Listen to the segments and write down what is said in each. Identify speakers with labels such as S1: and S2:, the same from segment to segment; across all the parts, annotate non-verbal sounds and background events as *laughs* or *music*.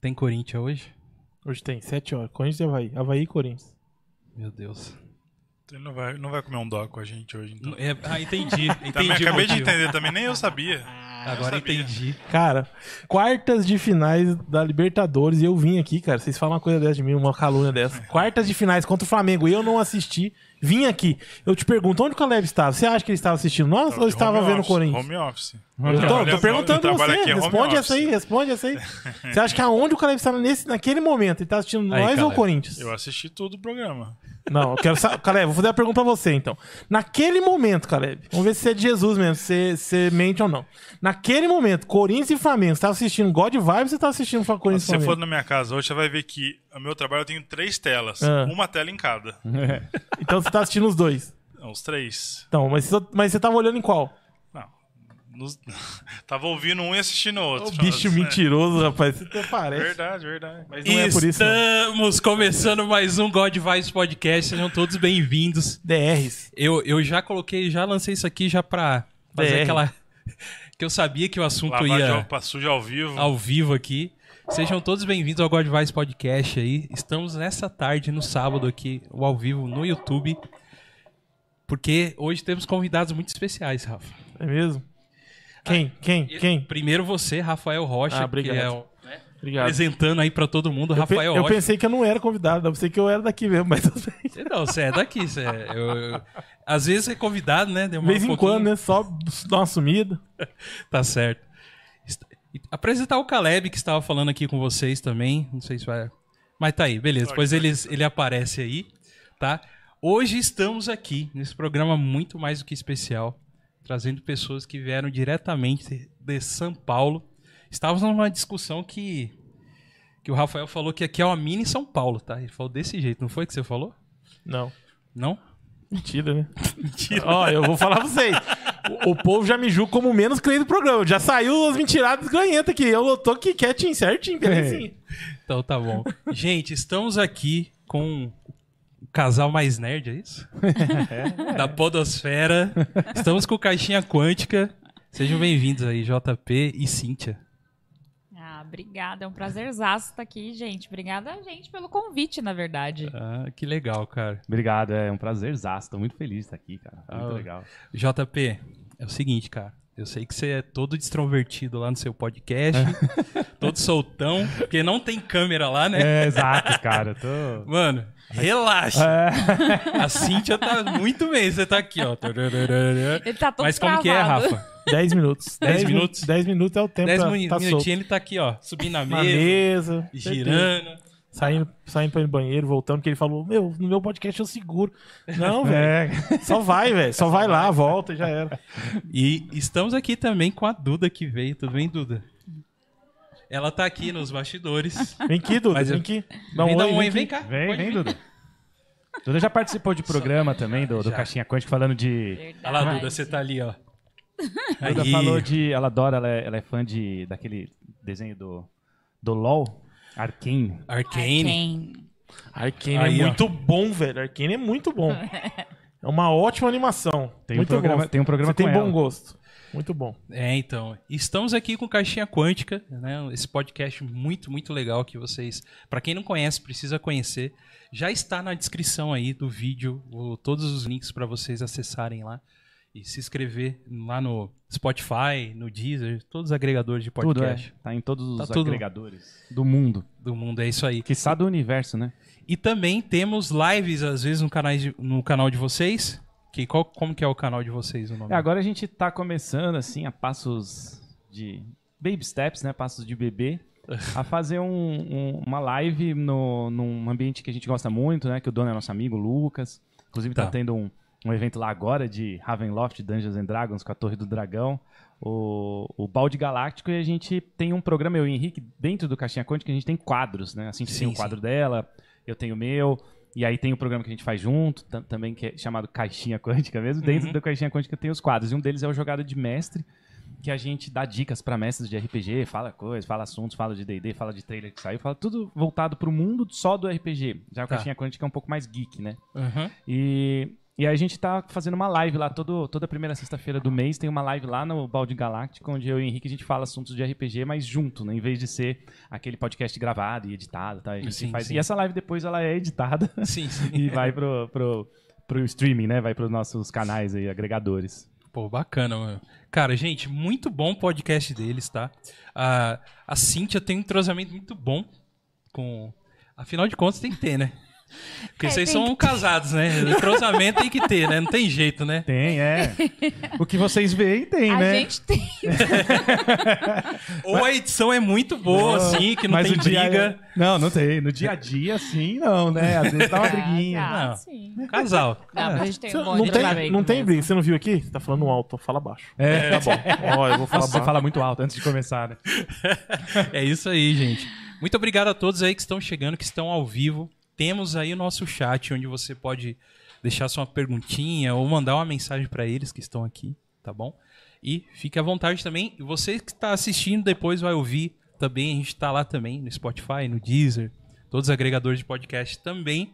S1: Tem Corinthians hoje?
S2: Hoje tem, 7 horas. Corinthians e Havaí. Havaí e Corinthians.
S1: Meu Deus.
S3: Ele não vai, não vai comer um dó com a gente hoje, então.
S1: É, ah, entendi. entendi
S3: *laughs* Também,
S1: o
S3: acabei de
S1: motivo.
S3: entender também, nem eu sabia.
S2: Ah,
S1: Agora
S3: sabia.
S1: entendi.
S2: Cara, quartas de finais da Libertadores. E eu vim aqui, cara. Vocês falam uma coisa dessa de mim, uma calúnia dessa. Quartas de finais contra o Flamengo. E eu não assisti. Vim aqui. Eu te pergunto, onde o Caleb estava? Você acha que ele estava assistindo nós ou
S3: Home
S2: estava vendo o
S3: office,
S2: Corinthians?
S3: Home office.
S2: Eu tô,
S3: Trabalha-
S2: tô perguntando
S3: eu
S2: pra você.
S3: trabalho aqui, é home
S2: responde essa aí,
S3: office.
S2: responde essa aí. Você acha que aonde o Caleb estava nesse, naquele momento? Ele tá assistindo
S1: Aí,
S2: nós ou
S1: Caleb.
S2: o Corinthians?
S3: Eu assisti tudo o programa.
S2: Não, eu quero saber. Caleb, vou fazer a pergunta pra você, então. Naquele momento, Caleb, vamos ver se você é de Jesus mesmo, se você mente ou não. Naquele momento, Corinthians e Flamengo, você tava assistindo God Vibes ou você tava assistindo Fa-
S3: Se
S2: Corinthians e
S3: você for
S2: Flamengo?
S3: na minha casa hoje, você vai ver que o meu trabalho eu tenho três telas.
S2: Ah.
S3: Uma tela em cada.
S2: Então você tá assistindo os dois.
S3: Não, Os três.
S2: Então, mas, você- mas você tava olhando em qual?
S3: Não. Nos- *laughs* Tava ouvindo um e assistindo o outro.
S2: Bicho
S3: É,
S2: mentiroso, rapaz. Você até parece.
S3: Verdade, verdade. Mas
S2: Não é por isso, não.
S1: Estamos começando mais um God Vibes Podcast. Sejam todos bem-vindos.
S2: DRs.
S1: Eu, eu já coloquei, já lancei isso aqui já pra fazer
S2: BR.
S1: aquela... *laughs* que eu sabia que o assunto
S3: Lavar
S1: ia...
S3: de roupa suja ao vivo.
S1: ao vivo aqui. Sejam todos bem-vindos ao God Vice Podcast aí. Estamos nessa tarde, no sábado aqui, o ao vivo no YouTube. Porque hoje temos convidados muito especiais, Rafa.
S2: É mesmo? Quem? Quem?
S3: Ah,
S2: Quem?
S1: Primeiro você, Rafael Rocha,
S2: Ah,
S1: que
S2: obrigado.
S1: é o...
S2: Obrigado.
S3: é
S1: apresentando aí pra todo mundo,
S2: Eu, pe-
S1: Rafael
S2: eu
S1: Rocha.
S2: pensei que eu não era convidado, eu pensei que eu era daqui mesmo, *laughs* mas tudo bem.
S1: *laughs* Não, você é daqui, você é... eu- eu- Às vezes é convidado, né?
S2: de
S1: Demora
S2: vez
S1: um
S2: em
S1: pouquinho.
S2: quando, né? Só dar uma sumida.
S1: Tá certo. Est- e Apresentar o Caleb, que estava falando aqui com vocês também. Não sei se vai. Mas tá aí, beleza. Depois ele, ele aparece aí, tá? Hoje estamos aqui nesse programa muito mais do que especial, trazendo pessoas que vieram diretamente de São Paulo. Estávamos numa discussão que, que o Rafael falou que aqui é uma mini São Paulo, tá? Ele falou desse jeito, não foi que você falou?
S2: Não.
S1: Não?
S2: Mentira, né? *laughs* Mentira. Ó, eu vou falar pra vocês. O, o povo já me julga como o menos crente do programa. Já saiu os mentirados ganhentos aqui. Eu tô aqui quietinho, certinho, belezinha.
S1: Então tá bom. *laughs* Gente, estamos aqui com o casal mais nerd, é isso? Da Podosfera. Estamos com o Caixinha Quântica. Sejam bem-vindos aí, JP e Cíntia.
S4: Ah, obrigada. É um prazerzaço estar aqui, gente. Obrigada a gente pelo convite, na verdade.
S1: Ah, que legal, cara.
S5: Obrigado, é um prazer, Zaço. Tô muito feliz de estar aqui, cara.
S1: Ah,
S5: Muito legal.
S1: JP, é o seguinte, cara. Eu sei que você é todo extrovertido lá no seu podcast, todo soltão, porque não tem câmera lá, né?
S5: É, exato,
S1: *laughs*
S5: cara. Tô...
S1: Mano, relaxa. A Cíntia tá muito bem, você tá aqui, ó.
S4: Ele tá todo
S1: Mas como que é,
S4: travado.
S1: Rafa?
S2: 10 minutos.
S1: Dez
S2: Dez minu-
S1: minutos?
S2: dez minutos é o tempo
S1: 10
S2: pra
S1: minu-
S2: tá
S1: minutinhos
S2: solto.
S1: ele tá aqui, ó, subindo a mesa,
S2: Na mesa, certeza.
S1: girando.
S2: saindo, saindo pra ir no banheiro, voltando, porque ele falou: Meu, no meu podcast eu seguro.
S1: *laughs*
S2: Não, velho.
S5: É,
S2: Só vai, velho. Só vai lá, volta, já era.
S1: E estamos aqui também com a Duda que veio. Tudo bem, Duda? Ela tá aqui nos bastidores.
S2: Vem aqui, Duda.
S1: Mas eu-
S2: Vem aqui. Dá um
S1: Vem dar
S2: oi,
S1: um oi,
S2: aqui.
S1: vem cá.
S5: vem,
S1: pode
S5: vem,
S1: vir.
S5: Duda. Duda já participou de programa também, do, do
S1: Já.
S5: Caixinha Quântica, falando de.
S4: Verdade.
S1: Olha lá, Duda, você tá ali, ó.
S5: Duda
S1: Aí.
S5: falou de. Ela adora, ela é, ela é fã de, daquele desenho do, do LOL, Arkane.
S1: Arcane.
S4: Quem?
S2: Arkane
S1: Aí,
S2: é
S1: ó.
S2: muito bom, velho. Arkane é muito *laughs* bom. É uma ótima animação.
S5: Tem um
S2: muito
S5: programa-
S2: bom.
S5: tem um programa
S2: Você tem
S5: com
S2: bom
S5: ela.
S2: gosto. Muito bom.
S1: É, então. Estamos aqui com Caixinha Quântica, né? Esse podcast muito, muito legal que vocês, Pra quem não conhece, precisa conhecer. Já está na descrição aí do vídeo, o- todos os links pra vocês acessarem lá e se inscrever lá no Spotify, no Deezer, todos os agregadores de
S5: Tudo, é.
S1: podcast
S5: Tá em todos
S1: Tá
S5: os
S1: tudo.
S5: agregadores do mundo.
S1: do mundo, é isso aí.
S5: Que sabe do universo, né?
S1: E também temos lives, às vezes, no, canais de- no canal de vocês. Que, qual, como que é o canal de vocês o nome?
S5: É, agora a gente tá começando, assim, a passos de baby steps, né? Passos de bebê, a fazer um- um- uma live no, num ambiente que a gente gosta muito, né? Que o dono é nosso amigo, o Lucas. Inclusive tá,
S1: Tá.
S5: tendo um, um evento lá agora de Ravenloft, Dungeons and Dragons, com a Torre do Dragão, o, o Balde Galáctico. E a gente tem um programa, eu e o Henrique, dentro do Caixinha Quântica, que a gente tem quadros, né? Assim, a gente tem
S1: Sim,
S5: o quadro dela, eu tenho o meu... E aí tem o programa que a gente faz junto, tam- também que é chamado Caixinha Quântica mesmo. Dentro
S1: Uhum.
S5: da Caixinha Quântica tem os quadros. E um deles é o Jogada de Mestre, que a gente dá dicas pra mestres de RPG, fala coisas, fala assuntos, fala de D&D, fala de trailer que saiu, fala tudo voltado pro mundo só do RPG. Já o
S1: Tá.
S5: Caixinha Quântica é um pouco mais geek, né?
S1: Uhum.
S5: E, e E aí a gente tá fazendo uma live lá, todo, toda primeira sexta-feira do mês tem uma live lá no Balde Galáctico, onde eu e o Henrique a gente fala assuntos de RPG, mas junto, né? Em vez de ser aquele podcast gravado e editado, tá? A gente
S1: Sim,
S5: faz...
S1: sim.
S5: E essa live depois ela é editada *laughs*
S1: Sim, sim.
S5: e vai pro, pro, pro streaming, né? Vai pros nossos canais aí, agregadores.
S1: Pô, bacana, mano. Cara, gente, muito bom o podcast deles, tá? A, a Cíntia tem um entrosamento muito bom com. Afinal de contas, tem que ter, né? Porque
S4: É,
S1: vocês
S4: tem
S1: são casados,
S4: *laughs*
S1: né? Entrosamento tem que ter, né? Não tem jeito, né?
S5: Tem, é. o que vocês veem tem,
S4: a
S5: né?
S4: gente tem.
S1: Ou a edição é muito boa, assim, que não
S5: Mas
S1: tem
S5: o dia- é-
S1: briga.
S5: Não, não tem. No dia a dia, sim, não, né? Às vezes dá uma briguinha. É.
S4: Ah, *laughs* tá,
S1: Não.
S4: sim.
S1: Casal.
S4: Não, mas a gente tem
S2: Você
S4: um
S2: não
S4: monte de
S2: tem,
S4: amigo
S2: não tem
S4: mesmo.
S2: briga, você não viu aqui? Você tá falando alto, fala baixo.
S5: É.
S2: Tá bom. Ó, eu vou falar
S5: Nossa, você
S2: baixo.
S5: fala muito alto antes de começar, né?
S1: É isso aí, gente. Muito obrigado a todos aí que estão chegando, que estão ao vivo. Temos aí o nosso chat, onde você pode deixar sua perguntinha ou mandar uma mensagem para eles que estão aqui, tá bom? E fique à vontade também. E você que está assistindo depois vai ouvir também. A gente está lá também no Spotify, no Deezer, todos os agregadores de podcast também.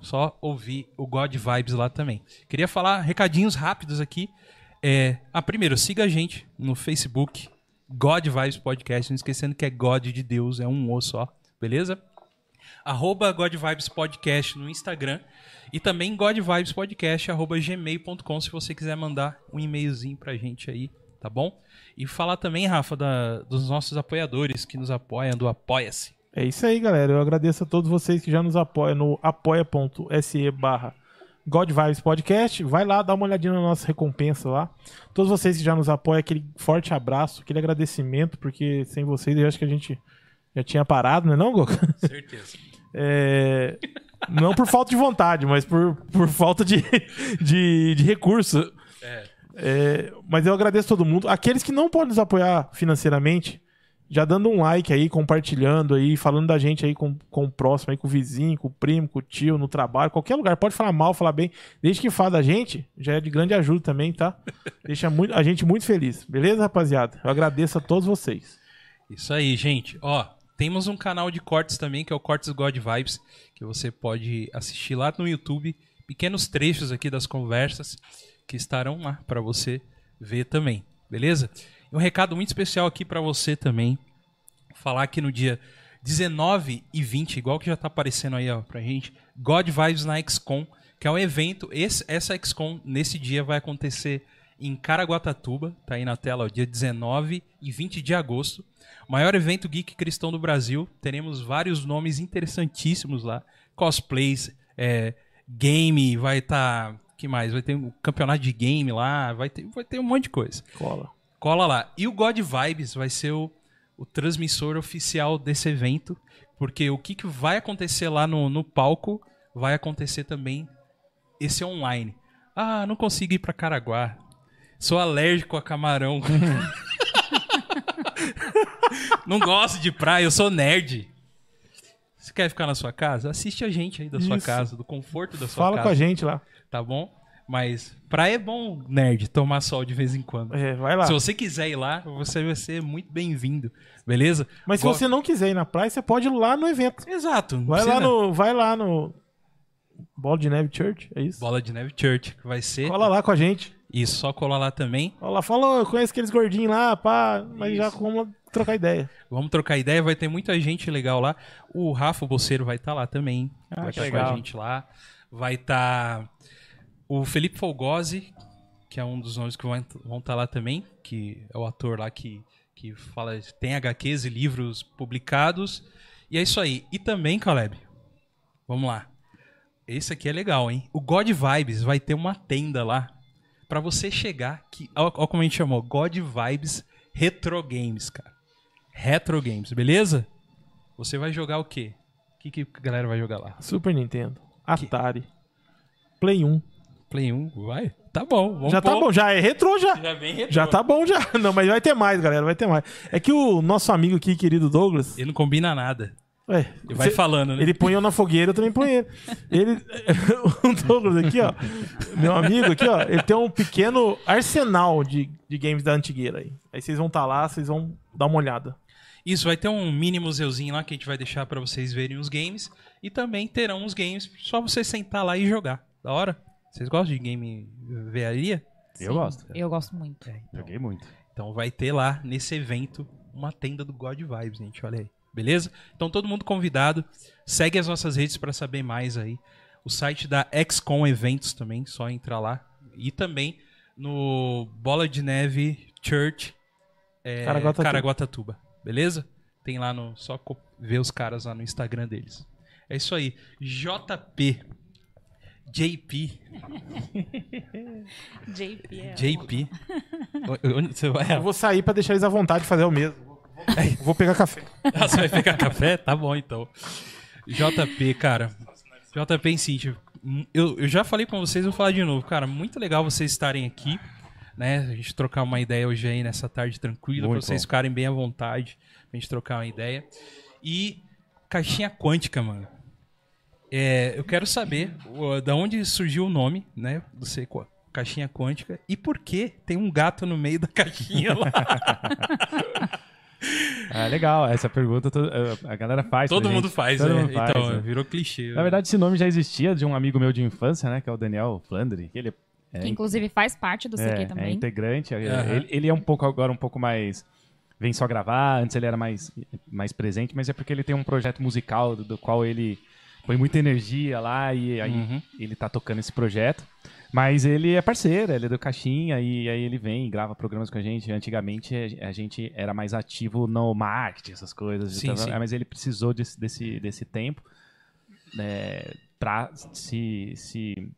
S1: Só ouvir o God Vibes lá também. Queria falar recadinhos rápidos aqui. É, ah, primeiro, siga a gente no Facebook, God Vibes Podcast. Não esquecendo que é God de Deus, é um O só, beleza? Arroba God Vibes Podcast no Instagram. E também godvibespodcast, arroba gmail.com, se você quiser mandar um e-mailzinho pra gente aí, tá bom? E falar também, Rafa, da- dos nossos apoiadores que nos apoiam, do Apoia-se.
S2: É isso aí, galera. Eu agradeço a todos vocês que já nos apoiam no apoia.se barra God Vibes Podcast. Vai lá, dá uma olhadinha na nossa recompensa lá. Todos vocês que já nos apoiam, aquele forte abraço, aquele agradecimento, porque sem vocês eu acho que a gente já tinha parado, né não, Goku?
S1: Certeza.
S2: *laughs* É, não por falta de vontade, mas por, por falta de, de, de recurso. É, mas eu agradeço todo mundo. Aqueles que não podem nos apoiar financeiramente, já dando um like aí, compartilhando aí, falando da gente aí com, com o próximo, aí, com o vizinho, com o primo, com o tio, no trabalho, qualquer lugar. Pode falar mal, falar bem. Desde que fala da gente, já é de grande ajuda também,
S1: *laughs*
S2: tá? Deixa muito, a gente muito feliz. Beleza, rapaziada? Eu agradeço a todos vocês.
S1: Isso aí, gente. Ó, temos um canal de cortes também, que é o Cortes God Vibes, que você pode assistir lá no YouTube. Pequenos trechos aqui das conversas que estarão lá pra você ver também, beleza? E um recado muito especial aqui pra você também. Falar que no dia 19 e 20, igual que já tá aparecendo aí ó, pra gente, God Vibes na XCOM, que é um evento. Esse, essa XCOM nesse dia vai acontecer em Caraguatatuba, tá aí na tela, ó, dia 19 e 20 de agosto. Maior evento geek cristão do Brasil. Teremos vários nomes interessantíssimos lá. Cosplays, é, game, vai estar. que mais? Vai ter um campeonato de game lá, vai ter, vai ter um monte de coisa.
S2: Cola.
S1: Cola lá. E o God Vibes vai ser o, o transmissor oficial desse evento, porque o que, que vai acontecer lá no, no palco vai acontecer também esse online. Ah, não consigo ir pra Caraguá. Sou alérgico a camarão. *laughs* não gosto de praia, eu sou nerd. Você quer ficar na sua casa? Assiste a gente aí da sua
S2: Isso.
S1: casa, do conforto da sua
S2: Fala
S1: casa.
S2: com a gente lá.
S1: Tá bom? Mas praia é bom, nerd, tomar sol de vez em quando.
S2: É, vai lá.
S1: Se você quiser ir lá, você vai ser muito bem-vindo, beleza?
S2: Mas se
S1: Go-
S2: você não quiser ir na praia, você pode ir lá no evento.
S1: Exato. não
S2: Vai
S1: precisa-
S2: lá no. Vai lá no. Bola de Neve Church, é isso?
S1: Bola de Neve Church, que vai ser.
S2: Cola lá com a gente.
S1: Isso, só colar lá também.
S2: Cola lá, fala, "Ô, eu conheço aqueles gordinhos lá, pá, mas já vamos trocar ideia.
S1: Vamos trocar ideia, vai ter muita gente legal lá. O Rafa Bolseiro vai estar lá também. vai
S5: Ah, que
S1: estar com a
S5: legal.
S1: gente lá. Vai estar o Felipe Folgose, que é um dos nomes que vão vão estar lá também, que é o ator lá que, que fala, tem HQs e livros publicados. E é isso aí. E também, Caleb, vamos lá. Esse aqui é legal, hein? O God Vibes vai ter uma tenda lá pra você chegar que, ó, ó como a gente chamou, God Vibes Retro Games, cara. Retro Games, beleza? Você vai jogar o quê? O que, que a galera vai jogar lá?
S2: Super Nintendo, Atari, Play 1.
S1: Play 1, vai? Tá bom. Vamos
S2: já tá
S1: pôr.
S2: bom, já é retrô já.
S1: Já vem retrô.
S2: Já tá bom já. *laughs* Não, mas vai ter mais, galera, vai ter mais. É que o nosso amigo aqui, querido Douglas.
S1: Ele não combina nada.
S2: Ué,
S1: Ele vai
S2: cê-
S1: falando, né?
S2: Ele põe eu na fogueira, eu também ponho ele. Ele, *laughs* o Douglas aqui, ó, meu amigo aqui, ó, ele tem um pequeno arsenal de, de games da antigueira aí. Aí vocês vão estar lá, vocês vão dar uma olhada.
S1: Isso, vai ter um mini museuzinho lá que a gente vai deixar pra vocês verem os games. E também terão os games, só você sentar lá e jogar. Da hora? Vocês gostam de game vearia?
S5: Eu gosto. É.
S4: Eu gosto muito.
S5: Joguei muito.
S1: Então vai ter lá nesse evento uma tenda do God Vibes, gente. Olha aí. Beleza? Então todo mundo convidado. Segue as nossas redes para saber mais aí. O site da XCOM Eventos também, só entrar lá. E também no Bola de Neve Church é,
S2: Caraguatatuba.
S1: Caraguatatuba. Beleza? Tem lá no. Só co- ver os caras lá no Instagram deles. É isso aí. JP. JP.
S4: JP. é
S1: JP. O- Onde você vai?
S2: Eu vou sair pra deixar eles à vontade de fazer o mesmo.
S1: É.
S2: Vou- Vou pegar café.
S1: Ah, você vai pegar café? Tá bom, então. JP, cara. JP e Cintia, hum, eu, eu já falei com vocês, vou falar de novo. Cara, muito legal vocês estarem aqui, né? A gente trocar uma ideia hoje aí nessa tarde tranquila, pra
S5: Muito
S1: vocês
S5: bom.
S1: ficarem bem à vontade, pra gente trocar uma ideia. E caixinha quântica, mano. É, eu quero saber o- da onde surgiu o nome, né? Do C- qua- caixinha quântica e por que tem um gato no meio da caixinha lá.
S5: *laughs* Ah, legal. Essa pergunta to- eh, a galera faz. pra
S1: Todo
S5: gente.
S1: mundo faz,
S5: Todo
S1: né?
S5: mundo faz,
S1: então,
S5: né?
S1: virou clichê.
S5: Na verdade, esse nome já existia de um amigo meu de infância, né? Que é o Daniel Flandre. que Ele é-
S4: Que inclusive faz parte do
S5: é,
S4: CQ
S5: é
S4: também.
S5: integrante. é-
S1: Aham.
S5: Ele, ele é um pouco agora um pouco mais vem só gravar. Antes ele era mais mais presente, mas é porque ele tem um projeto musical do, do qual ele põe muita energia lá e aí
S1: Uhum.
S5: ele tá tocando esse projeto. Mas ele é parceiro, ele é do Caixinha e aí ele vem e grava programas com a gente. Antigamente eh, a- a gente era mais ativo no marketing, essas coisas. então, ah,
S1: Sim, sim.
S5: Mas ele precisou desse, desse, desse tempo né, pra se, se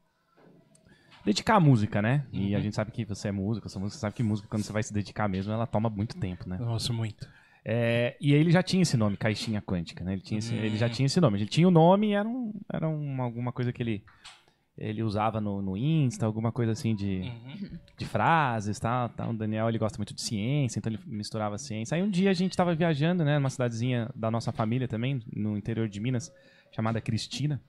S5: dedicar à música, né?
S1: Uhum.
S5: E a gente sabe que você é músico, você é músico, você sabe que música, quando você vai se dedicar mesmo, ela toma muito tempo, né?
S1: Nossa, muito.
S5: É, e aí ele já tinha esse nome, Caixinha Quântica, né? Ele, tinha esse-
S1: Hum.
S5: ele já tinha esse nome. Ele tinha o nome e era, um, era um- alguma coisa que ele, ele usava no, no Insta, alguma coisa assim de, de frases, tal, tal. O Daniel, ele gosta muito de ciência, então ele misturava ciência. Aí um dia a gente tava viajando, né, numa cidadezinha da nossa família também, no interior de Minas, chamada Cristina,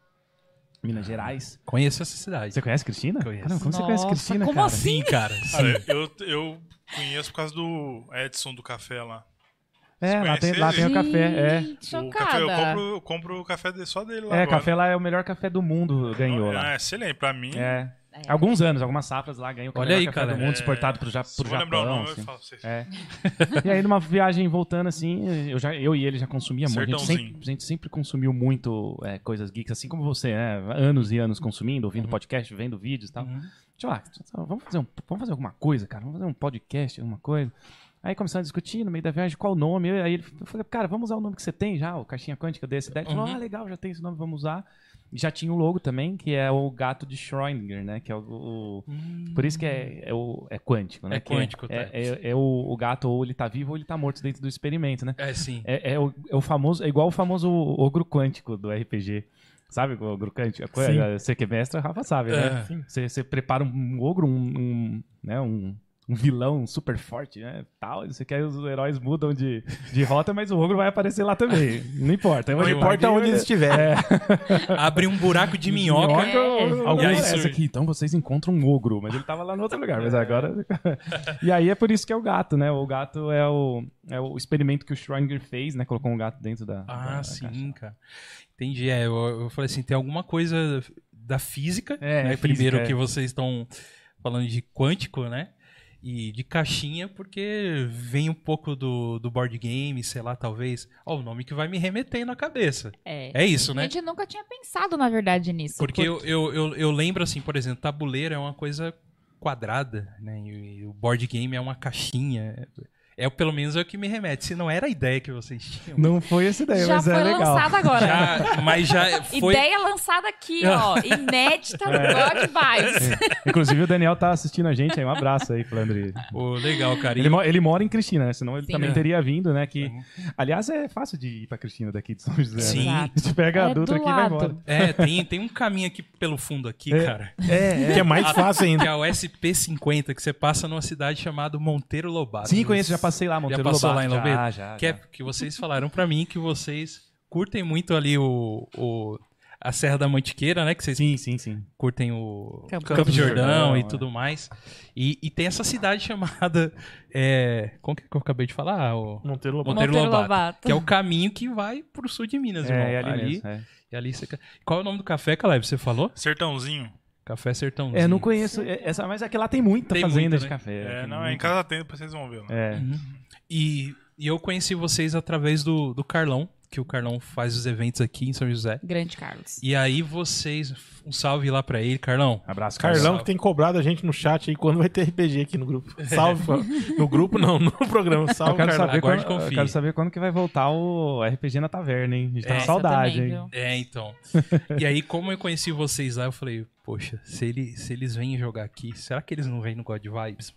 S5: Minas Gerais.
S1: Conheço essa cidade.
S5: Você conhece Cristina?
S1: Conheço.
S5: Caramba, como você
S4: Nossa,
S5: conhece Ah, é? Cristina,
S4: como
S5: cara?
S1: Sim,
S4: assim?
S1: cara. Sim.
S3: Cara, eu, eu conheço por causa do Edson do café lá.
S5: É, lá tem, lá tem o
S4: Gente,
S5: café, é.
S3: O Um café, eu
S4: Chocada.
S3: compro, eu compro o café de- só dele lá.
S5: É,
S3: agora.
S5: café lá é o melhor café do mundo, ganhou lá.
S3: Ah, excelente. Pra mim,
S5: É.
S4: É.
S5: Alguns anos, algumas safras lá ganhou o
S1: Olha
S5: melhor
S1: aí,
S5: café
S1: cara.
S5: do mundo
S1: É.
S5: exportado pro, ja pro
S3: se eu
S5: Japão.
S3: lembrar o nome,
S5: assim.
S3: eu falo pra vocês.
S5: É. e aí, numa viagem voltando, assim, eu, já, eu e ele já consumia muito. A gente,
S3: Sertãozinho.
S5: sempre, a gente sempre consumiu muito é, coisas geeks, assim como você, né? Anos e anos consumindo, ouvindo podcast, vendo vídeos e tal.
S1: Uhum.
S5: Deixa eu lá, vamos fazer, um, vamos fazer alguma coisa, cara. Vamos fazer um podcast, alguma coisa. Aí começamos a discutir no meio da viagem qual o nome. Eu- Aí ele eu falei, cara, vamos usar o nome que você tem já, o Caixinha Quântica desse ideia. Ele falou,
S1: Uhum.
S5: ah, legal, já tem esse nome, vamos usar. E Já tinha o logo também, que é o gato de Schrödinger, né? Que é o. o- por isso que é, é, o, é quântico, né?
S1: É
S5: Que
S1: quântico, tá.
S5: é, é, é o, o gato, ou ele tá vivo ou ele tá morto dentro do experimento, né?
S1: É, sim.
S5: É, é o, é o famoso, é igual o famoso ogro quântico do RPG. Sabe o ogro quântico?
S2: Sim.
S5: Você que é mestre, Rafa sabe,
S1: É.
S5: né? Você, você prepara um ogro, um, um, né, um, um vilão super forte, né? Tal, você quer os heróis mudam de, de rota, mas o ogro vai aparecer lá também. Não importa.
S2: Não importa onde eles estiverem.
S1: Abre um buraco
S5: *laughs*
S1: de minhoca.
S4: Uhum.
S5: Alguns
S1: E aí
S5: essa
S1: surge.
S5: aqui, então vocês encontram um ogro, mas ele tava lá no outro lugar, mas agora. *laughs* e aí é por isso que é o gato, né? O gato é o, é o experimento que o Schrödinger fez, né? Colocou um gato dentro da. da-
S1: Ah,
S5: da caixa.
S1: sim, cara. Entendi. É, eu, eu falei assim, tem alguma coisa da física, né?
S5: É, física,
S1: Primeiro
S5: é.
S1: que vocês estão falando de quântico, né? E de caixinha, porque vem um pouco do, do board game, sei lá, talvez. Ó, o nome que vai me remeter na cabeça.
S4: É.
S1: É isso, né?
S4: A gente nunca tinha pensado, na verdade, nisso.
S1: Porque eu, eu, eu, eu lembro, assim, por exemplo, tabuleiro é uma coisa quadrada, né? E, e o board game é uma caixinha. É pelo menos é o que me remete. Se não era a ideia que vocês tinham.
S5: Não foi essa ideia,
S4: Já
S5: mas
S4: foi
S5: é legal.
S4: lançado agora.
S1: Já- mas já foi.
S4: Ideia lançada
S1: *laughs*
S4: aqui, ó.
S5: É.
S4: Inédita do God Vibes.
S5: *laughs* Inclusive o Daniel tá assistindo a gente aí, um abraço aí, Flandre.
S1: Pô, legal, cara. E-
S5: Ele, é mo- ele mora em Cristina, né? Senão ele
S4: Sim.
S5: também
S1: É.
S5: teria vindo, né? Que, aliás, é fácil de ir pra Cristina daqui de São José. né?
S1: Sim.
S5: A gente pega a
S4: É
S5: Dutra
S4: do
S5: aqui e vai
S4: lado.
S5: embora.
S1: É, tem, tem um caminho aqui pelo fundo aqui, cara.
S2: É, que é mais fácil ainda.
S1: Que é o SP50, que você passa numa cidade chamada Monteiro Lobato.
S5: Sim, conheço, já passei lá, Monteiro
S1: já passou
S5: Lobato.
S1: lá em Lobeto?
S5: Já, já,
S1: Que, é, que vocês falaram pra mim que vocês curtem muito ali o, o- a Serra da Mantiqueira, né? Que vocês
S5: Sim, sim, sim.
S1: curtem o
S4: Campo-
S1: Campo de
S5: do
S1: Jordão,
S5: Jordão,
S1: e
S5: é.
S1: tudo mais. E, e tem essa cidade chamada. É, como que eu acabei de falar? Ah, O
S2: Monteiro Lobato.
S1: Monteiro Lobato.
S4: Lobato.
S1: Que é o caminho que vai pro sul de Minas, irmão.
S5: É, é ali, mesmo, é.
S1: E ali você... Qual é o nome do café, Caleb? Você falou?
S3: Sertãozinho.
S1: Café Sertãozinho.
S5: É, não conheço. é- Essa, mas aqui lá tem muita
S1: Tem
S5: fazenda
S1: muita,
S5: de
S1: né?
S5: café.
S3: É,
S5: tem
S3: não,
S5: muita.
S3: em casa tem, depois vocês vão ver. né? Lá.
S5: É.
S1: E, e eu conheci vocês através do, do Carlão, que o Carlão faz os eventos aqui em São José.
S4: Grande Carlos.
S1: E aí vocês, um salve lá pra ele, Carlão.
S5: Abraço,
S2: Carlão que tem cobrado a gente no chat aí quando vai ter RPG aqui no grupo. Salve. fa- no grupo não, no programa.
S5: Eu
S2: Salve,
S5: quero,
S2: Carlão.
S5: saber
S1: aguarde e
S5: quando, eu
S1: confie.
S5: quero saber quando que vai voltar o RPG na taverna, hein? A gente tá
S1: É. Nossa,
S5: com saudade,
S4: também,
S5: hein?
S4: viu?
S1: É,
S4: *laughs*
S1: então. E aí, como eu conheci vocês lá, eu falei, poxa, se, ele, se eles vêm jogar aqui, será que eles não vêm no God Vibes?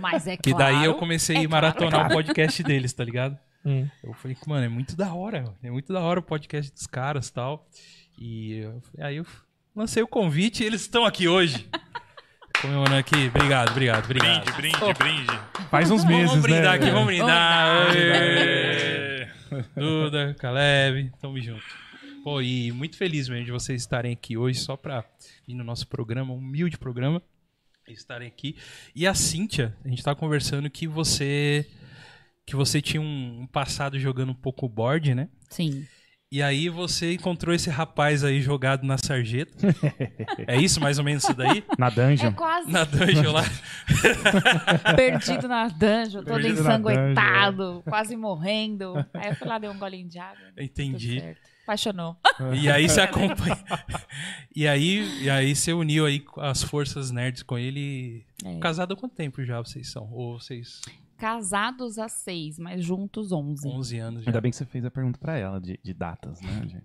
S4: Mas
S1: *laughs*
S4: é
S1: Que
S4: claro.
S1: daí eu comecei
S4: é
S1: a ir maratonar
S4: claro,
S1: o podcast deles, tá ligado?
S2: Hum.
S1: Eu falei, mano, é muito da hora, mano. é muito da hora o podcast dos caras e tal. E eu- aí eu lancei o convite e eles estão aqui
S4: *laughs*
S1: hoje. Comemorando aqui. Obrigado, obrigado, obrigado.
S3: Brinde, brinde, brinde.
S5: Faz uns meses,
S1: *laughs* vamos brindar
S5: né?
S1: aqui, vamos brindar.
S4: Vamos brindar.
S1: Aê! Duda, Caleb, tamo junto. Pô, e muito feliz mesmo de vocês estarem aqui hoje só pra vir no nosso programa, um humilde programa, e estarem aqui. E a Cíntia, a gente tá conversando que você que você tinha um um passado jogando um pouco board, né?
S4: Sim.
S1: E aí você encontrou esse rapaz aí jogado na sarjeta. é isso mais ou menos isso daí?
S5: Na dungeon.
S4: É quase
S1: Na dungeon lá.
S4: perdido na dungeon, todo
S5: Perdido na
S4: ensanguentado, quase morrendo. Aí eu fui lá, dei um golinho de água. Tudo
S1: Entendi.
S4: certo. Apaixonou.
S1: E aí você acompanha. E aí, e aí você uniu aí as forças nerds com ele.
S4: É.
S1: Casado há quanto tempo já vocês são? Ou vocês
S4: Casados a seis, mas juntos onze.
S1: 11 anos já?
S5: Ainda bem que você fez a pergunta pra ela de, de datas, né? gente?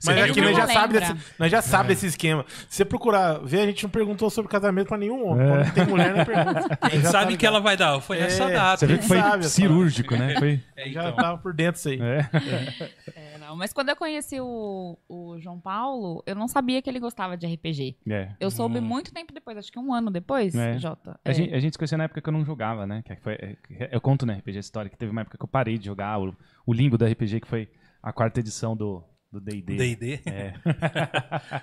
S1: Você
S2: Mas
S1: viu
S4: é
S2: aqui
S4: que
S1: meu-
S2: nós já,
S4: não
S2: sabe
S4: lembra.
S2: desse, nós já sabe desse esquema. Se você procurar ver, a gente não perguntou sobre casamento pra nenhum homem.
S5: É.
S2: Quando tem mulher, não pergunta.
S1: a gente
S2: Já
S1: sabe
S2: tá
S1: que ela vai dar. Foi
S2: É,
S1: essa
S5: Você
S1: data.
S5: viu
S2: quem
S5: que foi
S2: sabe, eu
S5: cirúrgico, né? Foi...
S1: É,
S2: Já
S1: então.
S2: tava por dentro isso aí.
S5: É.
S4: É, não, Mas quando eu conheci o, o João Paulo, eu não sabia que ele gostava de RPG.
S5: É.
S4: Eu soube
S1: Hum.
S4: muito tempo depois, acho que um ano depois,
S5: É.
S4: Jota.
S5: A,
S4: É.
S5: gente, a gente se conheceu na época que eu não jogava, né? Que foi, é, que eu conto na RPG história que teve uma época que eu parei de jogar o, o limbo da RPG, que foi a quarta edição do do D&D.
S1: D&D.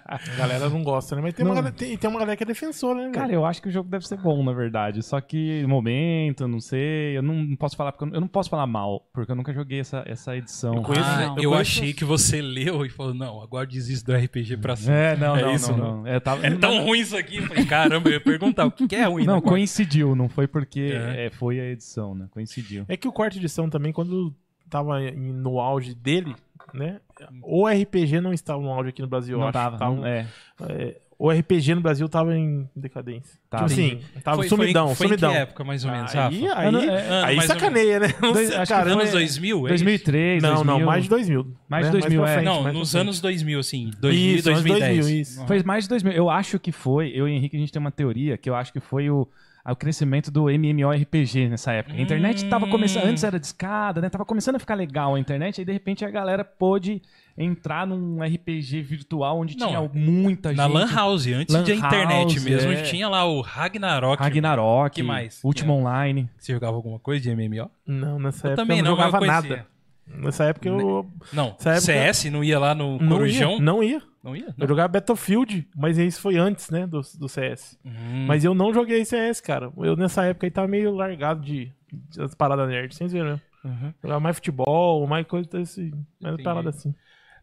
S2: A galera não gosta, né? Mas tem, uma
S5: Não.
S2: galera, tem, tem uma galera que é defensora, né?
S5: Cara,
S2: velho?
S5: eu acho que o jogo deve ser bom, na verdade. Só que momento, não sei. Eu não posso falar porque eu não, eu não posso falar mal, porque eu nunca joguei essa, essa edição.
S2: Eu conheço-
S1: Ah,
S4: não.
S1: eu,
S2: Eu conheço-
S1: achei que você leu e falou, não, agora desisto do RPG pra sempre.
S5: É, não,
S2: É
S5: não,
S2: isso, tá
S5: não, não. É, tava-
S1: É tão ruim isso aqui. Eu falei, caramba, eu ia perguntar, o que que é ruim?
S5: Não,
S1: né?
S5: coincidiu, não foi porque
S1: É.
S5: é, foi a edição, né? Coincidiu.
S2: É que o quarto edição também, quando tava em- no auge dele, né? O RPG não estava no auge aqui no Brasil, eu
S5: não
S2: acho. tá
S5: tava,
S2: Tava- um,
S5: não, é.
S2: é, o RPG no Brasil tava em decadência.
S5: Tava.
S2: Tipo assim, tava
S1: Foi- foi-
S2: sumidão,
S1: foi em
S2: sumidão.
S1: que época, mais ou menos,
S2: aí,
S1: Rafa?
S5: Ano-
S2: aí,
S5: é,
S1: ano,
S2: aí
S1: mais ou
S2: sacaneia, né? Não
S5: Dois-
S2: sei,
S5: acho que
S2: cara,
S5: foi-
S1: Anos 2000, é isso?
S5: 2003,
S2: Não,
S5: 2000.
S2: não, mais de 2000.
S5: Mais de
S2: né?
S5: 2000,
S2: pra
S5: é.
S2: frente,
S1: Não,
S2: mais pra
S1: nos
S2: frente.
S1: anos 2000, assim, 2000
S2: Isso, anos
S1: 2010.
S2: 2000, isso.
S5: Foi mais de 2000. Eu acho que foi. Eu e Henrique, a gente tem uma teoria que eu acho que foi o, o crescimento do MMORPG nessa época. A internet tava começando.
S1: Hum.
S5: Antes era discada, né? Tava começando a ficar legal a internet. Aí, de repente, a galera pôde entrar num RPG virtual onde
S1: Não,
S5: tinha muita
S1: Na
S5: gente.
S1: Lan House, antes
S5: Lan
S1: de internet
S5: House,
S1: mesmo,
S5: é.
S1: tinha lá o Ragnarok.
S5: Ragnarok,
S1: Que mais? É.
S5: Último Online.
S1: Você jogava alguma coisa de MMO?
S2: Não, nessa
S1: Eu
S2: época
S1: também
S2: eu não,
S1: não, mas eu
S2: jogava
S1: conhecia.
S2: nada. Nessa época eu
S1: Não,
S2: Essa época-
S1: CS não ia lá no
S2: não
S1: Corujão?
S2: ia, não ia.
S1: Não ia?
S2: Eu jogava Battlefield, mas isso foi antes, né, do, do CS.
S1: Hum. Uhum.
S2: Mas eu não joguei CS, cara. Eu nessa época aí tava meio largado de, de as paradas nerd, sem ver, né?
S1: Uhum.
S2: Jogava mais futebol, mais coisa desse, mais
S1: Entendi.
S2: parada assim.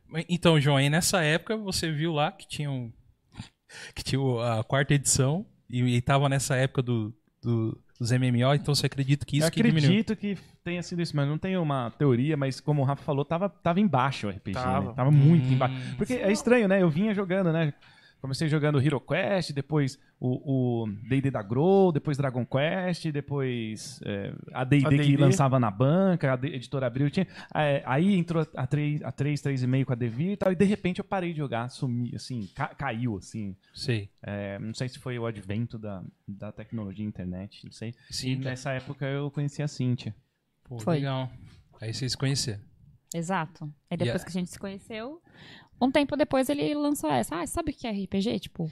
S1: Mas- Então, João, aí nessa época você viu lá que tinha, um... *laughs* que tinha o- a quarta edição e, e tava nessa época do, do- dos MMO, então você acredita que isso
S5: eu
S1: que diminuiu?
S5: acredito que tenha sido isso, mas não tenho uma teoria, mas como o Rafa falou, tava, tava embaixo o RPG,
S2: Tava.
S5: né? Tava muito
S1: Hum.
S5: embaixo. Porque é estranho, né? Eu vinha jogando, né? Comecei jogando Hero Quest, depois o o D&D da Grow, depois Dragon Quest, depois é, a D&D que
S2: AD&D.
S5: lançava na banca, a D- editora abriu. Tinha, é, aí entrou a 3, a 3, 3,5 com a Devir e tal, e de repente eu parei de jogar, sumi, assim, ca- caiu, assim.
S1: Sei.
S5: É, não sei se foi o advento da, da tecnologia internet, não sei. E
S1: Sim,
S5: nessa época eu conheci a Cintia.
S1: pô,
S4: Foi.
S1: legal. Aí vocês se conheceram.
S4: Exato. Aí depois
S1: Yeah.
S4: que a gente se conheceu, um tempo depois ele lançou essa. Ah, sabe o que é RPG?
S1: *laughs*
S4: Tipo,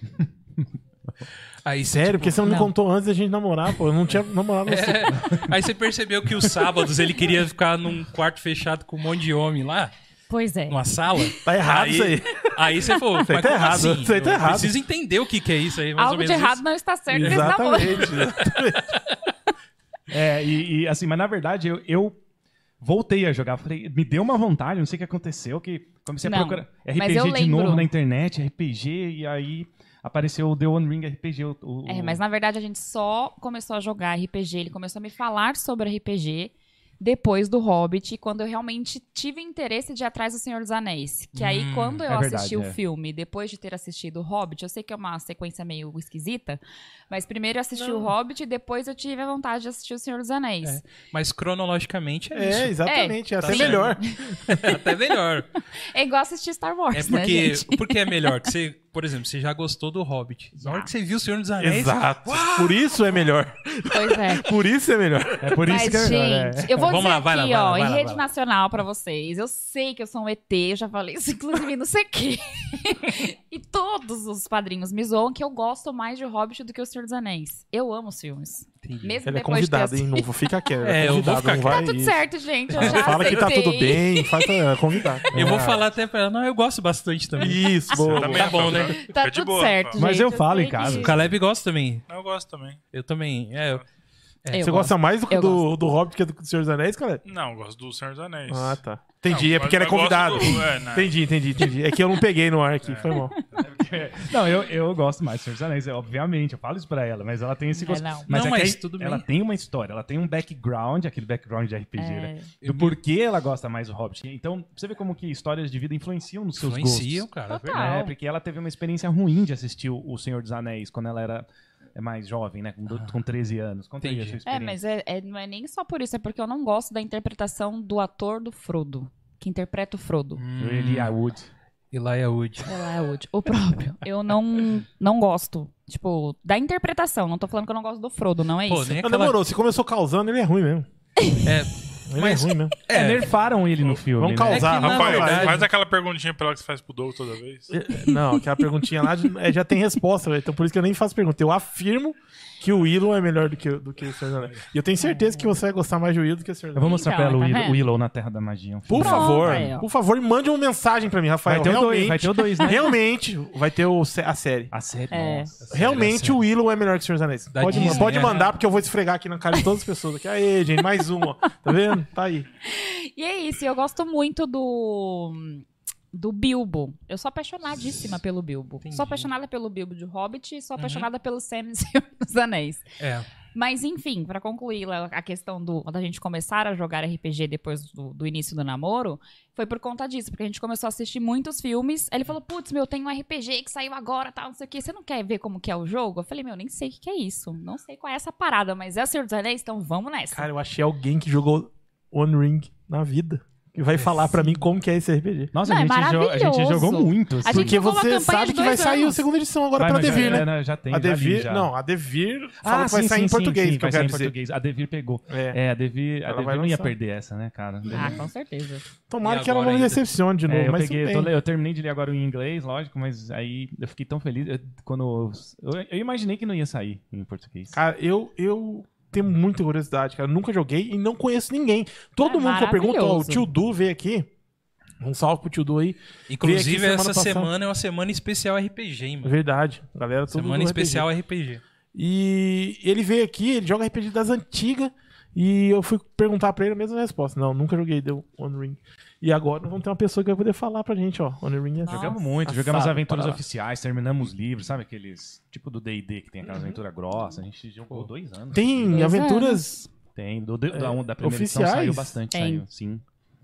S1: Aí você,
S2: Sério, porque
S1: tipo,
S2: você não, me
S4: não.
S2: contou antes da gente namorar, pô. Eu não tinha namorado você.
S1: Aí você percebeu que os sábados ele queria ficar num quarto fechado com um monte de homem lá,
S4: pois é.
S1: numa sala.
S2: Tá errado isso aí.
S1: Aí você falou, mas
S2: aí tá
S1: como
S2: errado,
S1: assim?
S2: isso aí tá
S1: Eu
S2: errado.
S1: preciso entender o que, que é isso aí. Mais ou
S4: Algo
S1: menos
S4: de errado
S1: isso.
S4: não está certo nesse *laughs* namoro.
S2: Exatamente.
S5: É, e, e, assim, mas na verdade eu, eu voltei a jogar. Falei, me deu uma vontade, não sei o que aconteceu, que comecei
S4: Não,
S5: a procurar
S4: mas eu
S5: RPG de
S4: lembro.
S5: novo na internet, RPG, e aí apareceu o The One Ring RPG. O, o-
S4: É, mas na verdade a gente só começou a jogar RPG, ele começou a me falar sobre RPG depois do Hobbit, quando eu realmente tive interesse de ir atrás do Senhor dos Anéis. Que aí,
S1: Hum,
S4: quando eu
S5: é verdade,
S4: assisti o
S5: é.
S4: filme, depois de ter assistido o Hobbit, eu sei que é uma sequência meio esquisita, mas primeiro eu assisti o Hobbit e depois eu tive a vontade de assistir o Senhor dos Anéis.
S1: Mas cronologicamente é,
S2: É,
S1: isso.
S2: exatamente. É, até
S1: Tá certo.
S2: melhor.
S1: Até melhor.
S4: É, igual assistir Star Wars,
S1: É
S4: né,
S1: porque,
S4: gente?
S1: *laughs* porque é melhor. Que você, por exemplo, você já gostou do Hobbit. Na hora que você viu o Senhor dos
S5: É
S1: Anéis,
S2: Exato. Por isso é melhor.
S4: Pois é.
S2: Por isso é
S4: *laughs*
S2: melhor.
S5: É por isso
S4: Mas,
S5: que é melhor, é.
S4: gente, eu vou
S1: Vamos
S4: dizer
S1: lá, vai lá,
S4: aqui,
S1: vai lá,
S4: ó,
S1: vai lá,
S4: em
S1: vai
S4: rede
S1: lá.
S4: nacional pra vocês. Eu sei que eu sou um ET, já falei isso, *laughs* inclusive, não sei quê. *laughs* e todos os padrinhos me zoam que eu gosto mais de Hobbit do que O Senhor dos Anéis. Eu amo os filmes.
S1: Entendi.
S4: Mesmo
S2: Ele é
S4: depois
S2: convidado,
S4: de ter
S2: hein? Não, fica quieto.
S1: É,
S4: *laughs*
S2: É,
S1: eu vou
S2: convidado,
S1: ficar
S2: não
S4: assistido.
S2: vai...
S4: Tá tudo certo, gente. Eu já
S2: Fala que tá tudo
S4: aceitei.
S2: bem, faz é
S4: *laughs*
S2: convidado.
S1: Eu vou
S2: É.
S1: falar até pra ela, não, eu gosto bastante também.
S2: Isso, boa.
S3: Também
S1: Tá
S3: é
S1: bom, né?
S3: favorável.
S4: Tá
S3: Fica de
S4: tudo
S3: boa,
S4: certo,
S3: fala.
S4: gente.
S5: Mas eu falo em
S4: sei
S5: casa.
S1: O
S4: que-
S1: Caleb gosta também.
S3: Eu gosto também.
S1: Eu também. É, eu-
S4: Eu
S2: Você
S4: gosto.
S2: gosta mais do,
S4: Eu
S2: do, do Hobbit que do, do Senhor dos Anéis, cara?
S3: Não, eu gosto do Senhor dos Anéis.
S2: Ah, tá. Entendi, é
S3: Não,
S2: porque ele é
S3: eu gosto
S2: convidado.
S3: do- é, né?
S2: Entendi, entendi, entendi. É que eu não peguei no ar aqui, foi mal.
S5: Não, eu, eu gosto mais do Senhor dos Anéis, é, obviamente, eu falo isso pra ela, mas ela tem esse
S4: É,
S5: gosto.
S4: não.
S1: Não,
S5: é
S1: mas
S5: que
S1: tudo bem.
S5: ela tem uma história, ela tem um background, aquele background de RPG, né?
S1: Eu
S5: Do porquê ela gosta mais do Hobbit. Então, você vê como que histórias de vida influenciam nos seus
S1: Influenciam,
S5: gostos.
S1: cara. é
S4: Total.
S1: verdade.
S5: É, porque ela teve uma experiência ruim de assistir o o Senhor dos Anéis quando ela era mais jovem, né? Com, do-
S2: Ah.
S5: com 13 anos. Conta aí a
S1: Entendi.
S5: sua
S4: É,
S5: experiência.
S4: mas é- é- não é nem só por isso, é porque eu não gosto da interpretação do ator do Frodo, que interpreta o Frodo.
S1: Hum,
S5: Really, I would.
S1: Elijah Wood.
S4: Sei lá, é útil. O próprio. Eu não, não gosto. Tipo, da interpretação. Não tô falando que eu não gosto do Frodo, não é
S1: Pô,
S4: isso.
S1: nem
S2: Não,
S1: aquela...
S2: demorou, se começou causando, ele é ruim mesmo. Ele
S1: Mas-
S2: é ruim mesmo.
S5: É, nerfaram ele no filme.
S2: Vamos
S5: né?
S2: causar,
S1: É que na
S2: vamos
S3: Rapaz,
S1: verdade-
S2: causar.
S3: faz aquela perguntinha pra ela que você faz pro Doug toda vez.
S2: É. Não, aquela perguntinha lá de- é, já tem resposta, velho. Então por isso que eu nem faço pergunta. Eu afirmo que o Willow é melhor do que, do que o Senhor dos Anéis. E eu tenho certeza que você vai gostar mais do Willow do que o Senhor
S5: Eu
S2: dos Anéis.
S5: vou mostrar
S4: Então,
S5: pra ela o
S4: tá
S5: Will-
S4: vendo?
S5: o Willow na Terra da Magia. um filme.
S2: Por
S4: Pronto,
S2: favor,
S4: aí, ó.
S2: por favor, mande uma mensagem pra mim, Rafael.
S5: Vai ter o
S2: realmente,
S5: dois, vai ter o dois, né?
S2: Realmente, vai ter o sé- *laughs* a série.
S5: A série,
S4: É.
S5: nossa.
S2: Realmente o Willow é melhor que o Senhor dos Anéis.
S1: Da
S2: Pode,
S1: Disney,
S2: pode
S1: é.
S2: mandar, porque eu vou esfregar aqui na cara de todas as pessoas aqui. Aê, gente, mais um, ó. Tá vendo? Tá aí.
S4: E é isso. Eu gosto muito do. Do Bilbo. Eu sou apaixonadíssima pelo Bilbo.
S1: Entendi.
S4: Sou apaixonada pelo Bilbo de Hobbit e sou
S1: Uhum.
S4: apaixonada pelo Sam em *laughs* Senhor dos Anéis.
S1: É.
S4: Mas enfim, pra concluir lá a questão do da gente começar a jogar RPG depois do, do início do namoro, foi por conta disso, porque a gente começou a assistir muitos filmes. Aí ele falou: "Putz, meu, tem um RPG que saiu agora, tal, não sei o quê. Você não quer ver como que é o jogo?" Eu falei: "Meu, nem sei o que, que é isso. Não sei qual é essa parada, mas é o Senhor dos Anéis, então vamos nessa."
S2: Cara, eu achei alguém que jogou One Ring na vida. Que vai falar pra mim como que é esse RPG.
S5: Nossa,
S4: Não,
S5: a,
S4: é
S5: gente jo- a gente
S4: maravilhoso.
S5: jogou muito. assim.
S4: A gente
S2: Porque
S4: jogou uma
S2: você
S4: campanha
S2: sabe
S4: de
S2: que vai
S4: dois
S2: sair a
S4: anos.
S2: segunda edição agora
S5: Vai,
S2: pra
S5: mas
S2: Devir,
S5: já,
S2: né?
S5: é, Já tem,
S2: A
S5: já li,
S2: Devir,
S5: já.
S2: não, a Devir falou
S5: Ah,
S2: que vai
S5: sim,
S2: sair
S5: sim,
S2: em
S5: sim,
S2: português, que
S5: sim,
S2: eu
S5: vai sair
S2: quero
S5: em
S2: dizer.
S5: português. A Devir pegou.
S2: É.
S5: É, a Devir, a
S2: Ela
S5: Devir
S2: vai
S5: não ia
S2: lançar.
S5: perder essa, né, cara?
S4: Ah, com certeza.
S2: Tomara
S1: E
S2: que ela
S1: agora
S2: não me
S1: ainda?
S2: decepcione de novo,
S5: É, eu,
S2: mas
S5: peguei, eu,
S2: tudo
S5: tô
S2: bem.
S5: le- eu terminei de ler agora em inglês, lógico, mas aí eu fiquei tão feliz. eu- quando eu, eu imaginei que não ia sair em português.
S2: Cara, eu, eu tenho muita curiosidade, cara. Eu Nunca joguei e não conheço ninguém. Todo
S4: É
S2: mundo que eu pergunto, ó, o
S4: maravilhoso.
S2: tio Du veio aqui. Um salve pro tio Du aí.
S1: Inclusive,
S2: semana
S1: essa
S2: passada.
S1: semana é uma semana especial RPG, hein,
S2: É
S1: mano.
S2: Verdade. Galera, tudo
S1: Semana
S2: do RPG.
S1: especial RPG.
S2: E ele veio aqui, ele joga RPG das antigas. E eu fui perguntar pra ele a mesma resposta. Não, nunca joguei The One Ring. E agora nós vamos ter uma pessoa que vai poder falar pra gente, ó. One Ring é assim.
S5: Jogamos muito, jogamos
S2: Assado,
S5: aventuras
S2: parado.
S5: oficiais, terminamos livros, sabe aqueles. Tipo do DD que tem aquelas aventuras grossas. A gente jogou dois anos.
S2: Tem
S4: Dois
S2: aventuras.
S5: Tem. Do, do- da, um, da primeira
S2: Oficiais?
S5: edição saiu bastante,
S4: Tem.
S5: saiu, sim.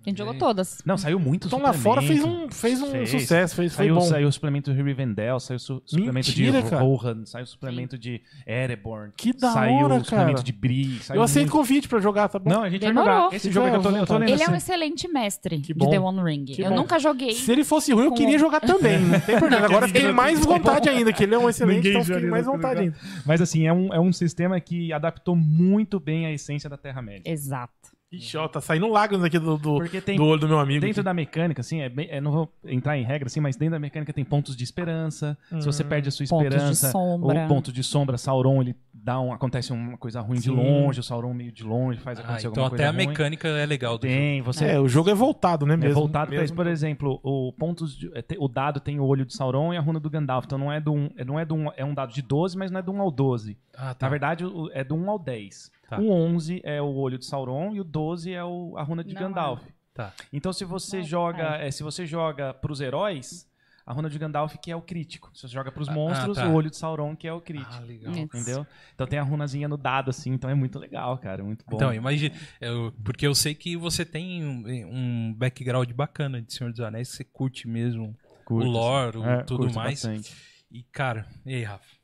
S4: A gente
S1: É.
S4: jogou todas.
S5: Não, saiu muito
S2: Então lá fora fez
S5: suplemento.
S2: um, fez um
S5: Fez.
S2: sucesso, fez, foi
S5: Saiu,
S2: bom.
S5: saiu o suplemento de Rivendell, saiu o su suplemento
S2: Mentira,
S5: de
S2: cara.
S5: Rohan, saiu o suplemento de Ereborn.
S2: Que da
S5: saiu
S2: hora,
S5: o suplemento
S2: cara.
S5: de Bree. saiu
S2: Eu aceito
S5: muito.
S2: convite pra jogar, tá bom?
S5: Não, a gente
S4: Demorou.
S5: vai jogar. Esse
S2: Fica
S5: jogo que eu tô, eu tô
S2: à
S5: lendo
S4: Ele é um
S5: assim.
S4: excelente mestre de
S2: bom.
S4: The One Ring.
S2: Que
S4: eu
S2: bom.
S4: nunca joguei.
S2: Se ele fosse ruim, eu
S4: Com-
S2: queria jogar também. Não tem problema. Agora eu fiquei mais vontade ainda, que ele é um excelente,
S5: Ninguém
S2: então eu fiquei
S5: joga
S2: mais
S5: nunca
S2: vontade ainda.
S5: Mas assim, é um, é um sistema que adaptou muito bem a essência da Terra-média.
S4: Exato.
S2: Ixi, ó, tá saindo lágrimas aqui do, do,
S5: Porque tem
S2: do olho do meu amigo.
S5: Dentro
S2: aqui.
S5: da mecânica, assim, é bem- é, não vou entrar em regra, assim, mas dentro da mecânica tem pontos de esperança. Se você
S2: Hum,
S5: perde a sua
S4: Pontos de
S5: esperança,
S4: sombra.
S5: ou ponto de sombra, Sauron, ele dá um, acontece uma coisa ruim de
S2: Sim.
S5: longe, o Sauron meio de longe faz
S1: Ah,
S5: acontecer
S1: então
S5: alguma coisa
S1: até a
S5: ruim.
S1: mecânica é legal do jogo.
S5: Tem, você
S2: É, o jogo é voltado, né?
S5: é
S2: Mesmo,
S5: voltado pra
S2: mesmo.
S5: isso. Por exemplo, o, pontos de- é, te- o dado tem o olho de Sauron e a runa do Gandalf. Então não é do um, é- não é do um, é um dado de 12, mas não é do 1 ao 12.
S1: Ah, tá.
S5: Na verdade, o- é do 1 ao 10.
S1: Tá.
S5: O 11 é o olho de Sauron e o 12 é o- a runa de
S4: Não,
S5: Gandalf.
S1: Tá.
S5: Então se você
S4: Não,
S5: joga, é, se você joga pros heróis, a runa de Gandalf que é o crítico. Se você joga pros
S1: Ah, ah,
S5: monstros,
S1: tá.
S5: o olho de Sauron que é o crítico.
S1: Ah, legal.
S4: Isso.
S5: Entendeu? Então tem a runazinha no dado, assim, então é muito legal, cara. Muito bom.
S1: Então, imagina. eu- porque eu sei que você tem um, um background bacana de Senhor dos Anéis, que você curte mesmo
S5: Curto,
S1: o lore,
S5: assim.
S1: o
S5: É,
S1: tudo
S5: curto
S1: mais.
S5: bastante.
S1: E, cara, e aí, Rafa?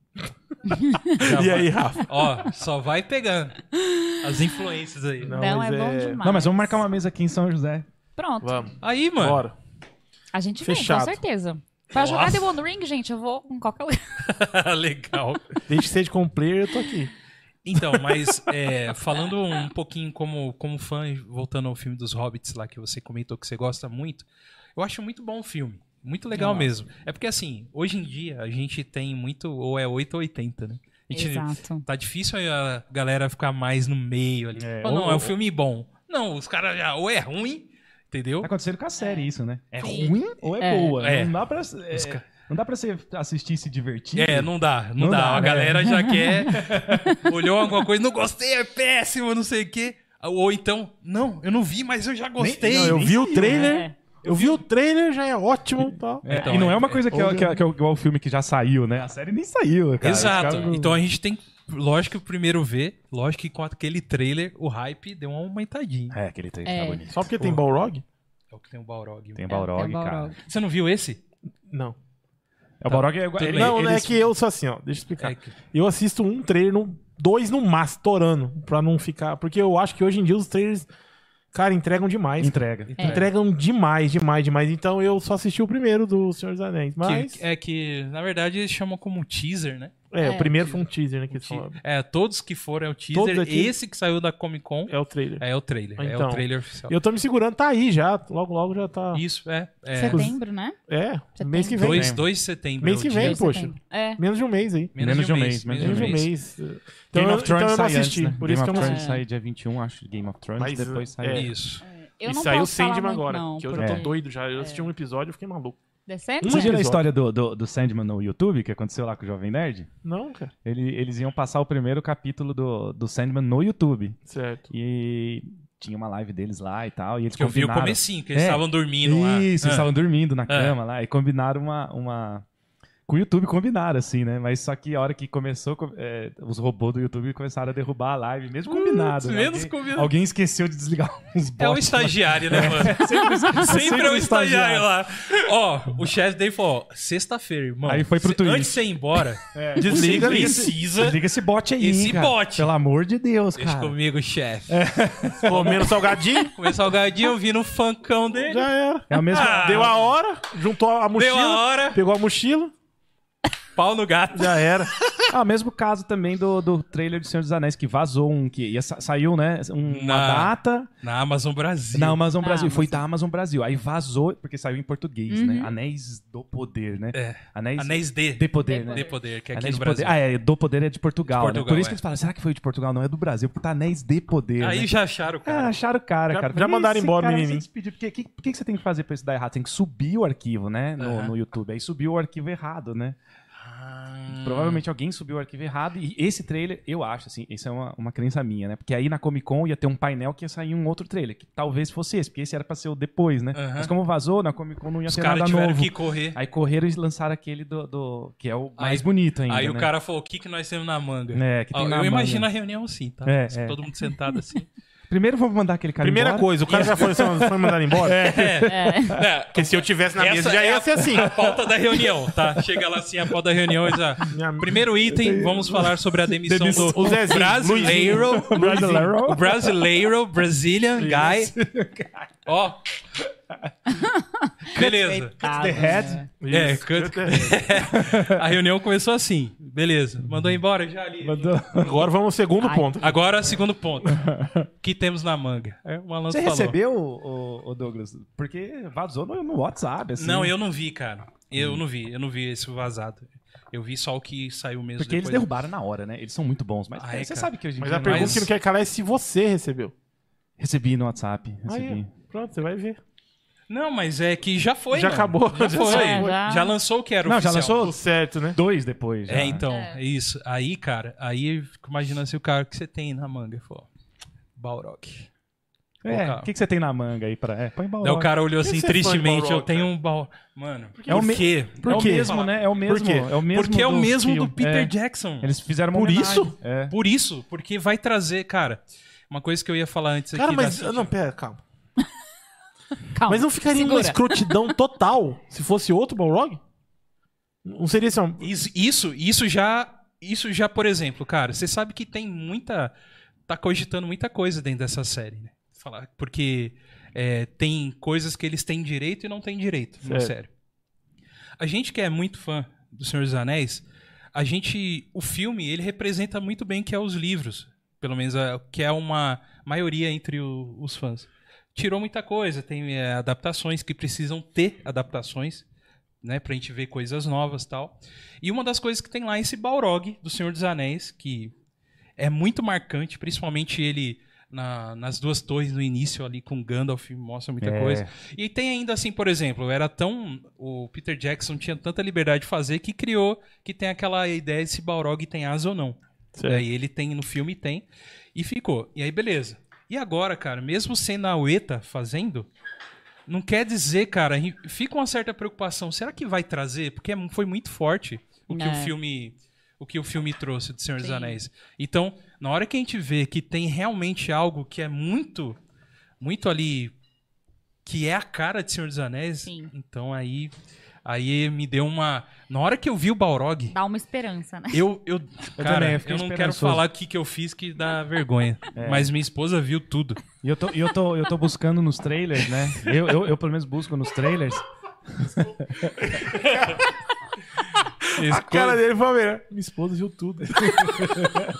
S1: *laughs* Já
S2: E
S1: vai-
S2: aí, Rafa?
S1: Ó, só vai pegando as influências aí. né?
S2: Não.
S4: Então
S2: mas
S4: é bom
S2: é-
S4: demais.
S5: Não, mas vamos marcar uma mesa aqui em São José.
S4: Pronto.
S2: Vamos,
S1: Aí, mano. *laughs*
S2: bora.
S4: A gente
S2: Fechado.
S4: vem, com certeza. Pra
S1: Nossa.
S4: jogar The One Ring, gente, eu vou com
S2: *laughs*
S4: qualquer lugar.
S1: Legal.
S2: Desde que seja com player, eu tô aqui.
S1: Então, mas é, falando um pouquinho como, como fã, e voltando ao filme dos Hobbits lá que você comentou que você gosta muito, eu acho muito bom o filme. Muito legal
S5: Nossa.
S1: mesmo. É porque assim, hoje em dia a gente tem muito, ou é 8 ou 80, né? A gente,
S4: Exato.
S1: Tá difícil a galera ficar mais no meio ali.
S5: É,
S1: Fala, não,
S5: ou-
S1: é um filme bom. Não, os caras já, ou é ruim, entendeu?
S5: Tá acontecendo com a série isso, né? É
S4: Sim.
S5: ruim ou é,
S4: É.
S5: boa?
S1: É.
S5: Não dá pra, é,
S1: Os ca-
S5: não dá pra você assistir e se divertir.
S1: É, não dá, não,
S5: Não
S1: dá.
S5: dá,
S1: A
S5: né?
S1: galera
S2: *laughs*
S1: já quer. olhou alguma coisa, não gostei, é péssimo, não sei o quê. Ou então, não, eu não vi, mas eu já gostei.
S2: Não, eu vi o trailer,
S4: É.
S2: eu vi o trailer, já é ótimo. Tá.
S5: É,
S1: Então,
S5: e não
S1: é-
S5: é uma coisa que é, que, é, que é igual o filme que já saiu, né? A série nem saiu, cara.
S1: Exato.
S5: Os caras-
S1: Então a gente tem. Lógico que o primeiro ver, lógico que com aquele trailer, o hype deu uma aumentadinha.
S5: É, aquele trailer
S4: É.
S5: tá bonito.
S2: Só porque tem Balrog?
S1: É o que tem o Balrog.
S5: Tem o Balrog,
S4: tem o Balrog.
S5: cara.
S1: Você não viu esse?
S2: Não.
S5: É, O Balrog é igual...
S1: Tudo
S5: ele-
S1: bem.
S2: não,
S1: eles-
S2: é que eu sou assim, ó. Deixa eu explicar.
S1: É que-
S2: Eu assisto um trailer, no, dois no máximo, torando, pra não ficar. Porque eu acho que hoje em dia os trailers, cara, entregam demais.
S5: Entrega.
S1: É.
S2: Entregam demais, demais, demais. Então eu só assisti o primeiro do Senhor dos Anéis. Mas.
S1: que- é que, na verdade, eles chamam como teaser, né?
S2: é, o
S4: é.
S2: primeiro foi um teaser, né? Que eles
S1: Te-
S2: falaram.
S1: É, todos que foram é o
S2: Todos
S1: teaser.
S2: aqui?
S1: Esse que saiu da Comic Con
S2: É o trailer.
S1: é, o trailer. é
S2: Então,
S1: o trailer oficial.
S2: Eu tô me segurando, tá aí já. Logo, logo já tá.
S1: Isso, é. é
S4: Setembro, né?
S2: É,
S4: Setembro.
S2: mês que vem.
S1: 2, de setembro.
S2: Mês
S1: é o
S2: que
S1: dia.
S2: vem,
S4: Dois de
S2: poxa.
S4: setembro. É.
S2: Menos de um mês aí.
S1: Menos, de um mês.
S2: Menos de um mês. Então,
S5: Game
S2: eu,
S5: of Thrones
S2: então eu não
S5: sai
S2: assisti,
S5: antes, né?
S2: por
S5: Game
S2: isso que eu
S5: of
S2: não
S5: Thrones
S4: É.
S5: sai dia 21, acho, Game of Thrones,
S2: Mas,
S5: depois sai...
S2: é.
S1: Isso.
S4: Eu
S2: e
S4: não
S2: saiu o
S4: posso falar
S2: Sandman
S4: muito,
S2: agora,
S4: não,
S2: que eu já
S4: porque- é.
S2: tô doido já. Eu assisti um episódio e fiquei maluco.
S4: Descendo?
S5: Você
S2: Um
S5: já viu a
S2: episódio.
S5: história do, do, do Sandman no YouTube, que aconteceu lá com o Jovem Nerd?
S2: Não, cara.
S5: Ele- eles iam passar o primeiro capítulo do, do Sandman no YouTube.
S2: Certo.
S5: E tinha uma live deles lá e tal. E eles
S1: Que eu vi o
S5: combinaram-
S1: comecinho, que eles
S5: É.
S1: estavam dormindo lá.
S5: Isso, eles
S1: Ah.
S5: estavam dormindo na cama lá e combinaram uma. uma... Com o YouTube combinaram, assim, né? Mas só que a hora que começou, co- é, os robôs do YouTube começaram a derrubar a live, mesmo combinado. né?
S1: menos
S5: alguém,
S1: combinado.
S5: alguém esqueceu de desligar *laughs* uns bots.
S1: É o
S5: lá.
S1: estagiário, né,
S5: *laughs*
S1: mano?
S5: um
S1: Sempre é o
S5: o
S1: estagiário lá. Ó, o chefe dele falou, ó, sexta-feira, irmão.
S5: Aí foi pro
S1: cê-
S5: Twitch. É.
S1: Antes de você ir
S5: *laughs*
S1: embora,
S5: Desliga
S1: você
S5: esse-
S1: precisa...
S5: Desliga esse bot aí.
S1: Esse
S5: cara.
S1: bot.
S5: Pelo amor de Deus,
S1: Deixa
S5: cara. É.
S1: comigo, chefe.
S2: Comendo salgadinho,
S1: Começar o gadinho ouvindo o funkão dele.
S2: já era.
S5: É um a mesma.
S1: Ah,
S2: Deu a hora, juntou a mochila,
S1: Deu a hora,
S2: pegou a mochila,
S1: pau no gato.
S2: já era.
S5: Ah, mesmo caso também do, do trailer de Senhor dos Anéis, que vazou um, que ia, sa- saiu, né, um- uma
S1: Na-
S5: data
S1: Na Amazon Brasil.
S5: na Amazon
S4: Na
S5: Brasil.
S4: Amazon. Uhum.
S5: Foi da Amazon Brasil. Aí vazou, porque saiu em português, né? Anéis do Poder, né?
S1: É.
S5: Anéis,
S1: Anéis D.
S5: de Poder, né?
S1: De poder, que é aqui
S5: Anéis
S1: no
S5: de
S1: Brasil.
S5: poder. Ah, é, do Poder é de Portugal,
S1: De
S5: né?
S1: Portugal,
S5: Por isso
S1: é.
S5: que eles falam, será que foi de Portugal? Não, é do Brasil, porque tá Anéis de Poder,
S1: Aí
S5: né?
S1: já acharam o
S5: Ah,
S1: cara.
S5: acharam o cara,
S2: Já-
S5: cara.
S2: já mandaram embora o
S5: o
S2: menininho."
S5: Porque o que, que, que você tem que fazer pra isso dar errado? Tem que subir o arquivo, né? No,
S1: Aham.
S5: no YouTube. Aí subiu o arquivo errado, né?
S1: Ah,
S5: Provavelmente alguém subiu o arquivo errado. E esse trailer, eu acho, assim, isso é uma, uma crença minha, né? Porque aí na Comic Con ia ter um painel que ia sair um outro trailer, que talvez fosse esse, porque esse era pra ser o depois, né?
S1: Aham.
S5: Mas como vazou, na Comic Con não ia
S1: Os
S5: ter
S1: caras
S5: nada
S1: tiveram
S5: novo.
S1: que correr.
S5: Aí correram e lançaram aquele do, do- que é o
S1: Aí-
S5: mais bonito ainda.
S1: Aí o
S5: né?
S1: cara falou: o que, que nós temos na manga?
S5: É, que tem
S1: Ó,
S5: na
S1: eu
S5: manga.
S1: imagino a reunião assim, tá?
S5: É,
S1: Assim,
S5: é.
S1: Todo mundo sentado
S5: *laughs*
S1: assim.
S5: Primeiro vamos mandar aquele cara
S2: Primeira
S5: Tá embora.
S2: coisa, o cara já foi, foi mandado embora? *laughs*
S4: É.
S1: É,
S2: Porque se eu tivesse na
S1: Essa
S2: mesa, já
S1: é
S2: ia
S1: a-
S2: ser assim.
S1: a pauta da reunião, tá? Chega lá assim, a pauta da reunião. eles, ah,
S2: Minha-
S1: Primeiro item, vamos falar sobre a demissão
S2: Demissão.
S1: do
S2: O Zezinho,
S1: brasileiro.
S5: Brasileiro.
S1: O brasileiro, Brazilian guy.
S5: *laughs*
S1: Ó. Beleza.
S2: Tá,
S5: The head.
S1: É, cut- a reunião começou assim. Beleza. Mandou embora já ali.
S5: Mandou-
S2: Agora vamos ao segundo
S4: Ai.
S2: ponto.
S1: Agora, segundo ponto. *laughs* O que temos na manga? É, o Alan
S5: Você
S1: falou.
S5: recebeu, o, Douglas? Porque vazou no, no WhatsApp, assim.
S1: Não, eu não vi, cara. Eu não vi, eu não vi esse vazado. Eu vi só o que saiu mesmo
S5: Porque eles
S1: depois.
S5: derrubaram na hora, né? Eles são muito bons, mas
S1: Ah,
S5: cara,
S1: é,
S5: você
S1: cara.
S5: sabe que hoje em
S2: Mas
S5: dia...
S2: a pergunta
S5: não-
S2: que não quer calar é se você recebeu.
S5: Recebi no WhatsApp,
S2: Aí,
S5: recebi.
S2: ó. pronto, você vai ver.
S1: Não, mas é que já foi.
S2: Já
S1: mano.
S2: acabou.
S1: Já foi.
S4: É, já-
S1: já... lançou o que era
S2: Não, já
S1: oficial.
S2: lançou Tá certo, né?
S5: Dois depois. já.
S1: É, então,
S4: É.
S1: é isso. Aí, cara, aí fico imaginando se o cara que você tem na manga, falou, Balrog.
S5: É,
S1: Colocar.
S5: o que, que você tem na manga aí pra. É, põe
S1: Daí o
S5: Balrog.
S1: cara olhou
S2: que
S1: assim
S2: você é fã de
S1: tristemente,
S2: Balrog,
S1: eu tenho
S2: cara?
S1: um Balrog. Mano, por
S5: É o me-
S1: quê?
S5: Por é o
S1: quê?
S5: mesmo, né? É o mesmo.
S2: quê?
S5: É o mesmo
S1: Porque é o
S5: do
S1: mesmo
S5: filme.
S1: do Peter
S5: É.
S1: Jackson.
S5: Eles fizeram uma
S2: Por
S5: homenagem.
S2: isso?
S5: É.
S1: Por isso, porque vai trazer, cara, uma coisa que eu ia falar antes
S2: Cara,
S1: aqui.
S2: mas.
S1: da-
S2: Não, pera, calma. é.
S4: Calma,
S2: Mas não ficaria
S4: segura.
S2: uma *laughs* escrotidão total se fosse outro Balrog? Não seria assim. um-
S1: Isso, isso, isso já, isso já, por exemplo, cara, você sabe que tem muita, tá cogitando muita coisa dentro dessa série, né? Falar, porque é, tem coisas que eles têm direito e não têm direito, na
S2: Certo.
S1: série. A gente que é muito fã do Senhor dos Anéis, a gente, o filme, ele representa muito bem o que é os livros, pelo menos a- o que é uma maioria entre o- os fãs. Tirou muita coisa, tem é, adaptações que precisam ter adaptações, né, pra gente ver coisas novas e tal. E uma das coisas que tem lá é esse Balrog do Senhor dos Anéis, que é muito marcante, principalmente ele na- nas duas torres no início ali com Gandalf, mostra muita
S5: É.
S1: coisa. E tem ainda assim, por exemplo, era tão. O Peter Jackson tinha tanta liberdade de fazer que criou que tem aquela ideia de se Balrog tem asa ou não.
S2: Certo.
S4: É.
S1: Aí ele tem, no filme tem, e ficou. E aí, beleza. E agora, cara, mesmo sendo a Ueta fazendo, não quer dizer, cara, e fica uma certa preocupação. Será que vai trazer? Porque é mu- foi muito forte o que
S4: É.
S1: o filme. O que o filme trouxe de Senhor dos
S4: Sim.
S1: Anéis. Então, na hora que a gente vê que tem realmente algo que é muito, muito ali que é a cara de Senhor dos Anéis.
S4: Sim.
S1: Então aí, aí me deu uma. Na hora que eu vi o Balrog,
S4: Dá uma esperança, né?
S1: eu, eu, cara,
S5: também, eu
S1: eu,
S5: fiquei
S1: não quero
S5: esperançoso. É.
S1: falar o que, que eu fiz que dá vergonha. Mas minha esposa viu tudo.
S5: E eu tô, e eu tô, eu tô buscando nos trailers, né? Eu, eu, eu, pelo menos busco nos trailers.
S2: *laughs* A cara dele foi a melhor. Minha esposa viu tudo.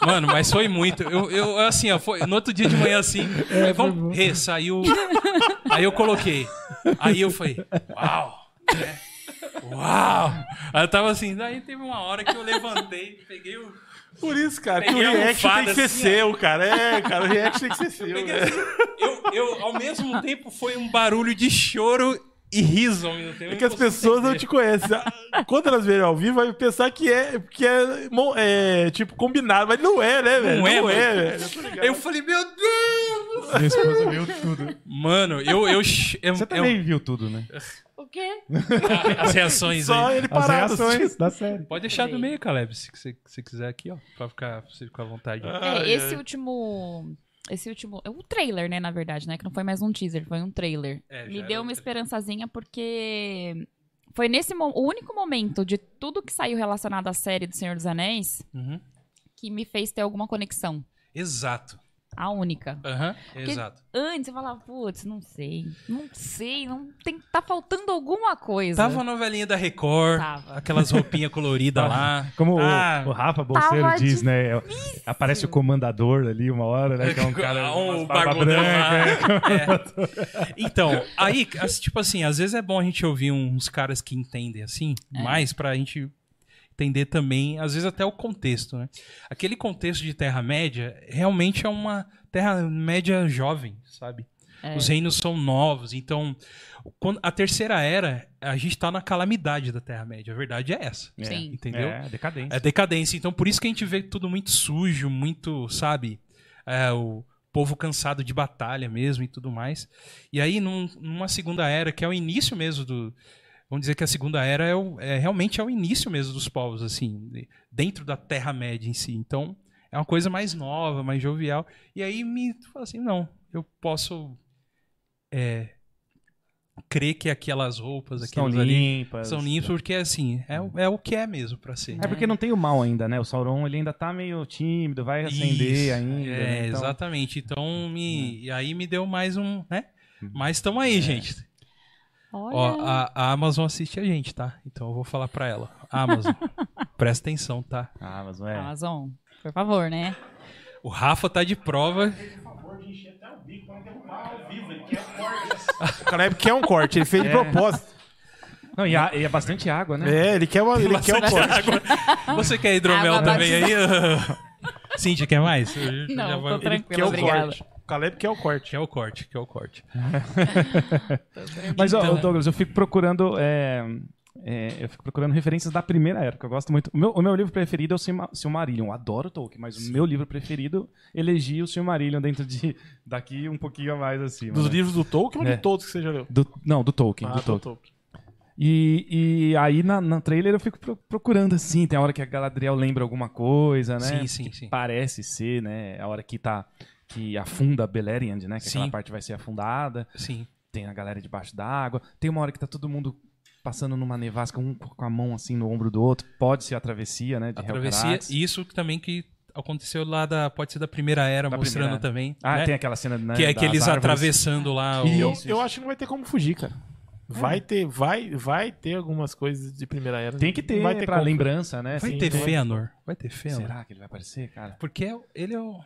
S1: Mano, mas foi muito. Eu, eu assim, ó, foi, no outro dia de manhã assim, é, vamos, Rê, saiu. Aí eu coloquei. Aí eu falei, uau! né? Uau! Aí eu tava assim, daí teve uma hora que eu levantei, peguei o.
S2: Por isso, cara, que o
S1: Peguei a
S2: react tem
S1: almofada
S2: que ser
S1: assim, ó.
S2: seu, cara. É, cara, o react tem que ser seu.
S1: Porque,
S2: né?
S1: assim, eu, eu, ao mesmo tempo, foi um barulho de choro e riso ao mesmo tempo.
S2: É que as
S1: Eu não consigo
S2: pessoas não
S1: entender.
S2: te conhecem. Ah, Quando elas verem ao vivo, vai pensar que é, que é, mo- é, tipo, combinado. Mas não é, né, velho?
S1: Não é, mano.
S2: velho. Eu tô ligado.
S1: Eu falei, meu Deus!
S5: Minha esposa viu tudo.
S1: Mano, eu.
S5: *laughs*
S1: eu, ch- eu-
S5: Você
S1: eu-
S5: também viu tudo, né?
S4: O quê?
S1: *laughs* as reações
S2: Só
S1: aí.
S2: ele
S5: As
S2: parado. assistindo.
S5: reações *laughs* da série.
S1: Pode deixar no meio, Caleb, se você se quiser aqui, ó. Pra ficar, pra você ficar à vontade.
S2: Ai,
S4: É,
S2: ai.
S4: esse último. Esse último. é O trailer, né, na verdade, né? Que não foi mais um teaser, foi um trailer.
S1: É, já
S4: Me
S1: era
S4: deu
S1: um trailer.
S4: uma esperançazinha porque. Foi nesse mo- o único momento de tudo que saiu relacionado à série do Senhor dos Anéis
S1: Uhum.
S4: que me fez ter alguma conexão.
S1: Exato.
S4: A única.
S1: Aham, exato.
S4: Antes eu falava, putz, não sei. Não sei, não tem. Tá faltando alguma coisa.
S5: Tá
S1: Tava a novelinha da Record,
S4: Tava.
S1: aquelas roupinhas coloridas lá.
S5: Como o-
S1: Ah.
S5: o, Rafa Bolseiro
S4: Tava
S5: diz, né? é- Aparece o comandador ali uma hora, né? Que é
S1: *laughs*
S5: um cara.
S1: Ah, um
S5: umas barba
S1: barbudão
S5: branca,
S1: lá.
S5: é.
S1: É. Então, aí, as- tipo assim, às vezes é bom a gente ouvir uns caras que entendem, assim,
S4: É.
S1: mais pra gente entender também, às vezes até o contexto, né? Aquele contexto de Terra-média realmente é uma Terra-média jovem, sabe?
S4: É.
S1: Os reinos são novos, então quando- a Terceira Era, a gente tá na calamidade da Terra-média, a verdade é essa,
S4: Sim.
S1: entendeu?
S5: É, decadência.
S1: É decadência. Então, por isso que a gente vê tudo muito sujo, muito, sabe? É, o povo cansado de batalha mesmo e tudo mais. E aí, num- numa segunda era, que é o início mesmo do. Vamos dizer que a segunda era é, o- é realmente é o início mesmo dos povos, assim, de- dentro da Terra-média em si. Então, é uma coisa mais nova, mais jovial. E aí me fala assim: não, eu posso. é, crer que aquelas roupas,
S5: Estão
S1: aquelas ali
S5: limpas.
S1: são limpas, porque assim, é, o- é o que é mesmo pra ser.
S5: É porque não tem o mal ainda, né? O Sauron ele ainda tá meio tímido, vai acender
S1: Isso,
S5: ainda.
S1: É,
S5: né? Então,
S1: exatamente. Então, me, e aí me deu mais um, né? Mas estamos
S5: É.
S1: aí, gente.
S4: Olha.
S1: Ó, a, a Amazon assiste a gente, tá? Então eu vou falar pra ela.
S4: *laughs*
S1: Amazon, presta atenção, tá?
S5: Ah, mas é.
S4: Amazon, por favor, né?
S1: O Rafa tá de prova.
S2: O Caleb quer um corte, ele fez de
S5: É.
S2: propósito.
S5: Não, e, a- e é bastante água, né?
S2: É, ele quer, uma, ele quer um
S1: Bastante
S2: corte.
S4: Ah.
S1: água. Você quer hidromel *laughs*
S4: Água
S1: também aí? Cíntia, quer mais? Eu já
S4: tá Não,
S1: vou-
S4: tô
S1: ele-
S4: tranquila,
S2: quer o
S4: obrigada.
S2: corte. Caleb que é o corte.
S1: Que é o corte, que é o corte.
S5: Mas, ó, ô, Douglas, eu fico procurando. é, é, eu fico procurando referências da primeira era, porque eu gosto muito. O meu, o meu livro preferido é o Silma- Silmarillion. Eu adoro Tolkien, mas o meu livro preferido elegi o Silmarillion dentro de. daqui um pouquinho a mais acima.
S2: Dos
S5: né?
S2: livros do Tolkien ou
S5: É.
S2: de todos que você já leu?
S5: Do- não, do Tolkien.
S2: Ah,
S5: do
S2: do
S5: Tolkien.
S2: Tolkien.
S5: E, e aí na, na trailer eu fico pro- procurando assim, tem a hora que a Galadriel lembra alguma coisa,
S1: Sim,
S5: né?
S1: sim, sim.
S5: Parece ser, né? A hora que tá que afunda Beleriand, né? Que aquela
S1: Sim.
S5: parte vai ser afundada.
S1: Sim.
S5: Tem a galera debaixo d'água. Tem uma hora que tá todo mundo passando numa nevasca, um com a mão assim no ombro do outro. Pode ser a travessia, né? De
S1: A travessia,
S5: Helcarax.
S1: isso também que aconteceu lá da. Pode ser da primeira era,
S5: Da
S1: mostrando
S5: primeira era.
S1: também.
S5: Ah,
S1: né?
S5: tem aquela cena né,
S1: Que é
S5: das
S1: aqueles
S5: árvores.
S1: atravessando lá.
S2: E
S1: O...
S2: eu, eu acho que não vai ter como fugir, cara.
S1: É.
S2: Vai ter, vai, vai ter algumas coisas de primeira era.
S5: Tem que ter,
S2: Não
S5: vai ter pra
S2: como.
S5: lembrança, né?
S1: Vai
S5: assim.
S1: ter
S2: vai-
S1: Fëanor. então. Vai ter Fëanor.
S5: Será que ele vai aparecer, cara?
S1: Porque ele é o.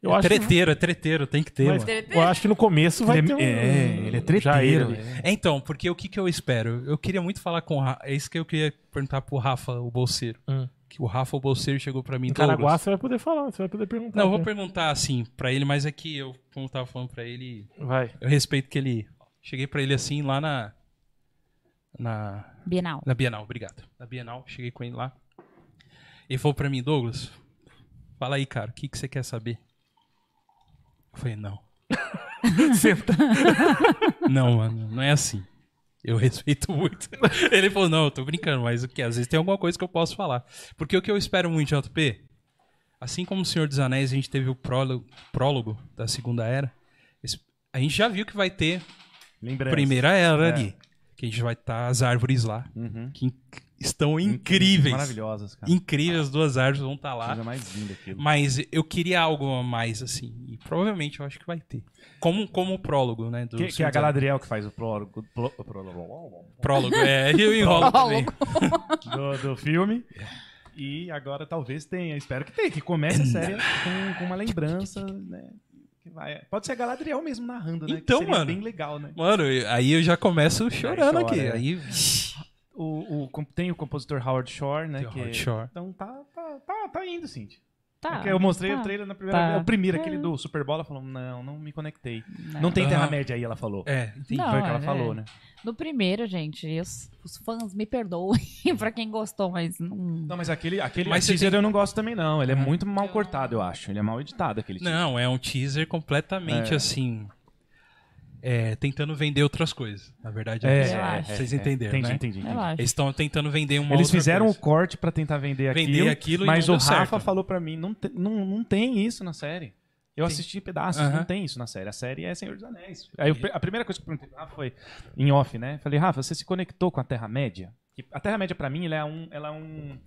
S2: Eu
S1: é
S2: acho que-
S1: treteiro, é treteiro, tem que ter,
S2: Mas
S1: mano.
S2: eu acho que no começo vai
S5: Ele
S2: ter
S5: é-
S2: um...
S5: é, ele é treteiro,
S2: já ele ali.
S5: é.
S1: É, então, porque o que, que eu espero? Eu queria muito falar com o Rafa. É isso que eu queria perguntar pro Rafa, o bolseiro.
S2: Hum.
S1: Que o Rafa, o bolseiro, chegou pra mim.
S2: Em Caraguá
S1: Douglas,
S2: você vai poder falar, você vai poder perguntar.
S1: Não, eu vou
S2: né?
S1: perguntar assim pra ele, mas é que eu, como eu tava falando pra ele,
S2: *laughs* Vai.
S1: eu respeito que ele. Cheguei pra ele assim lá na. Na.
S4: Bienal.
S1: Na Bienal, obrigado. Na Bienal, cheguei com ele lá. Ele falou pra mim, Douglas, fala aí, cara, o que, que você quer saber? Eu falei, não.
S2: Senta.
S1: Não, mano, não é assim. Eu respeito muito. *laughs* Ele falou, não, eu tô brincando, mas o que? Às vezes tem alguma coisa que eu posso falar. Porque o que eu espero muito, JP, assim como o Senhor dos Anéis, a gente teve o prólogo, prólogo da Segunda Era, esse- a gente já viu que vai ter
S5: Lembrança.
S1: Primeira Era
S5: É.
S1: ali. Que a gente vai estar as árvores lá,
S5: Uhum.
S1: que in- estão incríveis.
S5: Maravilhosas, cara.
S1: Incríveis, as duas árvores vão estar lá.
S5: Coisa mais linda aquilo.
S1: Mas eu queria algo a mais, assim. E provavelmente eu acho que vai ter. Como, como o prólogo, né? do
S5: Que, que é
S1: Senhor
S5: a
S1: dos Anéis.
S5: Galadriel que faz o prólogo plo- prólogo
S1: Prólogo, é. *laughs* Eu enrolo também.
S5: do,
S1: *laughs*
S5: do filme.
S1: É.
S5: E agora talvez tenha, espero que tenha, que comece
S1: *laughs*
S5: a série com, com uma lembrança, né? que vai- Pode ser a Galadriel mesmo narrando, né? que
S1: Então,
S5: seria
S1: mano.
S5: bem legal, né?
S1: Mano, aí eu já começo chorando
S5: chora,
S1: aqui.
S5: é.
S1: Aí.
S5: O, o com- tem o compositor Howard Shore, né?
S1: Tem o
S5: que-
S1: Howard Shore.
S5: Então tá, tá, tá, tá indo, Cintia.
S4: Tá.
S5: Porque É eu mostrei
S4: tá.
S5: o trailer na primeira
S4: tá.
S5: vez. é O primeiro, aquele do Super Bowl, ela falou, não, não me conectei.
S4: né?
S5: Não, tem
S1: Ah.
S5: Terra-média aí, ela falou.
S1: É, entendi.
S4: Não,
S5: Foi o que ela
S4: é.
S5: falou, né?
S4: No primeiro, gente, os, os fãs me perdoem *laughs* pra quem gostou, mas não.
S5: Não, mas aquele, aquele
S1: Mas você
S5: teaser
S1: tem-
S5: eu não gosto também, não. Ele é muito mal cortado, eu acho. Ele é mal editado, aquele teaser.
S1: Não, é um teaser completamente assim. é, tentando vender outras coisas. Na verdade, é, isso.
S4: eu acho.
S1: vocês entenderam,
S5: Entendi,
S1: né?
S5: entendi. entendi.
S4: Eu acho.
S1: Eles estão tentando vender uma
S5: Eles
S1: outra
S5: fizeram um
S1: coisa.
S5: o corte pra tentar vender aquilo,
S1: Vender aquilo e
S5: mas
S1: não
S5: o
S1: deu
S5: Rafa
S1: certo.
S5: falou pra mim, não, te- não, não tem isso na série. Eu
S1: Tem.
S5: assisti pedaços,
S1: Aham.
S5: não tem isso na série. A série é Senhor dos Anéis. Aí eu pe- a primeira coisa que eu perguntei pro Rafa foi, em off, né? Falei, Rafa, você se conectou com a Terra-média? Que A Terra-média pra mim, ela é um... Ela é um...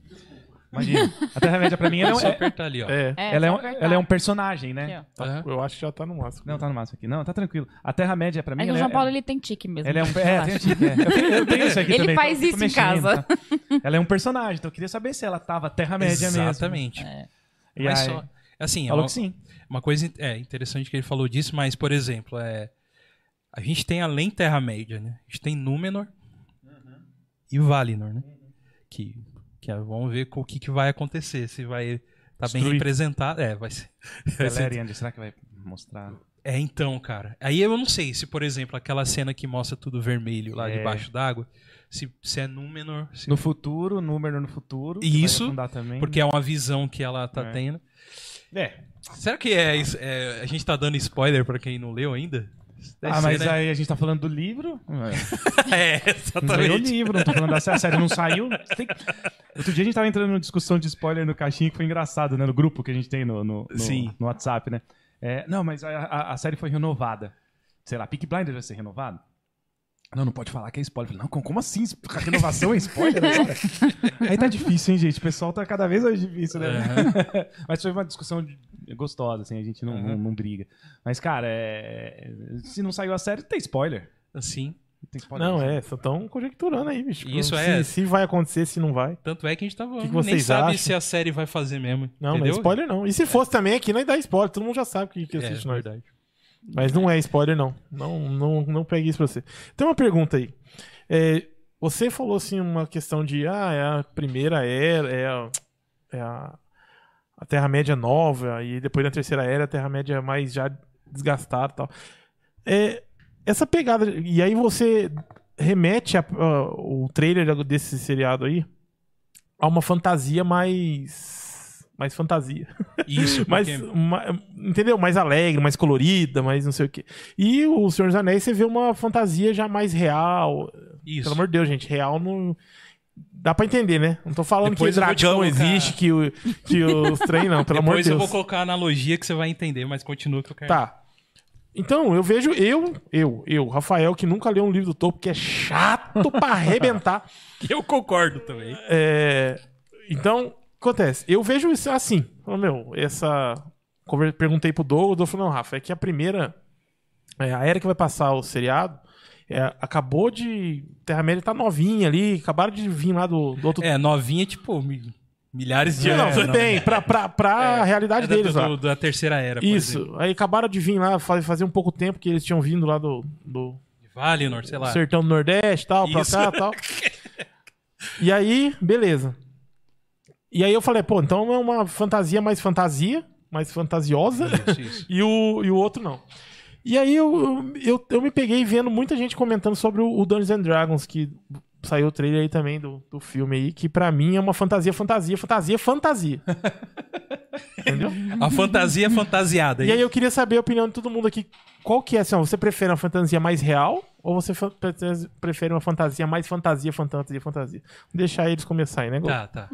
S5: Imagina. A Terra-média pra mim, ela é,
S1: É
S4: *laughs*
S5: um-
S1: só apertar ali, ó.
S2: É,
S5: ela é um,
S4: só apertar.
S5: ela é um personagem, né?
S4: Aqui, ó. É
S1: Aham.
S2: eu acho que já tá no máximo.
S5: Não, tá no máximo aqui. Não, tá tranquilo. A Terra-média pra mim...
S4: É que o
S5: ela
S4: João
S5: é-
S4: Paulo ele tem tique mesmo.
S5: ela é um.
S4: *laughs* deixa eu
S5: É,
S4: falar.
S5: tem tique, é. Eu tenho- Eu tenho isso aqui
S4: Ele
S5: também,
S4: faz
S5: então eu fico
S4: isso em
S5: mexendo,
S4: casa.
S5: tá? *laughs* Ela é um personagem, então eu queria saber se ela tava Terra-média mesmo.
S1: Exatamente.
S5: E
S1: Mas
S5: aí,
S1: só. Assim, é
S5: Falou
S1: uma-
S5: que sim.
S1: *laughs* Uma coisa in- é, interessante que ele falou disso, mas, por exemplo, é, a gente tem além Terra-média, né? A gente tem Númenor e Valinor, né? Que, que é- vamos ver com o que, que vai acontecer, se vai tá bem
S5: Destruir.
S1: representado. É, vai ser. vai ser-
S5: Galera, será que vai mostrar?
S1: É, então, cara. Aí eu não sei se, por exemplo, aquela cena que mostra tudo vermelho lá
S5: É.
S1: debaixo d'água, se, se é Númenor, se-
S5: No futuro, número no futuro.
S1: E
S5: que vai
S1: isso,
S5: afundar também.
S1: porque é uma visão que ela tá
S5: É.
S1: tendo.
S5: É.
S1: Será que é, isso- é- a gente tá dando spoiler pra quem não leu ainda? Deve ser,
S5: Ah, mas
S1: né?
S5: aí a gente tá falando do livro.
S1: *laughs*
S5: É.
S1: é,
S5: Não saiu o
S1: exatamente.
S5: livro, não tô falando da série. A série não saiu. Tem que- Outro dia a gente tava entrando numa discussão de spoiler no caixinha que foi engraçado, né? No grupo que a gente tem no, no, no-
S1: Sim.
S5: no WhatsApp, né? É, não, mas a, a- a série foi renovada. Sei lá, Peak Blinders vai ser renovado? Não, não pode falar que é spoiler. Eu falei, Não, como como assim? A renovação é spoiler agora? Aí tá difícil, hein, gente? O pessoal tá cada vez mais difícil, né?
S1: É.
S5: Mas foi uma discussão de- gostosa, assim, a gente não, não, não briga. Mas, cara, é- se não saiu a série, tem spoiler.
S1: Assim.
S5: Tem spoiler.
S2: Não, é, só estão conjecturando aí, bicho.
S1: Isso
S2: se,
S1: é.
S2: Se vai acontecer, se não vai.
S1: Tanto é que a gente tava.
S2: Que
S1: nem
S2: que vocês
S1: sabe
S2: acham?
S1: se a série vai fazer mesmo.
S2: Não, não é
S1: entendeu?
S2: spoiler não. E se fosse também aqui, não é dar spoiler. Todo mundo já sabe o que, que
S1: É,
S2: assiste, na verdade.
S1: verdade.
S2: Mas não é spoiler não. Não, não, não pegue isso pra você. Tem uma pergunta aí. É, você falou assim uma questão de, ah, é a primeira era, é a, é a, a Terra-média nova, e depois na terceira era a Terra-média mais já desgastado e tal. É, essa pegada. E aí você remete a- a- o trailer desse seriado aí a uma fantasia mais. Mais fantasia. *laughs*
S1: Isso,
S2: mais,
S1: porque-
S2: ma- entendeu? Mais alegre, mais colorida, mais não sei o quê. E o Senhor dos Anéis você vê uma fantasia já mais real.
S1: Isso.
S2: Pelo amor de Deus, gente, real não dá pra entender, né? Não tô falando
S1: Depois
S2: que
S1: eu vou te
S2: dragão
S1: colocar-
S2: existe, que o que os trem não, pelo amor de
S1: Depois
S2: Deus.
S1: eu vou colocar a analogia que você vai entender, mas continua que eu quero.
S2: Tá. Então, eu vejo eu, eu, eu, Rafael, que nunca leu um livro do Tolkien, que é
S1: *laughs*
S2: chato pra arrebentar.
S1: *laughs* Eu concordo também.
S2: É, então, acontece. Eu vejo isso assim. Falei, meu, essa. conver- Perguntei pro Douglas, o Douglas falou, não, Rafa, é que a primeira. é, a era que vai passar o seriado. é, acabou de. Terra-média tá novinha ali, acabaram de vir lá do, do outro.
S1: É, novinha, tipo, mi- milhares de
S2: não,
S1: anos.
S2: não, tudo
S1: né?
S2: bem, pra, pra, pra
S1: É
S2: realidade
S1: da,
S2: deles
S1: do-
S2: lá.
S1: do- da terceira era, por
S2: Isso.
S1: exemplo.
S2: Aí acabaram de vir lá, faz, fazia um pouco tempo que eles tinham vindo lá do, do,
S1: Valinor, sei lá.
S2: Sertão do Nordeste, tal, pra
S1: Isso.
S2: cá, tal. E aí, beleza. E aí eu falei, pô, então é uma fantasia mais fantasia, mais fantasiosa,
S1: Isso, isso.
S2: e o, e o outro não. E aí eu, eu, eu, eu me peguei vendo muita gente comentando sobre o, o Dungeons and Dragons, que saiu o trailer aí também do, do filme aí, que pra mim é uma fantasia, fantasia, fantasia, fantasia. Entendeu?
S1: A fantasia é fantasiada.
S2: E aí eu queria saber a opinião de todo mundo aqui. Qual que é, assim, ó, você prefere uma fantasia mais real ou você fa- prete- prefere uma fantasia mais fantasia, fantasia, fantasia? Vou deixar eles começarem, né, Gol?
S1: Tá, tá.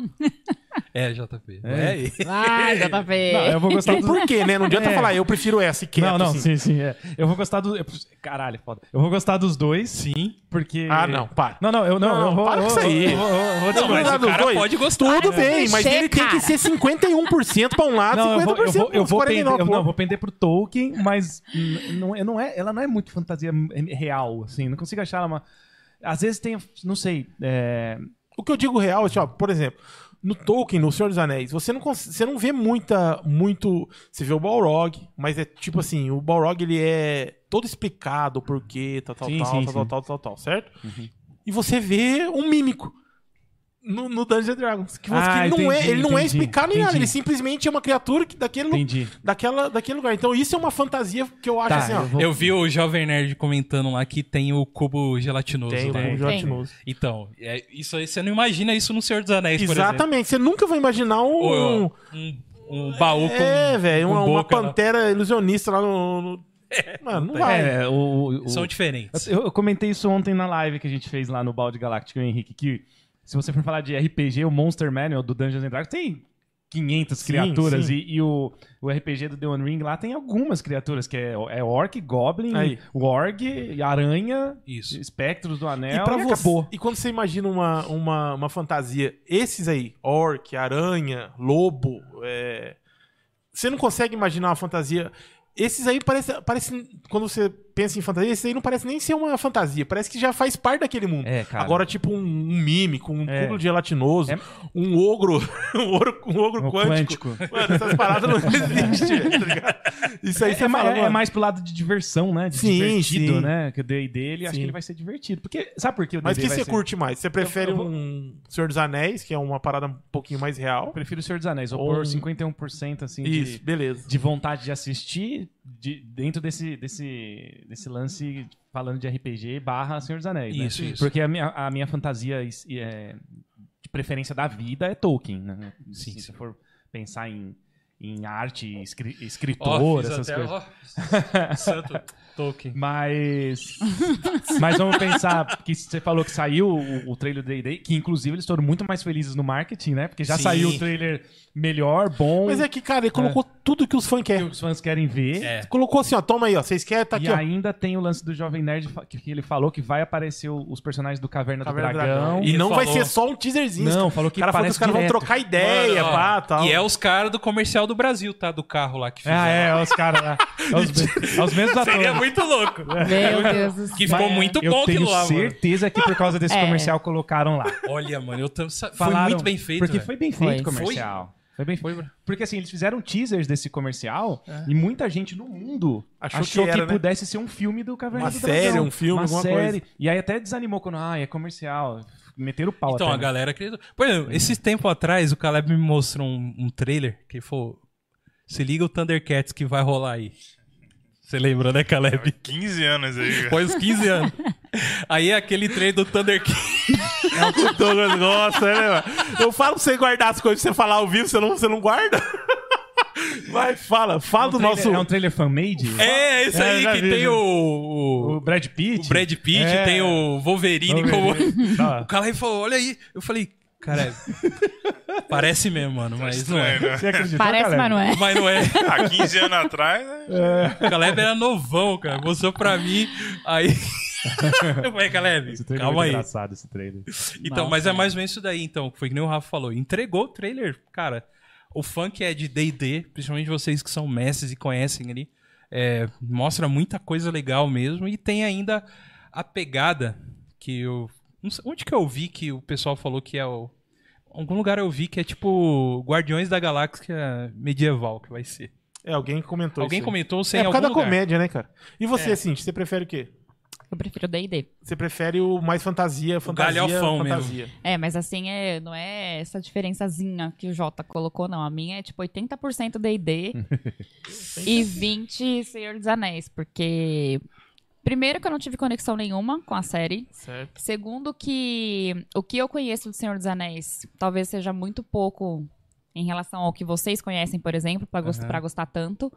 S1: É, JP.
S5: É.
S1: É. isso.
S4: Ai, JP.
S5: Não,
S1: é
S5: eu vou gostar
S2: Então
S5: do...
S2: por quê, né? Não adianta
S5: É.
S2: falar, eu prefiro essa e quieto,
S5: Não, não,
S2: assim.
S5: sim, sim. é. Eu vou gostar do. eu- Caralho, foda. Eu vou gostar dos dois. Sim. Porque.
S2: Ah, não, para.
S5: Não, não, eu não.
S2: Não,
S5: eu vou,
S2: para com
S5: eu,
S2: isso aí.
S5: Eu, vou- eu, vou- eu vou
S1: Não, mas
S5: discordar
S1: o
S5: dos
S1: cara
S2: dois.
S1: pode gostar. né?
S2: Tudo bem, mas
S4: Mexer,
S2: ele tem
S4: cara.
S2: que ser 51% pra um lado,
S5: Não, eu
S2: 50%
S5: vou, eu vou, eu
S2: uns
S5: vou
S2: 49
S5: pender, eu,
S2: pro
S5: não, eu
S2: outro.
S5: vou pender pro Tolkien, mas n- não, é- não é, ela não é muito fantasia real, assim. Não consigo achar ela uma. Às vezes tem, não sei. é,
S2: O que eu digo real, é assim, ó, por exemplo, no Tolkien, no Senhor dos Anéis, você não, cons- você não vê muita, muito... Você vê o Balrog, mas é tipo assim, o Balrog ele é todo explicado o porquê, tal, tal,
S5: Sim,
S2: tal,
S5: sim,
S2: tal,
S5: sim. Uhum.
S2: tal, tal, tal, tal, certo? E você vê um mímico. No, no Dungeons and Dragons. Que, você- que
S5: Ah,
S2: ele, não é,
S5: entendi,
S2: ele não é
S5: entendi,
S2: explicado nem nada.
S5: entendi.
S2: Ele simplesmente é uma criatura que daquele, lu-
S5: entendi.
S2: daquela, daquele lugar. Então isso é uma fantasia que eu acho
S5: Tá,
S2: assim, ó.
S5: eu vou-
S1: Eu vi o Jovem Nerd comentando lá que tem o cubo gelatinoso.
S2: Tem,
S1: né?
S2: tem, gelatinoso.
S1: Então, é, isso aí, você não imagina isso no Senhor dos Anéis, por exemplo.
S2: Exatamente. Você nunca vai imaginar um...
S1: Ou, um, um baú com.
S2: É, velho,
S1: com
S2: uma, uma
S1: boca, né?
S2: pantera ilusionista lá no. no- Mano, não vai.
S5: É, o, o-
S1: São diferentes.
S5: eu, eu comentei isso ontem na live que a gente fez lá no Balde Galáctico, Henrique, que se você for falar de RPG, o Monster Manual do Dungeons and Dragons tem 500 criaturas
S2: sim.
S5: e, e o, o RPG do The One Ring lá tem algumas criaturas, que é, é Orc, Goblin,
S2: Aí.
S5: Warg, Aranha,
S1: Isso.
S5: Espectros do
S2: E,
S5: Anel
S2: pra
S5: e
S2: você,
S5: acabou.
S2: e quando você imagina uma, uma, uma fantasia, esses aí, orc, aranha, lobo, é, você não consegue imaginar uma fantasia. Esses aí parece, parece. Quando você pensa em fantasia, esses aí não parece nem ser uma fantasia. Parece que já faz parte daquele mundo.
S5: É, cara.
S2: Agora, tipo, um, um mímico, um
S5: É.
S2: cubo gelatinoso,
S5: É.
S2: um ogro, *laughs* um ogro, um ogro
S5: O
S2: quântico. Mano, essas paradas *laughs* não existem, velho, tá ligado? Isso aí
S5: É,
S2: você
S5: é ma-
S2: fala,
S5: é
S2: mano.
S5: mais pro lado de diversão, né? De
S2: Sim,
S5: divertido,
S2: sim.
S5: né? Que o D&D, dele, acho
S2: Sim.
S5: que ele vai ser divertido. Porque, sabe por que o D&D
S2: Mas o que
S5: vai
S2: você
S5: ser-
S2: curte mais? Você prefere
S5: eu vou-
S2: um Senhor dos Anéis, que é uma parada um pouquinho mais
S5: Eu
S2: real?
S5: prefiro o Senhor dos Anéis. Vou
S2: Ou-
S5: pôr 51% assim de,
S2: Isso, beleza.
S5: de vontade de assistir de- dentro desse, desse, desse lance falando de RPG barra Senhor dos Anéis, né?
S1: Isso, isso.
S5: Porque a minha, a minha fantasia is- é, de preferência da vida é Tolkien, né?
S1: Sim,
S5: Se
S1: sim.
S5: você for pensar em, em arte, escri-
S1: Ó,
S5: escritor,
S1: fiz
S5: essas
S1: até-
S5: coisas.
S1: ó, *laughs* santo Tolkien.
S5: Mas. *laughs* Mas vamos pensar que você falou que saiu o, o trailer do Day, que inclusive eles foram muito mais felizes no marketing, né? Porque já
S1: Sim.
S5: saiu o trailer melhor, bom,
S2: Mas é que, cara, ele colocou tudo que os fãs
S5: Então, que
S2: querem.
S5: os fãs querem ver.
S1: É.
S2: Colocou assim, ó, toma aí, ó. Vocês querem, tá
S5: e
S2: aqui, ó.
S5: ainda tem o lance do Jovem Nerd fa- que que ele falou que vai aparecer o- os personagens do Caverna,
S2: Caverna
S5: do
S2: do
S5: Dragão.
S2: Dragão.
S1: Ele
S2: E não vai
S1: falou-
S2: ser só um teaserzinho.
S5: Não,
S2: cara.
S5: falou
S2: o
S5: que
S2: cara falou que
S5: parece
S2: os caras vão
S5: direto.
S2: trocar ideia,
S1: Mano, ó,
S2: pá, tal.
S1: E
S2: *laughs*
S1: é os caras do comercial do Brasil, tá? Do carro lá que fizeram.
S5: Ah,
S1: *laughs*
S5: é, os caras lá. É os, me- é os mesmos atores.
S1: Seria muito louco.
S4: Meu Deus do céu.
S1: um é Que ficou muito
S5: Eu
S1: bom
S5: tenho
S1: aquilo lá, mano.
S5: certeza que por causa desse
S4: É.
S5: comercial colocaram lá.
S1: Olha, mano, eu tam... sa-
S5: Falaram-
S1: foi muito bem feito.
S5: Porque
S1: velho.
S5: foi bem feito o
S1: Foi.
S5: comercial. Foi. bem feito. Porque assim, eles fizeram teasers desse comercial e muita gente no mundo achou,
S2: Achou
S5: que,
S2: que era, né?
S5: pudesse ser um filme do Caverna
S2: Uma
S5: do
S2: série,
S5: Dragão.
S2: um filme,
S5: uma
S2: alguma
S5: série. E aí até desanimou quando, ah, é comercial. Meteram o pau
S1: Então,
S5: até,
S1: a
S5: né?
S1: galera acreditou. Por exemplo, esse tempo atrás, o Caleb me mostrou um, um trailer que ele falou: se liga o Thundercats que vai rolar aí. Você lembra, né, Caleb?
S3: 15 anos aí,
S1: *laughs*
S3: cara.
S1: Foi os 15 anos. Aí é aquele trem do Thunder
S5: *laughs*
S1: King.
S2: O Douglas gosta, né, mano? Eu falo pra você guardar as coisas pra você falar ao vivo, você não, você não guarda? *laughs* Vai, fala. Fala do nosso.
S5: É um trailer fan-made?
S1: É, é isso
S5: É,
S1: aí
S5: já
S1: que
S5: vi,
S1: tem
S5: já vi.
S1: o, o,
S5: O Brad Pitt?
S1: o Brad Pitt,
S5: É.
S1: tem o Wolverine, como.
S5: *laughs* Tá.
S1: O Caleb falou, olha aí. Eu falei, cara, *laughs* parece mesmo, mano, mas não é.
S3: Estranho, né?
S5: Você acreditou,
S4: Parece,
S5: Caleb?
S4: mas não é.
S1: Mas não é.
S3: Há 15 anos atrás, né?
S1: O Caleb era novão, cara. Mostrou pra mim.
S5: *laughs*
S1: Aí. Eu falei, Caleb,
S5: Esse trailer é muito
S1: calma aí.
S5: engraçado, esse trailer.
S1: Então,
S4: Nossa,
S1: mas é
S4: é.
S1: mais ou menos isso daí, então. que Foi que nem o Rafa falou. Entregou o trailer, cara. O fã que é de D&D, principalmente vocês que são mestres e conhecem ali, é, mostra muita coisa legal mesmo. E tem ainda a pegada que eu... não sei- Onde que eu vi que o pessoal falou que é o... Algum lugar eu vi que é tipo Guardiões da Galáxia medieval que vai ser.
S2: É, alguém comentou
S1: Alguém
S2: isso. aí.
S1: comentou sem
S2: É por
S1: algum
S2: causa da
S1: lugar. É.
S2: comédia, né, cara? E você, assim, você prefere o quê?
S4: Eu prefiro D&D.
S2: Você prefere o mais fantasia, fantasia,
S1: galhofão mesmo.
S2: fantasia.
S4: É, mas assim, é, não é essa diferençazinha que o Jota colocou, não. A minha é tipo
S1: *laughs*
S4: 80% D&D e 20% Senhor dos Anéis, porque... Primeiro que eu não tive conexão nenhuma com a série.
S2: Certo.
S4: Segundo que o que eu conheço do Senhor dos Anéis talvez seja muito pouco em relação ao que vocês conhecem, por exemplo, pra gos-
S1: Aham.
S4: pra gostar tanto.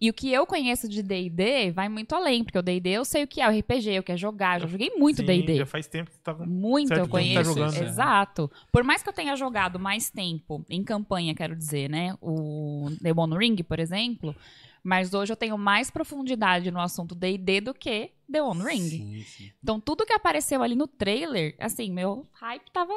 S4: E o que eu conheço de D&D vai muito além, porque o D&D eu sei o que é o RPG, o que é jogar, eu já joguei muito
S2: Sim,
S4: D&D.
S2: Já faz tempo que tá com.
S4: Muito
S2: Certo,
S4: eu
S2: todo mundo
S4: conheço.
S2: tá jogando, né?
S4: Exato. Por mais que eu tenha jogado mais tempo em campanha, quero dizer, né? O Demon Ring, por exemplo. Mas hoje eu tenho mais profundidade no assunto DD do que The One Ring. Então, tudo que apareceu ali no trailer, assim, meu hype tava,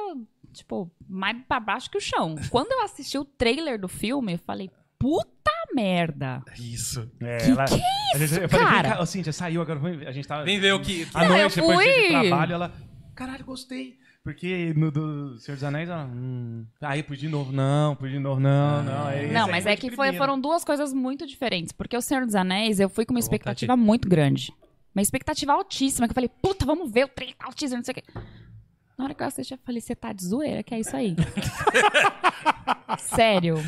S4: tipo, mais pra baixo que o chão. Quando eu assisti o trailer do filme, eu falei, puta merda.
S1: Isso.
S5: É, ela... que a gente, eu falei,
S4: cara?
S5: Vem cá, assim, já saiu agora, vem- a gente tava...
S1: Vem ver o que... que-
S5: À
S4: Não,
S5: noite,
S4: eu
S5: depois
S4: fui.
S5: de trabalho, ela... Caralho, gostei. Porque no do Senhor dos Anéis, ela... Hum, aí, por de novo, não, por de novo, não, não. aí esse
S4: Não,
S5: aí né?
S4: mas
S5: foi
S4: é
S5: de
S4: que foi-
S5: primeira.
S4: foram duas coisas muito diferentes. Porque o Senhor dos Anéis, eu fui com uma
S1: Dá vontade.
S4: expectativa muito grande. Uma expectativa altíssima. Que eu falei, puta, vamos ver o trailer tá altíssimo, não sei o quê. Na hora que eu assisti, eu falei, você tá de zoeira, que é isso aí. Sério.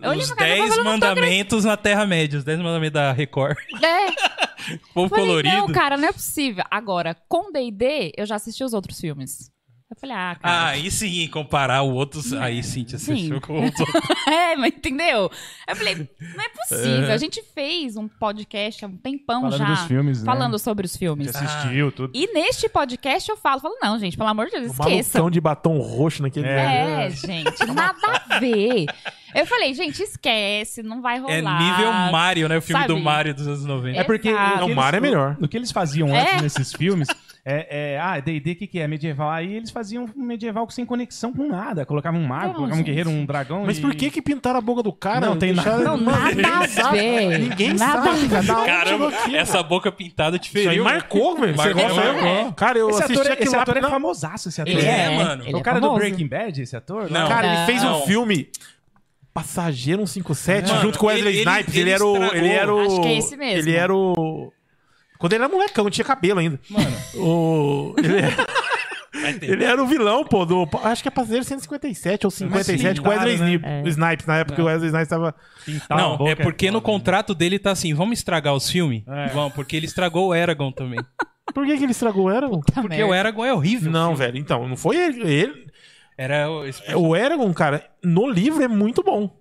S4: Eu olhei
S1: Os
S4: pra cara do povo,
S1: 10
S4: eu não tô
S1: mandamentos na Terra-média. Os 10 mandamentos da Record.
S4: É,
S1: Povo
S4: falei,
S1: colorido.
S4: Não, cara, não é possível. Agora, com D&D, eu já assisti os outros filmes. Eu falei, ah,
S1: Ah,
S4: cara.
S1: aí sim, comparar o outro. Aí, Cíntia, você
S4: Sim.
S1: chocou.
S4: *laughs* É, mas entendeu? Eu falei, não é possível. A gente fez um podcast há um tempão
S5: Falando
S4: já.
S5: dos filmes, né?
S4: falando sobre os
S5: A gente
S4: filmes.
S5: assistiu tudo.
S4: E neste podcast eu falo, falo, não, gente, pelo amor de Deus,
S2: O tá
S4: esqueça.
S2: malucão de batom roxo naquele.
S4: É, gente, nada a ver. Eu falei, gente, esquece, não vai rolar.
S1: É nível Mario, né? O filme do
S4: Sabe?
S1: Mario dos anos 90.
S4: É porque-
S5: o que
S4: Não,
S5: eles-
S2: Mario é melhor.
S5: O, o que eles faziam
S4: É.
S5: antes nesses filmes é, é, ah, D&D, o que, que é? Medieval. Aí eles faziam um medieval sem conexão com nada. Colocavam um mago,
S4: Não,
S5: colocavam um
S4: Então, gente.
S5: guerreiro, um dragão
S2: Mas
S5: e-
S2: por que que pintaram a boca do cara?
S5: Não tem
S2: Deixaram-
S4: Não,
S5: nada-
S4: nada a ver.
S2: Ninguém
S4: Nada a
S2: sabe, cara. Da onde
S1: Caramba,
S2: chegou aquilo?
S1: essa boca pintada te
S2: Isso aí
S1: feriu. né?
S2: marcou, velho. Você
S1: Marcou,
S2: gosta?
S1: marcou.
S2: Eu- Cara, eu
S5: Esse
S2: assisti
S5: ator, é,
S2: aquele
S5: esse ator é
S2: não,
S5: famosaço, esse ator.
S1: Ele é,
S5: né?
S1: mano.
S4: ele
S5: o
S4: é
S5: cara do
S4: famoso.
S5: Breaking Bad, esse ator?
S1: Não.
S2: Cara, ele fez
S1: Não.
S2: um filme Passageiro 157
S1: Mano,
S2: junto com o Wesley
S1: ele- ele-
S2: Snipes. Ele,
S1: ele
S2: era o.
S1: estragou.
S2: Ele era o.
S4: Acho que é esse mesmo.
S2: Ele era o. Quando ele era molecão, tinha cabelo ainda.
S1: Mano,
S2: O... Ele, era,
S1: vai ter.
S2: ele é era o vilão, pô, do. Acho que é Passageiro 157 ou 57 com o Wesley
S5: Pintaram, né?
S2: Snipes, Snipes, Na
S1: É.
S2: época que o Wesley Snipes tava.
S5: Pintar a
S1: Não,
S5: tá boca
S1: é porque no
S5: foda, né?
S1: contrato dele tá assim, vamos estragar os filmes?
S2: É.
S1: Vamos, porque ele estragou o Eragon também.
S4: *laughs*
S2: Por que, que ele estragou? Era?
S1: Porque o Eragon é horrível.
S2: Não, velho. Então, não foi ele. ele...
S1: Era o- esse-
S2: é, O Eragon, cara, no livro é muito bom.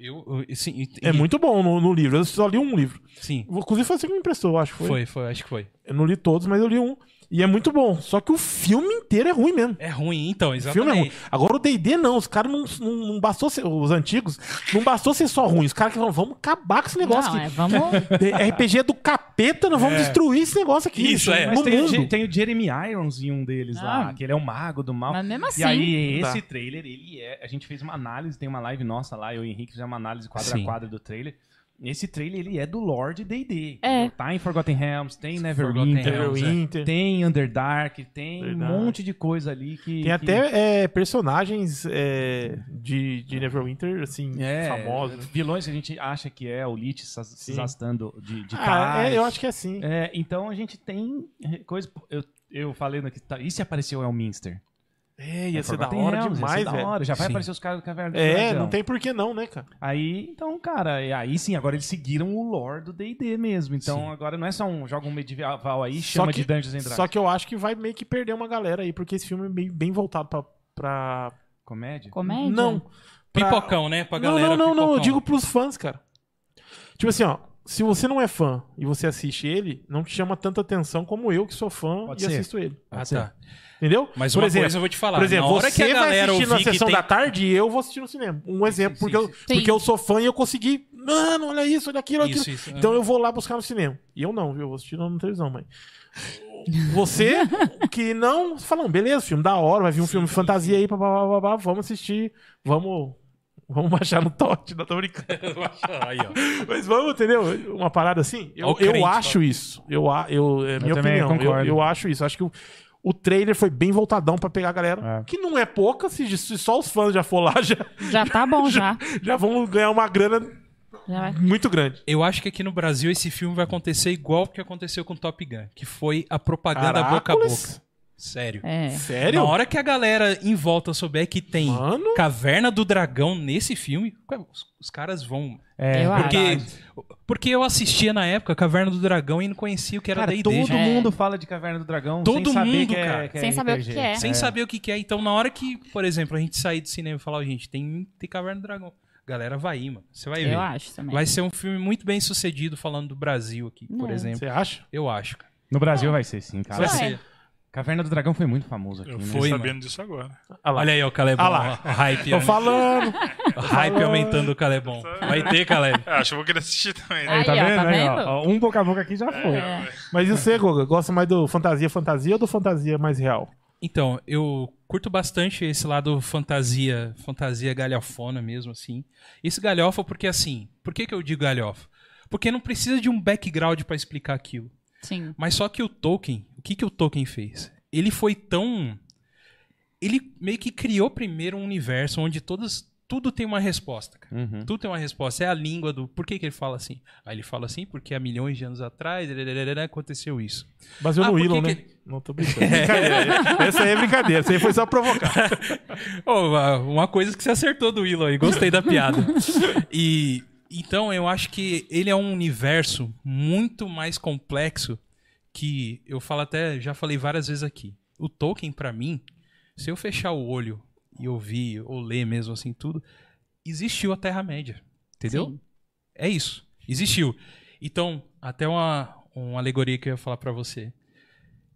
S1: eu, eu- sim, e-
S2: É muito bom no, no livro. Eu só li um livro.
S1: Sim,
S2: Inclusive foi você que me emprestou, eu acho. que Foi.
S1: foi, foi, acho que foi.
S2: Eu não li todos, mas eu li um. E é muito bom. Só que o filme inteiro é ruim mesmo.
S1: É ruim, então,
S2: O filme é ruim.
S1: exatamente.
S2: Agora o D&D não, os caras não, não, não bastou ser, os antigos, não bastou ser só ruim. Os caras que falam, vamos acabar com esse negócio
S4: Não, é,
S2: aqui.
S4: vamos...
S2: *laughs* De- RPG é do capeta, nós vamos destruir esse negócio aqui.
S1: É. Isso, é.
S5: Mas
S2: No
S5: tem, o
S2: mundo.
S5: Je- tem o Jeremy Irons em um deles lá,
S4: Ah.
S5: que ele é o mago do mal.
S4: Mas mesmo assim...
S5: E aí, esse
S2: Tá.
S5: trailer, ele é. A gente fez uma análise, tem uma live nossa lá, eu e o Henrique fizemos uma análise quadra
S1: Sim.
S5: a quadra do trailer. Esse trailer, ele é do Lord D&D.
S4: É.
S5: entendeu? Tá em Forgotten Realms, tem
S1: Forgotten
S5: Neverwinter,
S1: Realms.
S2: Winter. Tem,
S5: tem Underdark, tem
S2: Verdade.
S5: um monte de coisa ali que... que-
S2: até é, personagens é, de, de Neverwinter, assim,
S5: é,
S2: famosos.
S5: Vilões que a gente acha que é o Lich sa- se
S2: Sim.
S5: zastando de, de
S2: Ah,
S5: Tais.
S2: é, eu acho que é assim.
S5: É, então a gente tem coisa... Eu, eu falei no que... tá- E se apareceu o Elminster?
S2: É, ia ser da
S5: Forgotten
S2: hora
S5: Realms, ia ser
S2: demais,
S5: da
S2: velho.
S5: hora, Já vai
S1: Sim.
S5: aparecer os caras do Caverna do
S2: É,
S5: Dragão.
S2: não tem por que não, né, cara?
S5: Aí, então, cara, e aí sim, agora eles seguiram o lore do D&D mesmo. Então, agora não é só um joga um medieval aí,
S2: Só
S5: chama
S2: que-
S5: de Dungeons and Dragons.
S2: Só que eu acho que vai meio que perder uma galera aí, porque esse filme é bem, bem voltado pra. pra...
S5: Comédia?
S4: assim, Comédia?
S2: Não. pra-
S1: Pipocão, né? Pra
S2: não,
S1: galera.
S2: não, não, não, eu
S1: pipocão.
S2: digo pros fãs, cara. Tipo assim, ó, se você não é fã e você assiste ele, não te chama tanta atenção como eu que sou fã
S5: Pode
S2: e
S5: ser.
S2: assisto ele.
S1: Ah,
S5: Pode ser.
S1: tá.
S2: Entendeu?
S1: Mas
S2: por
S1: uma
S2: exemplo,
S1: coisa eu vou te falar.
S2: por exemplo,
S1: na hora
S2: você
S1: que a
S2: vai
S1: galera
S2: assistir na
S1: ouvir que
S2: sessão
S1: tem...
S2: da tarde e eu vou assistir no cinema. Um exemplo,
S5: sim,
S2: porque,
S5: sim,
S2: eu,
S4: sim.
S2: porque eu sou fã e eu consegui. Mano, olha isso, olha aquilo, olha aquilo.
S1: Isso, isso. *laughs*
S2: Então eu vou lá buscar no cinema. E eu não, viu? Eu vou assistir na televisão, mãe. Você que não. Falam, beleza, filme da hora, vai vir um filme de fantasia aí, babá, babá, vamos assistir. Vamos. Vamos baixar no Tote, não tô brincando.
S1: Aí, ó.
S2: Mas vamos, entendeu? Uma parada assim.
S1: Ó
S2: Eu,
S1: o crente,
S2: eu
S1: ó.
S2: acho isso. Eu, a- eu, é minha
S5: também
S2: opinião. Eu,
S5: concordo.
S2: eu acho isso. Acho que o, o trailer foi bem voltadão pra pegar a galera.
S5: É.
S2: Que não é pouca, se, se só os fãs já for lá, *laughs* já,
S4: Já tá bom, já.
S2: já vão ganhar uma grana
S4: Já vai.
S2: muito grande.
S1: Eu acho que aqui no Brasil esse filme vai acontecer igual o que aconteceu com Top Gun, que foi a propaganda boca a boca.
S2: Caracoles?
S1: Sério.
S4: É.
S2: Sério?
S1: Na hora que a galera em volta souber que tem
S2: Mano.
S1: Caverna do Dragão nesse filme, ué, os, os caras vão.
S5: É,
S4: Eu acho.
S1: Porque, porque eu assistia na época Caverna do Dragão e não conhecia o que era
S5: Cara,
S1: D&D.
S5: todo
S1: gente.
S2: né? É.
S5: mundo fala de Caverna do Dragão
S1: Todo
S5: sem saber
S1: mundo,
S5: que é,
S1: cara.
S5: que é
S4: Sem saber o
S5: RPG.
S4: que é.
S1: Sem saber o que, que é. Então, na hora que, por exemplo, a gente sair do cinema e falar, "Ó, gente, tem, tem Caverna do Dragão. Galera, vai ir, mano. Você vai ver.
S4: Eu acho também.
S1: Vai ser um filme muito bem sucedido falando do Brasil aqui, por
S4: Não.
S1: exemplo.
S2: Você acha?
S1: Eu acho, cara.
S5: No Brasil vai ser sim, cara.
S4: Vai ser.
S5: Caverna do Dragão foi muito famoso aqui.
S3: Eu
S5: né?
S3: fui
S1: Foi,
S3: sabendo disso agora.
S2: Olha lá.
S1: Olha aí, ó, o Calebão.
S2: Ah lá.
S1: ó, o hype,
S2: Tô
S1: ó, *laughs*
S2: falando.
S1: o hype aumentando o Calebão. Vai ter, Caleb.
S3: É, acho que eu vou querer assistir também, né?
S4: Aí, ó, tá
S5: Aí, ó,
S4: vendo?
S5: ó, um boca a boca aqui já foi.
S4: É.
S2: Mas e você, Goga? Gosta mais do fantasia fantasia ou do fantasia mais real?
S1: Então, eu curto bastante esse lado fantasia, fantasia galhofona mesmo, assim. Esse galhofa, porque assim, por que, que eu digo galhofa? Porque não precisa de um background pra explicar aquilo.
S4: Sim.
S1: Mas só que o Tolkien, o que, que o Tolkien fez? Ele foi tão. Ele meio que criou primeiro um universo onde todas, tudo tem uma resposta, cara.
S5: Uhum.
S1: Tudo tem uma resposta. É a língua do. Por que, que ele fala assim? Aí ele fala assim, porque há milhões de anos atrás lelelele, aconteceu isso.
S2: Baseou
S1: Ah,
S2: no
S1: por que
S2: Elon, né?
S1: que-
S2: Não tô brincando.
S1: *laughs*
S2: Brincadeira. Essa aí é brincadeira. Essa aí foi só provocar.
S1: Ô, ah, uma coisa que você acertou do Willow aí, gostei da piada. E então eu acho que ele é um universo muito mais complexo que eu falo até, já falei várias vezes aqui. O Tolkien pra mim, se eu fechar o olho e ouvir ou ler mesmo assim tudo, existiu a Terra Média, entendeu?
S4: Sim.
S1: É isso. Existiu. Então, até uma, uma alegoria que eu ia falar pra você.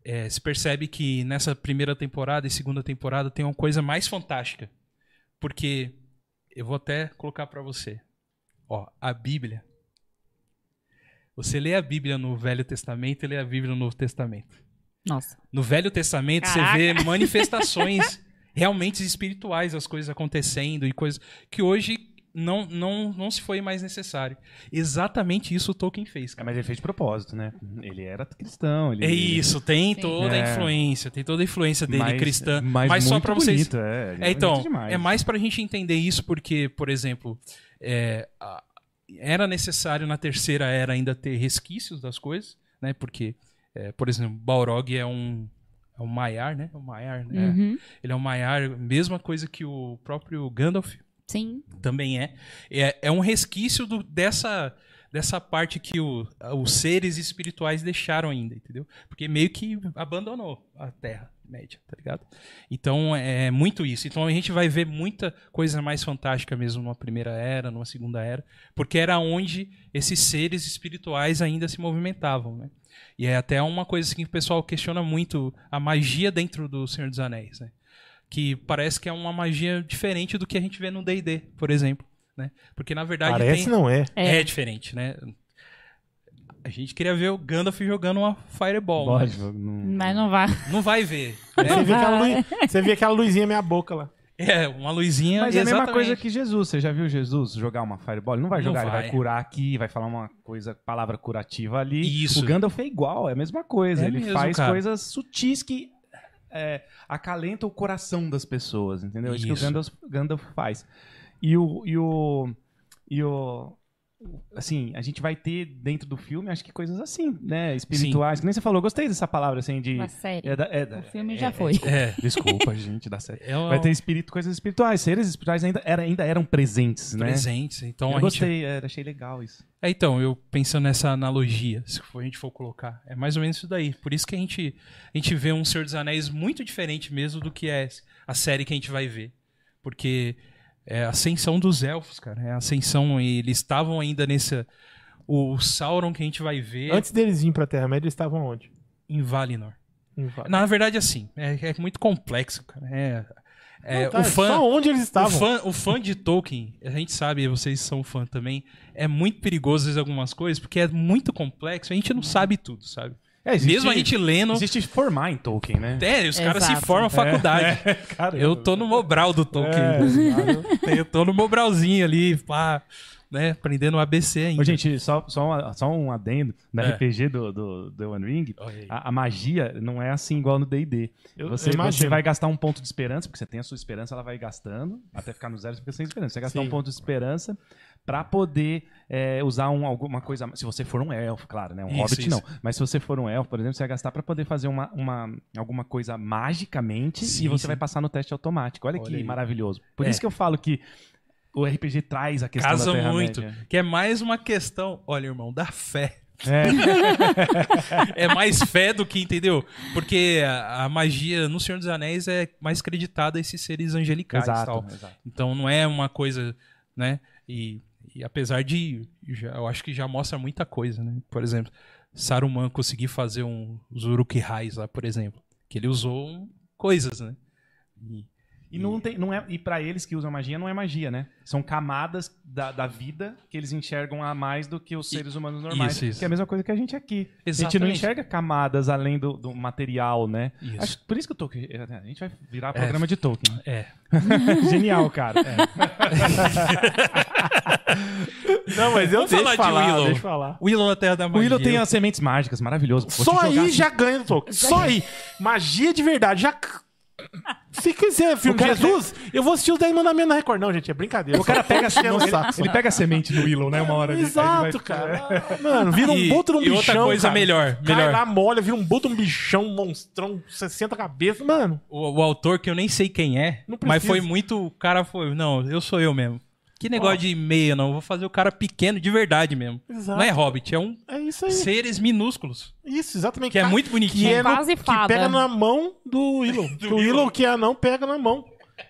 S1: É, se percebe que nessa primeira temporada e segunda temporada tem uma coisa mais fantástica. Porque eu vou até colocar pra você. Ó, a Bíblia. Você lê a Bíblia no Velho Testamento e lê a Bíblia no Novo Testamento.
S4: Nossa.
S1: No Velho Testamento
S4: Caraca.
S1: você vê manifestações
S4: *laughs*
S1: realmente espirituais, as coisas acontecendo e coisas que hoje não, não, não se foi mais necessário. Exatamente isso o Tolkien fez,
S5: É,
S1: cara.
S5: mas ele fez de propósito, né? Ele era cristão. Ele...
S1: É isso, tem
S4: Sim.
S1: toda a
S5: É.
S1: influência, tem toda a influência dele
S5: Mas-
S1: cristã.
S5: Mas,
S1: Mas, só
S5: muito
S1: pra vocês.
S5: bonito, é, ele
S1: É, então,
S5: bonito demais.
S1: é mais pra gente entender isso, porque, por exemplo, é, a- era necessário na terceira era ainda ter resquícios das coisas, né? Porque, é, por exemplo, Balrog é um. É um Maiar, né? É um Maiar, né?
S4: Uhum.
S1: Ele é um Maiar, mesma coisa que o próprio Gandalf
S4: Sim.
S1: também é. É, é um resquício do- dessa, dessa parte que o- os seres espirituais deixaram ainda, entendeu? Porque meio que abandonou a Terra Média, tá ligado? Então é muito isso. Então a gente vai ver muita coisa mais fantástica mesmo numa primeira era, numa segunda era, porque era onde esses seres espirituais ainda se movimentavam, né? E é até uma coisa assim que o pessoal questiona muito a magia dentro do Senhor dos Anéis, né? que parece que é uma magia diferente do que a gente vê no D&D, por exemplo, né? Porque na verdade
S2: Parece
S1: tem...
S2: não é.
S1: é.
S4: É.
S1: diferente, né? A gente queria ver o Gandalf jogando uma fireball, mas
S5: Lógico, não-
S4: Mas não vai.
S1: não vai ver.
S2: Você
S5: *laughs*
S1: Né?
S2: vê, aquela luz... você vê aquela luzinha na minha boca lá.
S1: É uma luzinha.
S5: Mas é a mesma
S1: exatamente.
S5: coisa que Jesus. Você já viu Jesus jogar uma fireball? Ele não vai
S1: Não
S5: jogar, ele
S1: vai.
S5: vai curar aqui, vai falar uma coisa, palavra curativa ali.
S1: Isso.
S5: O Gandalf é igual, é a mesma coisa.
S1: É
S5: ele
S1: mesmo,
S5: faz
S1: cara.
S5: coisas sutis que é, acalenta o coração das pessoas, É entendeu? Isso, que o
S1: Isso.
S5: Gandalf, Gandalf faz. E o. E o. E o assim, a gente vai ter dentro do filme, acho que coisas assim, né? Espirituais. Que nem você falou, eu gostei dessa palavra, assim, de.
S4: Uma série.
S5: É da- é da-
S4: O filme
S5: é-
S4: já
S5: é-
S4: foi.
S1: É. *laughs*
S5: Desculpa, gente, dá série.
S1: É uma-
S5: Vai ter espírito, coisas espirituais. Seres espirituais ainda, era, ainda eram presentes, né?
S1: presentes. Então
S5: eu
S1: a gente
S5: gostei, é, achei legal isso.
S1: É, então, eu pensando nessa analogia, se for- a gente for colocar, é mais ou menos isso daí. Por isso que a gente, a gente vê um Senhor dos Anéis muito diferente mesmo do que é a série que a gente vai ver. Porque é a ascensão dos elfos, cara. É a ascensão, e eles estavam ainda nessa. O Sauron que a gente vai ver
S2: Antes deles virem pra Terra-média, eles estavam onde?
S1: em Valinor.
S2: Em Val-
S1: Na verdade, assim, é, é muito complexo, cara. É, é,
S2: Não, tá,
S1: o fã.
S2: Só onde eles
S1: O
S2: estavam.
S1: fã, o fã de Tolkien, a gente sabe, vocês são fã também, é muito perigoso às vezes, algumas coisas, porque é muito complexo, a gente não sabe tudo, sabe?
S5: É, existe-
S1: Mesmo a gente lendo.
S5: Existe formar em Tolkien, né?
S1: É, os caras se
S4: Exato.
S1: formam faculdade. Eu tô no Mobral do Tolkien. Eu tô no Mobralzinho ali, pá, né? Aprendendo o ABC ainda.
S5: Ô, gente, só, só, uma- só um adendo. No
S1: É.
S5: RPG do, do, do One Ring,
S1: Olha aí.
S5: a, a magia não é assim igual no D&D.
S2: Eu-
S5: Você,
S2: eu imagino.
S5: você vai gastar um ponto de esperança, porque você tem a sua esperança, ela vai gastando, até ficar no zero, você fica sem esperança. Você vai gastar
S2: Sim.
S5: um ponto de esperança pra poder é, usar um- alguma coisa... Se você for um elfo, claro, né? Um
S1: Isso,
S5: hobbit
S1: isso.
S5: não. Mas se você for um elfo, por exemplo, você vai gastar pra poder fazer uma, uma- alguma coisa magicamente
S1: Sim,
S5: e você
S1: sim.
S5: vai passar no teste automático. Olha,
S1: Olha
S5: que
S1: aí.
S5: maravilhoso. Por
S1: É.
S5: isso que eu falo que o RPG traz a questão
S1: Casa
S5: da
S1: muito.
S5: Terra-média.
S1: Que é mais uma questão, olha, irmão, da fé. *laughs*
S5: É.
S1: É mais fé do que, entendeu? Porque a, a magia no Senhor dos Anéis é mais creditada a esses seres angelicais e tal.
S5: exato.
S1: Então não é uma coisa, né? E, e apesar de. já- eu acho que já mostra muita coisa, né? Por exemplo, Saruman conseguir fazer um Zuruk Raiz lá, por exemplo. Que ele usou um- coisas, né? E-
S5: E, não tem, não é, e para eles que usam magia, não é magia, né? São camadas da, da vida que eles enxergam a mais do que os
S1: E-
S5: seres humanos normais.
S1: isso, isso.
S5: Que é a mesma coisa que a gente aqui. A gente não
S1: Exatamente.
S5: enxerga camadas além do, do material, né?
S1: Isso.
S5: Acho, por isso que o Tolkien. é, A gente vai virar programa de Tolkien.
S1: É.
S5: Genial, cara.
S2: Não, mas eu
S1: Vamos
S2: deixo
S1: falar de
S2: falar,
S1: Willow.
S2: deixa eu falar.
S1: Willow na Terra da
S5: O
S1: Magia.
S5: Willow tem as sementes mágicas, maravilhoso. Vou te
S2: Só
S5: jogar
S2: aí
S5: assim.
S2: já ganha do Tolkien. Só aí. Magia de verdade. Já... Se quiser filme de Jesus, eu vou assistir os 10 mandamentos na Record. Não, gente, é brincadeira.
S5: O cara
S2: *laughs*
S5: pega a
S2: Enchendo o
S5: semente.
S2: saco,
S5: assim. Ele, ele pega a semente do Willow, né? Uma hora ali. Aí ele
S2: Exato,
S5: vai-
S2: cara. Mano, vira um
S1: E-
S2: puto num
S1: e
S2: bichão,
S1: outra coisa
S2: cara.
S1: melhor,
S2: Cai
S1: melhor.
S2: lá, molha, vira um puto num bichão, um monstrão, 60 cabeças. Mano,
S1: o, o autor que eu nem sei quem é,
S2: Não
S1: mas
S2: precisa.
S1: foi muito. O cara foi. Não, eu sou eu mesmo. Que negócio de meia, não. eu Vou fazer o cara pequeno de verdade mesmo.
S2: Exato.
S1: Não é hobbit, é um
S2: é isso aí.
S1: seres minúsculos.
S2: Isso, exatamente.
S1: Que é
S2: Ca-
S1: muito bonitinho.
S2: Que, é no-
S4: Quase
S2: que
S4: fada.
S2: pega na mão do Willow. Que o Willow que é anão pega na mão.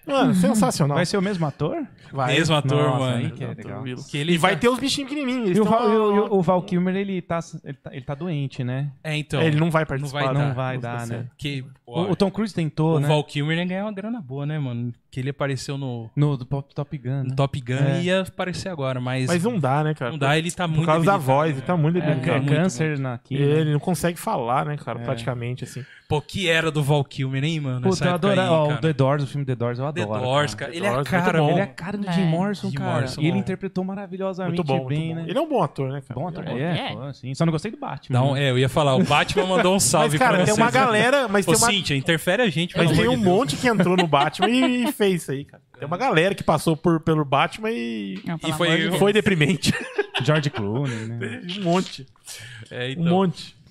S2: Mano, sensacional.
S5: Vai ser o mesmo ator?
S2: Vai.
S1: Mesmo ator,
S5: Nossa,
S1: mano.
S5: aí que é
S2: Exato,
S5: legal.
S2: Willow.
S1: Que ele
S2: E vai
S1: tá-
S2: ter os bichinhos pequenininhos. eles
S5: E o,
S2: tão-
S5: Val, e o- e o- o Val Kilmer, ele tá, ele tá, ele tá doente, né?
S1: É, então.
S2: É, ele não vai participar.
S1: vai
S5: não
S1: dar.
S5: vai dar, né?
S1: Que,
S5: O, o Tom Cruise tentou,
S1: O
S5: né?
S1: Val Kilmer ia ganhar uma grana boa, né, mano? Que ele apareceu no,
S5: No do Pop- Top Gun.
S1: no
S5: né?
S1: Top Gun
S5: É.
S1: e ia aparecer agora, mas,
S2: Mas não dá, né, cara?
S1: não dá, ele tá
S2: Por
S1: muito.
S2: causa da
S1: debilitado.
S2: voz, ele tá muito
S5: É,
S1: Muito,
S5: é
S2: debilitado.
S1: muito, É.
S5: câncer na
S2: E
S5: quina.
S2: Ele não consegue falar, né, cara? Praticamente, assim.
S1: Pô, que era do Val Kilmer, hein, mano?
S5: Puta,
S1: Essa
S5: eu
S1: época
S5: adoro.
S1: aí,
S5: ó, o
S1: cara.
S5: The Doors, o filme The Doors, eu
S1: The
S5: adoro.
S1: Doors, cara.
S5: cara.
S2: The
S1: Ele é a
S2: Doors,
S1: cara,
S2: muito bom.
S5: Ele é a
S1: mano.
S5: cara do
S4: É.
S5: Jim Morrison,
S1: Jim
S5: cara.
S1: Morrison,
S5: E ele
S1: bom.
S5: interpretou maravilhosamente
S2: Muito bom,
S5: bem,
S2: muito bom.
S5: né?
S2: Ele é um bom ator, né, cara?
S5: Bom ator,
S2: Ele é um
S5: é,
S4: É.
S5: pô, sim. Só não gostei do Batman.
S1: Não, *laughs*
S5: né?
S1: é, eu ia falar, o Batman mandou um salve
S2: *laughs* Mas, cara,
S1: pra
S2: tem
S1: vocês.
S2: uma galera... Mas
S1: Ô,
S2: tem, uma,
S1: Cíntia, interfere a gente,
S2: mas
S1: pelo
S2: tem
S1: amor
S2: um
S1: de Deus.
S2: monte que entrou no Batman e, e fez isso aí, cara. Tem uma galera que passou por, pelo Batman e...
S5: Ah,
S4: Não,
S1: E
S4: pelo amor de
S1: foi.
S4: Deus.
S2: Foi deprimente. *laughs*
S5: George Clooney, né?
S2: um monte.
S1: É,
S2: Um
S1: então.
S2: monte.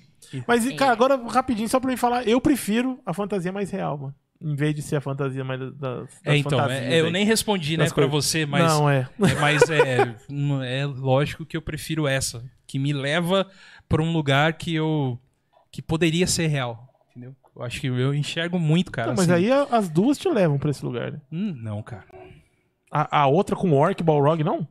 S2: Mas, e, cara, agora, rapidinho, só pra mim falar, eu prefiro a fantasia mais real, mano. Em vez de ser a fantasia mais das, das
S1: É, então,
S2: fantasias
S1: é, é, eu
S2: aí.
S1: nem respondi, né,
S2: Das
S1: pra
S2: coisas.
S1: você, mas.
S2: Não, é.
S1: *laughs* É, mas é, não- é lógico que eu prefiro essa, que me leva pra um lugar que eu que poderia ser real, entendeu? Eu acho que eu enxergo muito, cara.
S2: Não, Então, mas
S1: assim.
S2: aí a- as duas te levam pra esse lugar, né?
S1: Hum, não, cara.
S2: A, a outra com Orc e Balrog, não?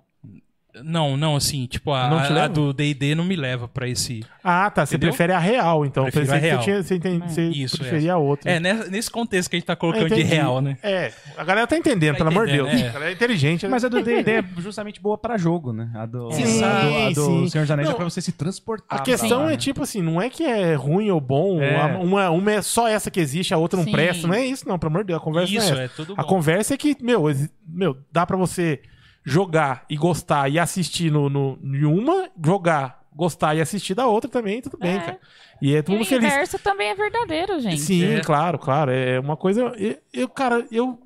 S1: Não, não, assim, tipo a,
S2: Não te
S1: a- a
S2: leva?
S1: do D&D não me leva pra esse.
S2: Ah, tá. Você
S1: Entendeu?
S2: prefere a real, então.
S1: Prefiro
S2: Pensei
S1: a
S2: que
S1: real.
S2: Você, tinha, você, entende, você
S1: Isso,
S2: preferia a outra.
S1: É, nessa- nesse contexto que a gente tá
S2: Eu
S1: colocando de
S2: Ah, entendi.
S1: real, né?
S2: É, a galera tá entendendo,
S1: Tá
S2: pelo amor de
S1: entendendo,
S2: Deus.
S1: é.
S2: A galera é inteligente. né?
S5: Mas a do D&D é justamente boa pra jogo, né? A do,
S2: Sim,
S5: a do, a do
S2: sim.
S5: Senhor dos Anéis
S2: Não,
S5: é pra você se transportar.
S2: a
S5: pra
S2: questão
S5: lá,
S2: é
S5: né?
S2: tipo assim, não é que é ruim ou bom,
S5: É.
S2: a- uma, uma é só essa que existe, a outra não
S4: Sim.
S2: presta, não é isso não, pelo amor de Deus, a conversa não é
S1: Isso,
S2: essa.
S1: é tudo
S2: A
S1: bom.
S2: conversa é que, meu, exi- meu dá pra você jogar e gostar e assistir no, no, em uma, jogar, gostar e assistir da outra também, tudo bem,
S4: É.
S2: cara. E é todo
S4: E o
S2: mundo feliz.
S4: inverso também é verdadeiro, gente.
S2: Sim,
S1: É.
S2: claro, claro. É uma coisa. Eu, eu, cara, eu.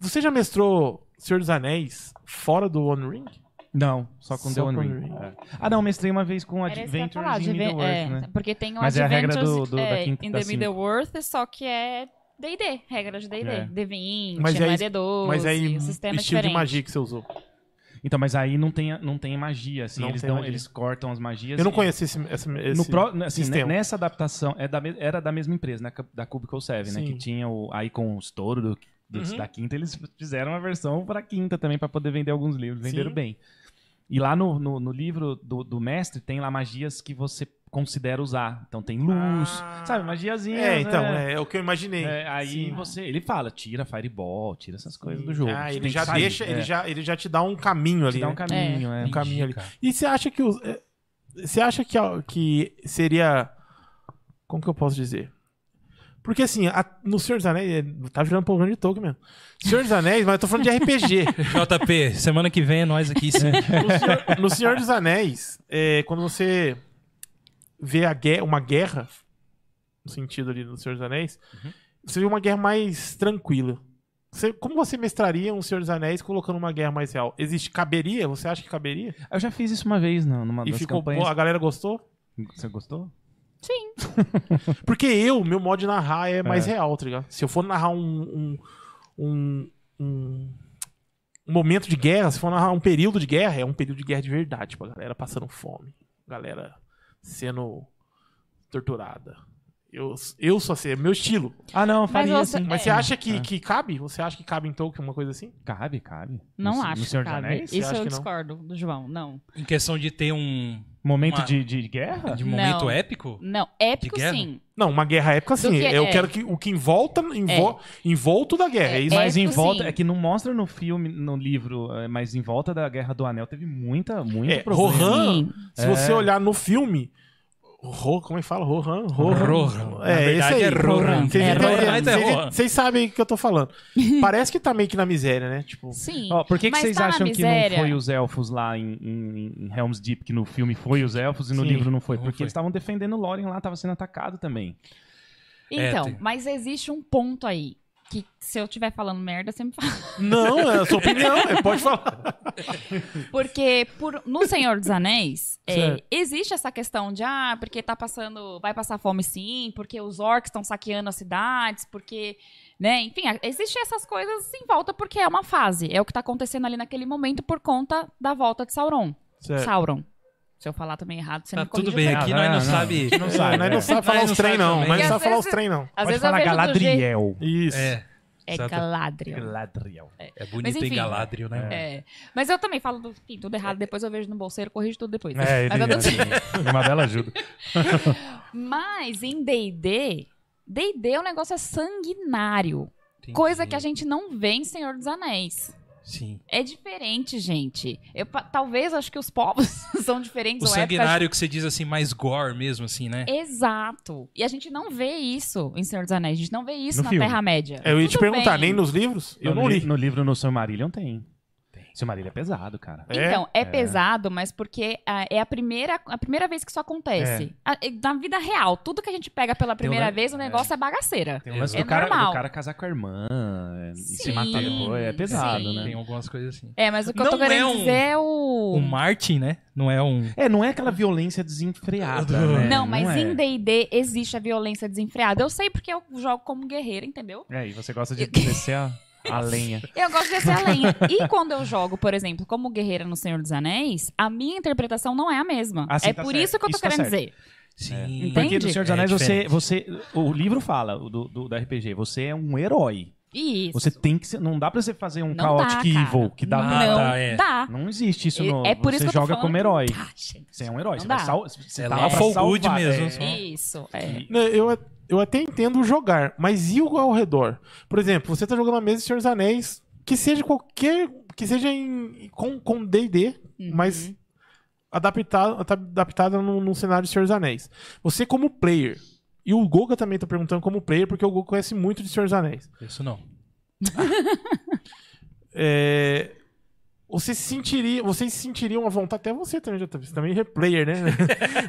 S2: Você já mestrou Senhor dos Anéis fora do One Ring?
S5: Não, só com
S2: Só
S5: The One
S2: com
S5: Ring.
S2: Ring.
S5: É. Ah, não, mestrei uma vez com
S4: Era isso que eu ia
S5: Adventures
S4: falar,
S5: in
S4: adven-
S5: Middle-earth,
S4: é,
S5: né?
S4: Porque tem o
S5: Mas é a regra
S4: Adventures
S5: do- do- da
S4: é,
S5: quinta- assim.
S4: in
S5: da
S4: the
S5: cinco.
S4: Middle-earth, só que é D&D, regra de D&D.
S5: É.
S4: D20,
S2: Mas
S4: não
S2: aí-
S4: é D12,
S2: Mas aí, um
S4: o sistema é
S2: estilo
S4: diferente.
S2: de magia que você usou.
S5: Então, mas aí não tem, não tem magia, assim.
S2: Não
S5: eles,
S2: tem
S5: dão,
S2: magia.
S5: eles cortam as magias.
S2: Eu não
S5: e-
S2: conheço esse, esse, esse
S5: no pro, assim,
S2: sistema.
S5: ne- Nessa adaptação, é da me- era da mesma empresa, né, ca- da Cubicle 7, né?
S2: Sim.
S5: Que tinha o, aí com o estouro do- do-
S2: Uhum.
S5: da quinta, eles fizeram uma versão pra quinta também, pra poder vender alguns livros. Venderam
S2: Sim.
S5: bem. E lá no, no, no livro do, do mestre tem lá magias que você considera usar. Então tem luz,
S2: Ah.
S5: sabe? Magiazinha. né?
S2: É, então, é, é o que eu imaginei.
S5: aí
S2: Sim.
S5: você. Ele fala, tira Fireball, tira essas coisas do jogo.
S2: Ah,
S5: Você
S2: ele
S5: tem que
S2: já
S5: sair,
S2: deixa, ele,
S5: é,
S2: já, ele já te dá um caminho ali.
S5: te dá um
S2: né?
S5: caminho, é.
S2: um caminho ali.
S1: Cara. *laughs*
S2: E você acha que os- é, você acha que a- que seria como que eu posso dizer? Porque assim, a, no Senhor dos Anéis, é, tá virando problema de Tolkien mesmo. Senhor dos Anéis, mas eu tô falando de RPG.
S5: *laughs*
S1: JP, semana que vem é nós aqui.
S2: *laughs*
S1: Sim.
S2: No Senhor, no Senhor dos Anéis, é, quando você vê a guerra, uma guerra, no sentido ali do Senhor dos Anéis,
S5: Uhum.
S2: você vê uma guerra mais tranquila. Você- como você mestraria um Senhor dos Anéis colocando uma guerra mais real? Existe? Caberia? Você acha que caberia?
S5: Eu já fiz isso uma vez não, numa
S2: e
S5: das
S2: ficou
S5: campanhas.
S2: boa? A galera gostou?
S5: Você gostou?
S2: Porque eu, meu modo de narrar é mais
S5: É.
S2: real, tá ligado? Se eu for narrar um. um, um, um- um momento de guerra, se for narrar um período de guerra, é um período de guerra de verdade, tipo, a galera passando fome, a galera sendo torturada. Eu, eu só sei, é meu estilo.
S5: Ah, não, eu faria
S4: você-
S5: assim.
S2: Mas
S4: É.
S2: você acha que,
S5: É.
S2: que cabe? Você acha que cabe em Tolkien uma coisa assim?
S5: Cabe, cabe.
S4: Não
S5: No-
S4: acho,
S5: No Senhor dos
S4: cara.
S5: Anéis?
S2: Você
S4: Isso
S2: acha
S4: eu
S2: que não?
S4: discordo do João, não.
S1: Em questão de ter um
S5: Momento
S1: Uma-
S5: de, de
S4: É
S5: guerra?
S1: de momento
S4: Não.
S1: épico?
S4: Não, épico
S1: guerra?
S4: sim.
S2: Não, uma guerra épica sim.
S4: que-
S2: eu
S4: é.
S2: quero que o que envolta, envol, envolto da guerra. É, isso.
S5: Mas em
S4: Épico,
S5: volta,
S4: sim.
S5: é que não mostra no filme, no livro, é, mas em volta da Guerra do Anel teve muita, muita
S2: É,
S5: problema.
S2: Rohan,
S4: Sim.
S2: se você olhar no filme, Ro, como é que fala? Rohan? Rohan.
S1: Rohan.
S2: É,
S1: Na verdade
S2: esse aí.
S1: é Rohan.
S2: Vocês
S1: É,
S2: entendem-
S1: Rohan, mas é
S2: vocês-
S1: Rohan.
S2: Vocês sabem o que eu tô *laughs* falando. Parece que tá meio que na miséria, né? Tipo,
S4: Sim.
S5: Ó, por que, que
S4: Mas
S5: vocês
S4: tá na
S5: acham que não
S4: miséria.
S5: foi os elfos lá em, em- em Helm's Deep, que no filme foi os elfos e no
S2: Sim,
S5: livro não foi?
S1: não
S5: Porque
S1: foi.
S5: eles estavam defendendo Lórien lá, tava sendo atacado também.
S4: Então,
S1: É, tem.
S4: mas existe um ponto aí. Que se eu estiver falando merda, você me fala.
S2: *laughs* não, é a sua opinião, é, pode falar.
S4: Porque por- no Senhor dos Anéis, é,
S2: Certo.
S4: existe essa questão de, ah, porque tá passando, vai passar fome sim, porque os orcs estão saqueando as cidades, porque, né, enfim, a- existem essas coisas em volta porque é uma fase, é o que tá acontecendo ali naquele momento por conta da volta de Sauron. Sauron. Se eu falar também errado, você
S1: Tá
S4: me corrige.
S1: tudo bem,
S5: também.
S1: aqui
S5: Ah,
S1: nós
S5: não,
S1: não,
S5: não.
S1: sabe.
S5: Não
S2: É,
S5: sabe,
S2: nós
S5: né?
S2: não sabemos falar
S1: Nós não
S2: os trem,
S1: sabe
S2: não.
S1: também.
S2: Nós não
S4: Porque
S2: sabemos
S4: às
S2: falar os
S4: vezes-
S2: trem, não.
S4: Às
S5: Pode
S4: vezes eu
S5: falar
S4: vejo do jeito-
S5: Galadriel.
S2: Isso.
S1: É,
S4: É
S1: Exato.
S4: Galadriel.
S5: Galadriel.
S1: é bonito
S4: Mas
S1: em
S4: enfim,
S1: Galadriel, né? mano?
S4: É. Mas eu também falo do, enfim, tudo errado, depois eu vejo no bolseiro, corrijo tudo depois.
S5: É,
S4: mas, eu dou-
S5: ele, uma bela ajuda.
S4: mas em D&D, D&D o negócio é sanguinário.
S1: Entendi.
S4: Coisa que a gente não vê em Senhor dos Anéis.
S1: Sim.
S4: É diferente, gente. Eu, pa- talvez acho que os povos *laughs* são diferentes.
S1: O
S4: ou épocas-
S1: sanguinário que você diz assim, mais gore mesmo, assim, né?
S4: Exato. E a gente não vê isso em Senhor dos Anéis. A gente não vê isso
S5: No
S4: na
S5: filme.
S4: Terra-média.
S2: Eu ia te
S4: Tudo
S2: perguntar,
S4: bem.
S2: nem nos livros? Eu
S5: no,
S2: não
S5: li-
S2: li.
S5: No livro no Silmarillion tem. Silmarillion é pesado, cara.
S2: É?
S4: Então, é, pesado, mas porque ah, é a primeira, a primeira vez que isso acontece.
S5: É.
S4: A- e- na vida real, tudo que a gente pega pela primeira
S5: ne-
S4: vez, o negócio é, bagaceira.
S5: Tem o lance
S1: É
S5: do, cara,
S4: normal.
S5: do cara casar com a irmã é, e se
S4: Sim,
S5: matar depois. É pesado,
S4: sim.
S1: Tem
S5: né?
S1: algumas coisas assim.
S4: É, mas o que eu
S1: Não
S4: tô
S1: é
S4: querendo
S1: um-
S4: dizer é o...
S1: O Martin, né? Não é um.
S5: É, não é aquela violência desenfreada.
S1: Não,
S5: né?
S4: Não, mas
S5: é.
S4: em D&D existe a violência desenfreada. Eu sei porque eu jogo como guerreira, entendeu?
S5: É, e você gosta de descer
S4: *laughs*
S5: a, a lenha.
S4: Eu gosto de ser a
S5: *laughs*
S4: lenha. E quando eu jogo, por exemplo, como guerreira no Senhor dos Anéis, a minha interpretação não é a mesma.
S5: Ah, sim,
S4: é
S5: tá
S4: por
S5: certo.
S4: isso que eu tô
S5: Isso tá
S4: querendo
S5: certo.
S4: dizer.
S1: Sim.
S5: Porque
S4: Entende?
S5: no Senhor dos
S1: É
S5: Anéis, você,
S1: diferente.
S5: você. O livro fala o do, do- da RPG, você é um herói.
S4: Isso.
S5: Você tem que ser. Não dá pra você fazer um
S4: Não
S5: Chaotic
S4: dá, cara.
S5: evil que dá
S1: Ah,
S4: não
S5: pra.
S1: tá, é.
S4: dá.
S5: Não existe isso
S4: E-
S5: no.
S4: é por
S5: você
S4: isso que eu tô
S5: joga
S4: falando
S5: como
S4: que
S5: herói.
S4: não dá, gente.
S5: Você é um herói. Você
S4: Não dá.
S5: vai sal... você
S1: É
S5: tá
S1: lá
S5: lá
S1: o
S5: pra
S1: Fall Good
S5: salvar,
S1: mesmo,
S5: é.
S1: só.
S2: Né?
S4: Isso, é.
S2: Não, Né, Eu, eu até entendo jogar, mas e o ao redor? Por exemplo, você tá jogando a mesa de Senhor dos Anéis, que seja qualquer. que seja em, com com D&D, mas adaptada adaptada no, no cenário de Senhor dos Anéis. Você como player. E o Goga também tá perguntando como player, porque o Goga conhece muito de Senhor dos Anéis.
S1: Isso não.
S2: É, Você se sentiria, vocês se sentiriam à vontade, até você também, já tá, você também é player, né? *laughs*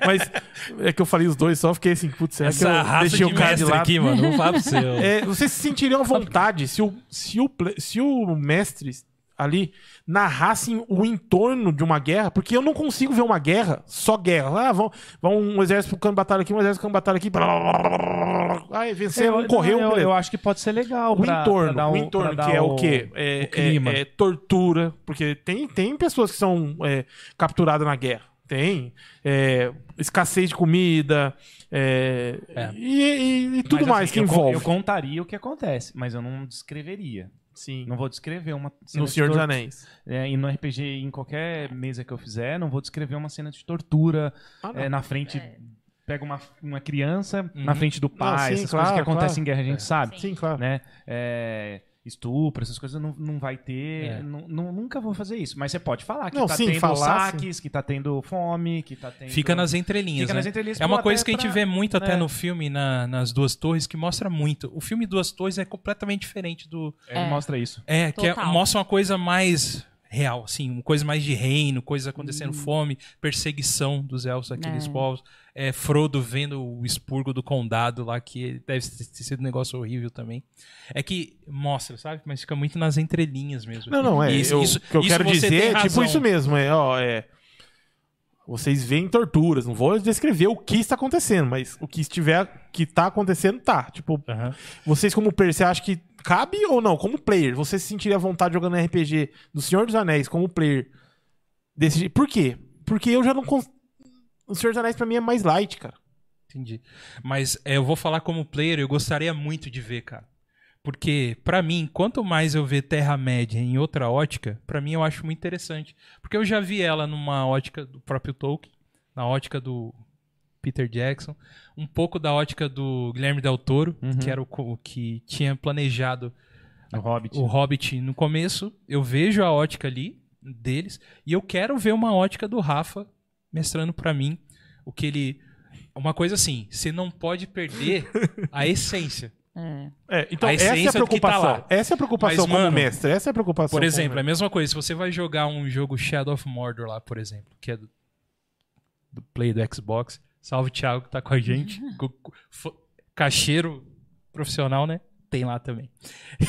S2: Mas é que eu falei os dois só, fiquei assim, putz, será que
S1: Essa
S2: eu
S1: raça de
S2: deixei o cara de
S1: mestre
S2: lado?
S1: aqui, mano.
S2: *laughs*
S1: Não fala pro seu.
S2: É, vocês se sentiriam à vontade se o, se o, ple- se o mestre ali narrassem o entorno de uma guerra, porque eu não consigo ver uma guerra, só guerra. Ah, vão, vão um exército ficando batalha aqui, um exército ficando batalha aqui. Blá, blá, blá, blá, blá. Ai, venceram, um
S5: eu,
S2: correu,
S5: É, eu,
S2: beleza.
S5: eu acho que pode ser legal.
S2: O
S5: pra-
S2: entorno,
S5: pra dar
S2: o
S5: um-
S2: entorno,
S5: pra
S2: que
S5: dar
S2: é o quê? É,
S5: o clima.
S2: é- é tortura, porque tem, tem pessoas que são é, capturadas na guerra. Tem é, escassez de comida é,
S1: É.
S2: E, e- e tudo
S5: Mas,
S2: mais
S5: assim,
S2: que
S5: eu, con-
S2: envolve.
S5: Eu contaria o que acontece, mas eu não descreveria.
S2: Sim,
S5: Não vou descrever uma cena
S2: no
S5: de
S2: Senhor dos
S5: tor-
S2: Anéis.
S5: É, e no RPG, em qualquer mesa que eu fizer, não vou descrever uma cena de tortura
S2: Ah, não.
S5: é, na frente. Pega uma, uma criança
S1: Uhum.
S5: na frente do
S2: sim,
S5: pai, essas
S2: claro,
S5: coisas que acontecem
S2: claro. É.
S5: em guerra, a gente sabe.
S2: Sim, claro.
S5: Né? É, estupro, essas coisas não, não vai ter.
S1: É.
S5: nu- nu- nunca vou fazer isso. Mas você pode falar que
S2: Não,
S5: tá
S2: sim,
S5: tendo
S2: falar,
S5: saques, que tá tendo fome, que tá tendo.
S1: Fica nas entrelinhas,
S5: Fica
S1: né?
S5: nas entrelinhas
S1: É uma
S5: pra-
S1: coisa
S5: até
S1: que a gente
S5: pra-
S1: vê muito até
S5: né?
S1: no filme na- nas Duas Torres, que mostra muito. O filme Duas Torres é completamente diferente do.
S5: É, Mostra isso.
S1: É, que é-
S4: Total.
S1: mostra uma coisa mais real, assim, uma coisa mais de reino, coisa acontecendo, fome, perseguição dos elfos, aqueles
S4: Hum. É.
S1: povos. É, Frodo vendo o expurgo do condado lá, que deve ter sido um negócio horrível também. É que mostra, sabe? Mas fica muito nas entrelinhas mesmo.
S2: Não, não, é.
S1: Isso-
S2: eu-
S1: isso-
S2: o que eu
S1: isso
S2: quero
S1: você tem
S2: dizer é tipo
S1: razão.
S2: isso mesmo. É, ó, é, vocês veem torturas. Não vou descrever o que está acontecendo, mas o que estiver que tá acontecendo, tá. Tipo,
S1: Aham.
S2: vocês como player, você acha que cabe ou não? Como player, você se sentiria à vontade jogando RPG do Senhor dos Anéis como player desse jeito? Por quê? Porque eu já não... cons- O Senhor dos Anéis pra mim é mais light, cara.
S1: Entendi. Mas é, eu vou falar como player, eu gostaria muito de ver, cara. Porque, pra mim, quanto mais eu ver Terra-média em outra ótica, pra mim eu acho muito interessante. Porque eu já vi ela numa ótica do próprio Tolkien, na ótica do Peter Jackson, um pouco da ótica do Guilherme Del Toro,
S5: Uhum.
S1: que era o co- que tinha planejado
S5: No Hobbit.
S1: o Hobbit no começo, eu vejo a ótica ali deles e eu quero ver uma ótica do Rafa mestrando pra mim o que ele uma coisa assim, você não pode perder a essência.
S4: É.
S2: É, então
S1: A
S2: essa é
S1: essência
S2: a
S1: do que tá
S2: preocupação.
S1: lá.
S2: essa é a preocupação
S1: Mas,
S2: como
S1: mano,
S2: mestre. Essa é a preocupação.
S1: Por
S2: como
S1: exemplo, é a
S2: mestre.
S1: mesma coisa, se você vai jogar um jogo Shadow of Mordor lá, por exemplo, que é do, do Play do Xbox, salve Thiago que tá com a gente, co- co- fo- cacheiro profissional, né? Tem lá também.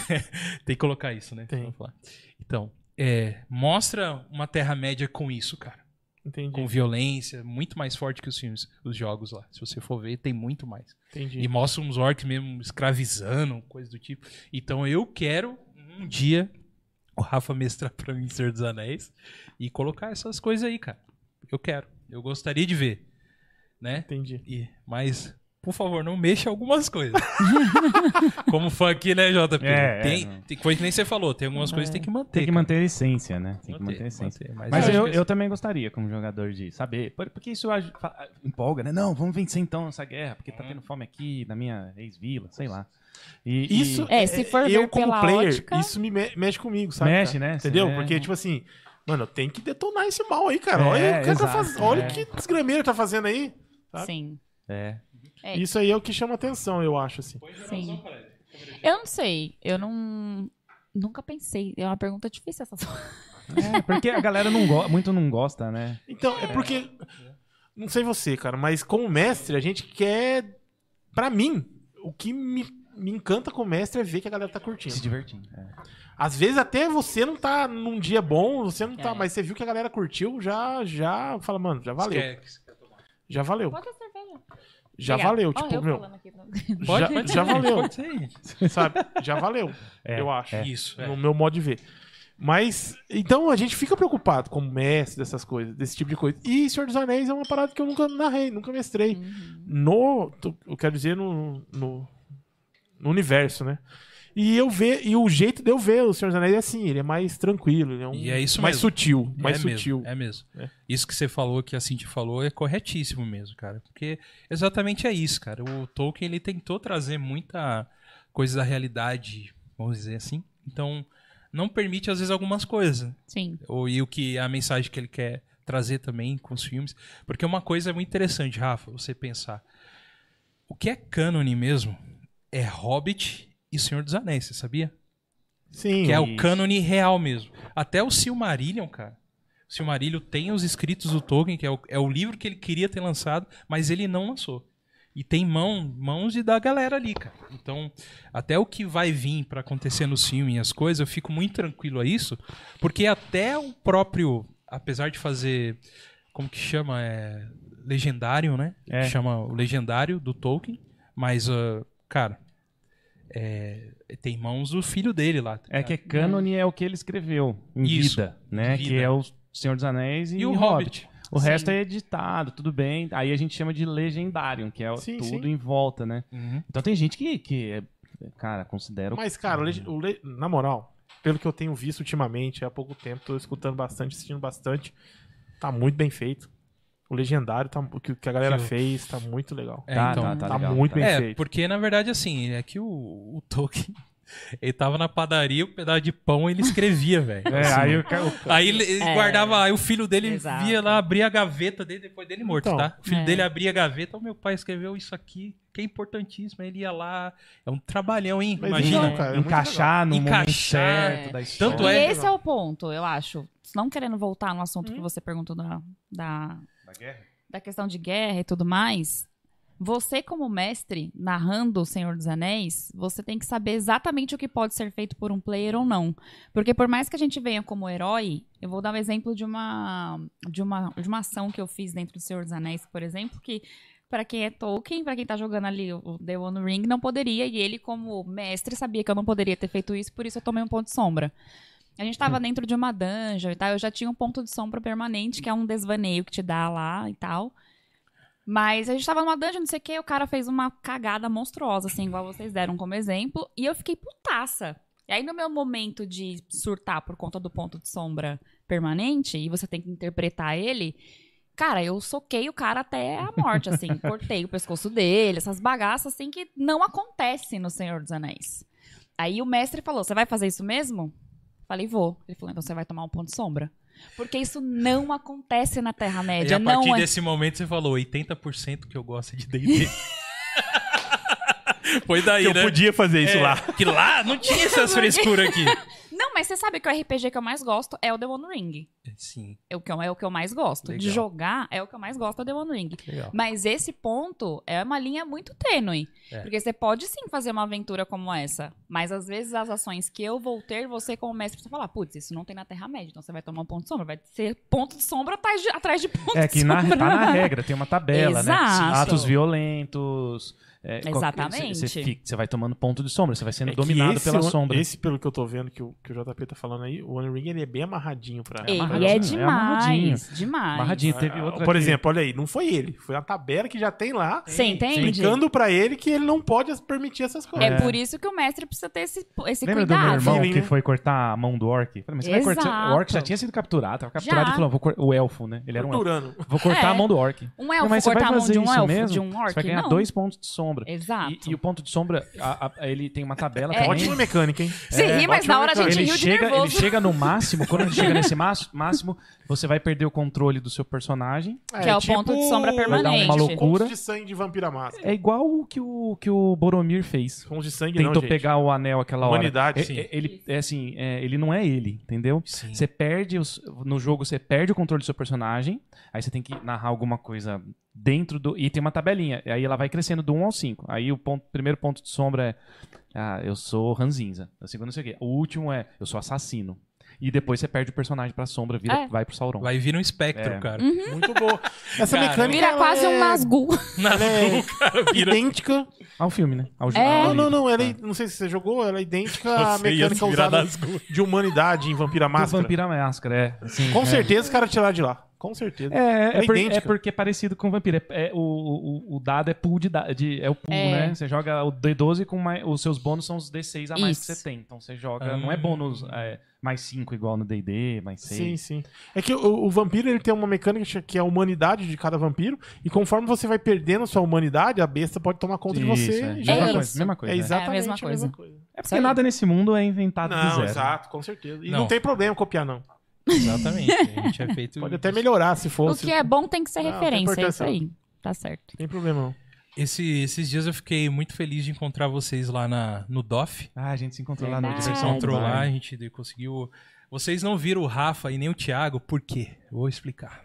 S1: *laughs* Tem que colocar isso, né?
S2: Tem.
S1: Vamos falar. Então, é, mostra uma Terra-média com isso, cara. com
S2: Entendi,
S1: violência, muito mais forte que os filmes, os jogos lá. Se você for ver, tem muito mais.
S2: entendi.
S1: E mostra uns orcs mesmo escravizando, coisa do tipo. Então eu quero um dia o Rafa mestrar pra mim Senhor dos Anéis e colocar essas coisas aí, cara. Eu quero. Eu gostaria de ver, né?
S2: Entendi.
S1: E, mas, por favor, não mexa algumas coisas. Como fã aqui, né, JP?
S5: É, é,
S1: tem,
S5: não.
S1: tem coisa que nem você falou, tem algumas coisas que tem que manter.
S5: Tem que
S1: cara.
S5: manter a essência, né? Tem que manter a essência.
S1: manter.
S5: Mas
S1: acho
S5: eu,
S1: que
S5: eu também gostaria, como jogador, de saber. por- Porque isso aj- fa- empolga, né? Não, vamos vencer então essa guerra, porque tá
S1: É.
S5: tendo fome aqui na minha ex-vila, sei lá. E- e-
S2: Isso,
S4: É, se for
S2: eu
S4: ver
S2: como
S4: pela
S2: player,
S4: ótica-
S2: isso me me- mexe comigo, sabe?
S5: Mexe,
S2: cara?
S5: né?
S2: Entendeu?
S1: É.
S5: Cê-
S2: Porque, tipo assim, mano, tem que detonar esse mal aí, cara.
S5: É,
S2: olha o que, tá
S5: exato,
S2: faz... olha
S5: é.
S2: que desgrameiro tá fazendo aí. Sabe?
S4: Sim,
S5: É.
S4: É.
S2: Isso aí é o que chama atenção, eu acho, assim.
S4: sim. Eu não sei, eu não... Nunca pensei. É uma pergunta difícil essa sua.
S5: É, porque a galera não go- muito não gosta, né?
S2: Então, é porque. Não sei você, cara, mas como mestre, a gente quer. Pra mim, o que me, me encanta como mestre é ver que a galera tá curtindo.
S5: Se divertindo. é.
S2: Às vezes até você não tá num dia bom, você não tá,
S4: É.
S2: mas você viu que a galera curtiu, já já fala, mano, já valeu.
S1: esquece.
S2: Já valeu.
S4: Pode ser cerveja.
S2: Já
S4: Obrigada.
S2: valeu,
S4: Ó,
S2: tipo,
S4: eu
S2: meu.
S4: falando aqui
S2: *laughs*
S4: no-
S2: já, já valeu,
S1: Pode ser.
S2: sabe? Já valeu,
S5: É,
S2: eu acho.
S1: Isso, é.
S2: No meu modo de ver. Mas, então a gente fica preocupado com o mestre dessas coisas, desse tipo de coisa. E Senhor dos Anéis é uma parada que eu nunca narrei, nunca mestrei.
S4: Uhum.
S2: No, tu- eu quero dizer, no, no, no universo, né? E eu ver, e o jeito de eu ver o Senhor dos Anéis é assim, ele é mais tranquilo, ele é um
S1: E é isso
S2: mais
S1: mesmo.
S2: sutil, mais
S1: é
S2: sutil.
S1: Mesmo, é mesmo.
S2: É.
S1: Isso que você falou, que a Cintia falou, é corretíssimo mesmo, cara. Porque exatamente é isso, cara. O Tolkien, ele tentou trazer muita coisa da realidade, vamos dizer assim. Então, não permite, às vezes, algumas coisas.
S4: Sim.
S1: Ou, e o que a mensagem que ele quer trazer também com os filmes. Porque uma coisa é muito interessante, Rafa, você pensar. O que é cânone mesmo é Hobbit e Senhor dos Anéis, você sabia?
S2: Sim.
S1: Que é o
S5: Isso.
S1: cânone real mesmo. Até o Silmarillion, cara. O Silmarillion tem os escritos do Tolkien, que é o, é o livro que ele queria ter lançado, mas ele não lançou. E tem mão, mãos de da galera ali, cara. Então, até o que vai vir pra acontecer no filme e as coisas, eu fico muito tranquilo a isso, porque até o próprio, apesar de fazer, como que chama, é legendário, né?
S5: É.
S1: Que chama o legendário do Tolkien, mas ah, cara, é, tem mãos do filho dele lá. tá
S5: É que é cânone é o que ele escreveu em
S1: Isso,
S5: vida, né?
S1: vida.
S5: Que é o Senhor dos Anéis e,
S1: E o Hobbit.
S5: O
S4: Sim.
S5: resto é editado, tudo bem. Aí a gente chama de legendarium, que é o-
S2: Sim,
S5: tudo
S2: sim.
S5: em volta, né?
S1: Uhum.
S5: Então tem gente que, que é- cara, considera o
S2: Mas, cara, o Leg- o Le- na moral, pelo que eu tenho visto ultimamente, há pouco tempo, tô escutando bastante, assistindo bastante, tá muito bem feito. O Legendário, tá, o que, o que a galera
S1: Que o-
S2: fez, tá muito legal.
S1: É,
S5: tá,
S1: então,
S5: tá, tá,
S2: tá
S5: legal,
S2: muito
S5: tá
S2: bem
S5: legal.
S1: É,
S2: feito.
S1: porque na verdade assim, é que o, o Tolkien, *laughs* ele tava na padaria, o pedaço de pão ele escrevia, *laughs* velho.
S5: É,
S1: Assim,
S5: aí o cara-
S1: Aí ele ele
S4: É.
S1: guardava, aí o filho dele
S4: Exato.
S1: via lá, abria a gaveta dele, depois dele morto,
S2: Então.
S1: tá? O filho
S4: É.
S1: dele abria a gaveta, o meu pai escreveu isso aqui, que é importantíssimo, aí ele ia lá, é um trabalhão, hein?
S2: Mas
S1: Imagina.
S2: então, cara, é muito
S5: encaixar no momento
S1: Encaixar,
S5: certo da história.
S1: Tanto
S4: E
S1: é-
S4: esse é o ponto, eu acho. Não querendo voltar no assunto que você perguntou da, da, da questão de guerra e tudo mais. Você, como mestre, narrando O Senhor dos Anéis, você tem que saber exatamente o que pode ser feito por um player ou não. Porque por mais que a gente venha como herói, eu vou dar um exemplo de uma, de uma, de uma ação que eu fiz dentro do Senhor dos Anéis, por exemplo, que pra quem é Tolkien, pra quem tá jogando ali o The One Ring, não poderia. E ele, como mestre, sabia que eu não poderia ter feito isso, por isso eu tomei um ponto de sombra. A gente tava dentro de uma dungeon e tal, eu já tinha um ponto de sombra permanente, que é um desvaneio que te dá lá e tal. Mas a gente tava numa dungeon, não sei o que, o cara fez uma cagada monstruosa, assim, igual vocês deram como exemplo, e eu fiquei putaça. E aí, no meu momento de surtar por conta do ponto de sombra permanente, e você tem que interpretar ele, cara, eu soquei o cara até a
S1: *laughs*
S4: morte, assim, cortei o pescoço dele, essas bagaças, assim, que não acontecem no Senhor dos Anéis. Aí o mestre falou: Você vai fazer isso mesmo? Falei, vou. Ele falou: Então você vai tomar um ponto de sombra. Porque isso não acontece na
S1: E
S4: Terra-média.
S1: a partir
S4: Não é
S1: desse momento você falou, 80% que eu gosto de D&D. Foi daí,
S2: Que eu
S1: né?
S2: podia fazer isso
S1: É,
S2: lá.
S1: Que lá não tinha essas frescuras aqui.
S4: Não, mas você sabe que o RPG que eu mais gosto é o The One Ring.
S1: Sim,
S4: É o que eu, é o que eu mais gosto. De
S1: Legal.
S4: jogar é o que eu mais gosto é o The One Ring.
S1: legal.
S4: Mas esse ponto é uma linha muito tênue.
S1: É.
S4: Porque você pode sim fazer uma aventura como essa. Mas às vezes as ações que eu vou ter, você como mestre precisa falar, putz, isso não tem na Terra-média, então você vai tomar um ponto de sombra. Vai ser ponto de sombra atrás de, atrás de ponto
S5: É
S4: de
S5: que na,
S4: sombra.
S5: tá na regra, tem uma tabela, né?
S4: Exato.
S5: Atos violentos. é, qualquer-
S4: Exatamente.
S5: Você fica- você vai tomando ponto de sombra, você vai sendo
S2: É que
S5: dominado
S2: esse
S5: pela
S2: One-
S5: sombra.
S2: Esse, pelo que eu tô vendo, que o, que o JP tá falando aí, o One Ring ele é bem amarradinho pra.
S4: Ele
S5: amarradinho,
S4: é
S5: é amarradinho.
S4: demais, demais.
S5: Amarradinho, teve
S2: Ah,
S5: outra.
S2: Por
S5: que-
S2: exemplo, olha aí, não foi ele, foi a tabela que já tem lá,
S4: Você entende?
S2: explicando pra ele que ele não pode permitir essas coisas.
S4: É por isso que o mestre precisa ter esse, esse
S5: Lembra do
S4: cuidado.
S5: meu irmão
S2: Feeling,
S5: que
S2: né?
S5: foi cortar a mão do orc? Falei, mas você vai
S4: Exato.
S5: cortar- O orc já tinha sido capturado, tava capturado
S4: Já.
S5: e falou: vou cor- o elfo, né? Ele era um elfo.
S2: Torturando.
S5: Vou cortar
S4: É.
S5: a mão do orc.
S4: Um elfo
S5: Não, mas você vai
S4: cortar a mão
S5: fazer
S4: de um
S5: isso
S4: elfo,
S5: mesmo?
S4: de um orc,
S5: Você vai ganhar
S4: não.
S5: dois pontos de sombra.
S4: Exato.
S5: E, e o ponto de sombra, a- a- ele tem uma tabela
S4: É.
S5: também.
S2: Ótima mecânica, hein? É,
S4: Você ri, mas na hora a gente
S5: ele
S4: riu de
S5: chega, ele
S4: nervoso.
S5: chega no
S4: *laughs*
S5: máximo, quando ele chega nesse mas- máximo, você vai perder o controle do seu personagem.
S4: Que é o ponto
S2: tipo
S4: de sombra
S5: vai dar
S4: permanente.
S5: uma loucura.
S2: Pontos de sangue de vampira máscara.
S5: É igual o que o, que o Boromir fez.
S2: Pontos de sangue
S5: Tentou
S2: não, gente.
S5: pegar o anel aquela hora.
S2: Humanidade,
S5: É-
S2: sim.
S5: é- Ele, é assim, é, ele não é ele, entendeu?
S1: Sim.
S5: Você perde os- no jogo, você perde o controle do seu personagem. Aí você tem que narrar alguma coisa dentro do. E tem uma tabelinha. e Aí ela vai crescendo do 1 ao 5. Aí o ponto- primeiro ponto de sombra é. Ah, eu sou ranzinza. O segundo, não sei o quê. O último é. Eu sou assassino. E depois você perde o personagem pra sombra, vira,
S4: É.
S5: vai pro Sauron.
S1: Vai vir um espectro,
S5: É.
S1: cara.
S2: Muito boa. *laughs* Essa
S1: Cara,
S2: mecânica
S4: Uhum. Vira
S2: ela
S4: quase
S2: é...
S4: um Nazgûl.
S1: Na-
S2: Ela é
S1: vira-
S2: idêntica.
S5: Ao filme, né? Ao
S4: É.
S5: ao
S2: Não, não,
S5: livro.
S2: não. Ela é, não sei se você jogou, ela é idêntica à
S1: Você ia
S2: mecânica
S1: se virar
S2: usada
S1: nas ruas.
S2: de humanidade em Vampira
S5: Do
S2: Máscara.
S5: Vampira Máscara, é. Assim,
S2: Com
S5: é.
S2: certeza os caras tiraram de lá. Com certeza.
S5: É, é,
S2: É
S5: por-
S2: idêntica.
S5: é porque é parecido com o vampiro. É, é o, o, o dado é pool de, da- de- É o pool,
S4: É.
S5: né? Você joga o D12 com mais, os seus bônus são os D6 a mais que
S4: Isso.
S5: você tem. Então você joga.
S1: Ah.
S5: Não é bônus é, mais 5 igual no DD, mais 6.
S2: Sim, sim. É que o, o vampiro ele tem uma mecânica que é a humanidade de cada vampiro, e conforme você vai perdendo sua humanidade, a besta pode tomar conta de você.
S5: é.
S2: e já
S5: Mesma
S2: era.
S5: coisa,
S4: isso.
S5: Mesma coisa.
S2: É
S5: né?
S2: exatamente
S4: É a mesma
S2: a
S4: coisa.
S2: mesma coisa.
S5: É porque nada nesse mundo é inventado do
S2: Não,
S5: zero.
S2: exato, com certeza. E não,
S1: Não.
S2: tem problema copiar, não.
S1: Exatamente. A gente é feito.
S2: Pode até melhorar se
S4: O
S2: fosse.
S4: que é bom tem que ser
S2: Não, tem
S4: referência, é isso
S2: importância.
S4: aí. Tá certo.
S2: Não tem problema, não.
S1: Esse- esses dias eu fiquei muito feliz de encontrar vocês lá na, no DOF.
S5: Ah, é a gente se encontrou lá no
S4: Verdade.
S1: Vocês encontrou lá, a
S5: Vai.
S1: gente de- conseguiu. Vocês não viram o Rafa e nem o Thiago, por quê? Vou explicar.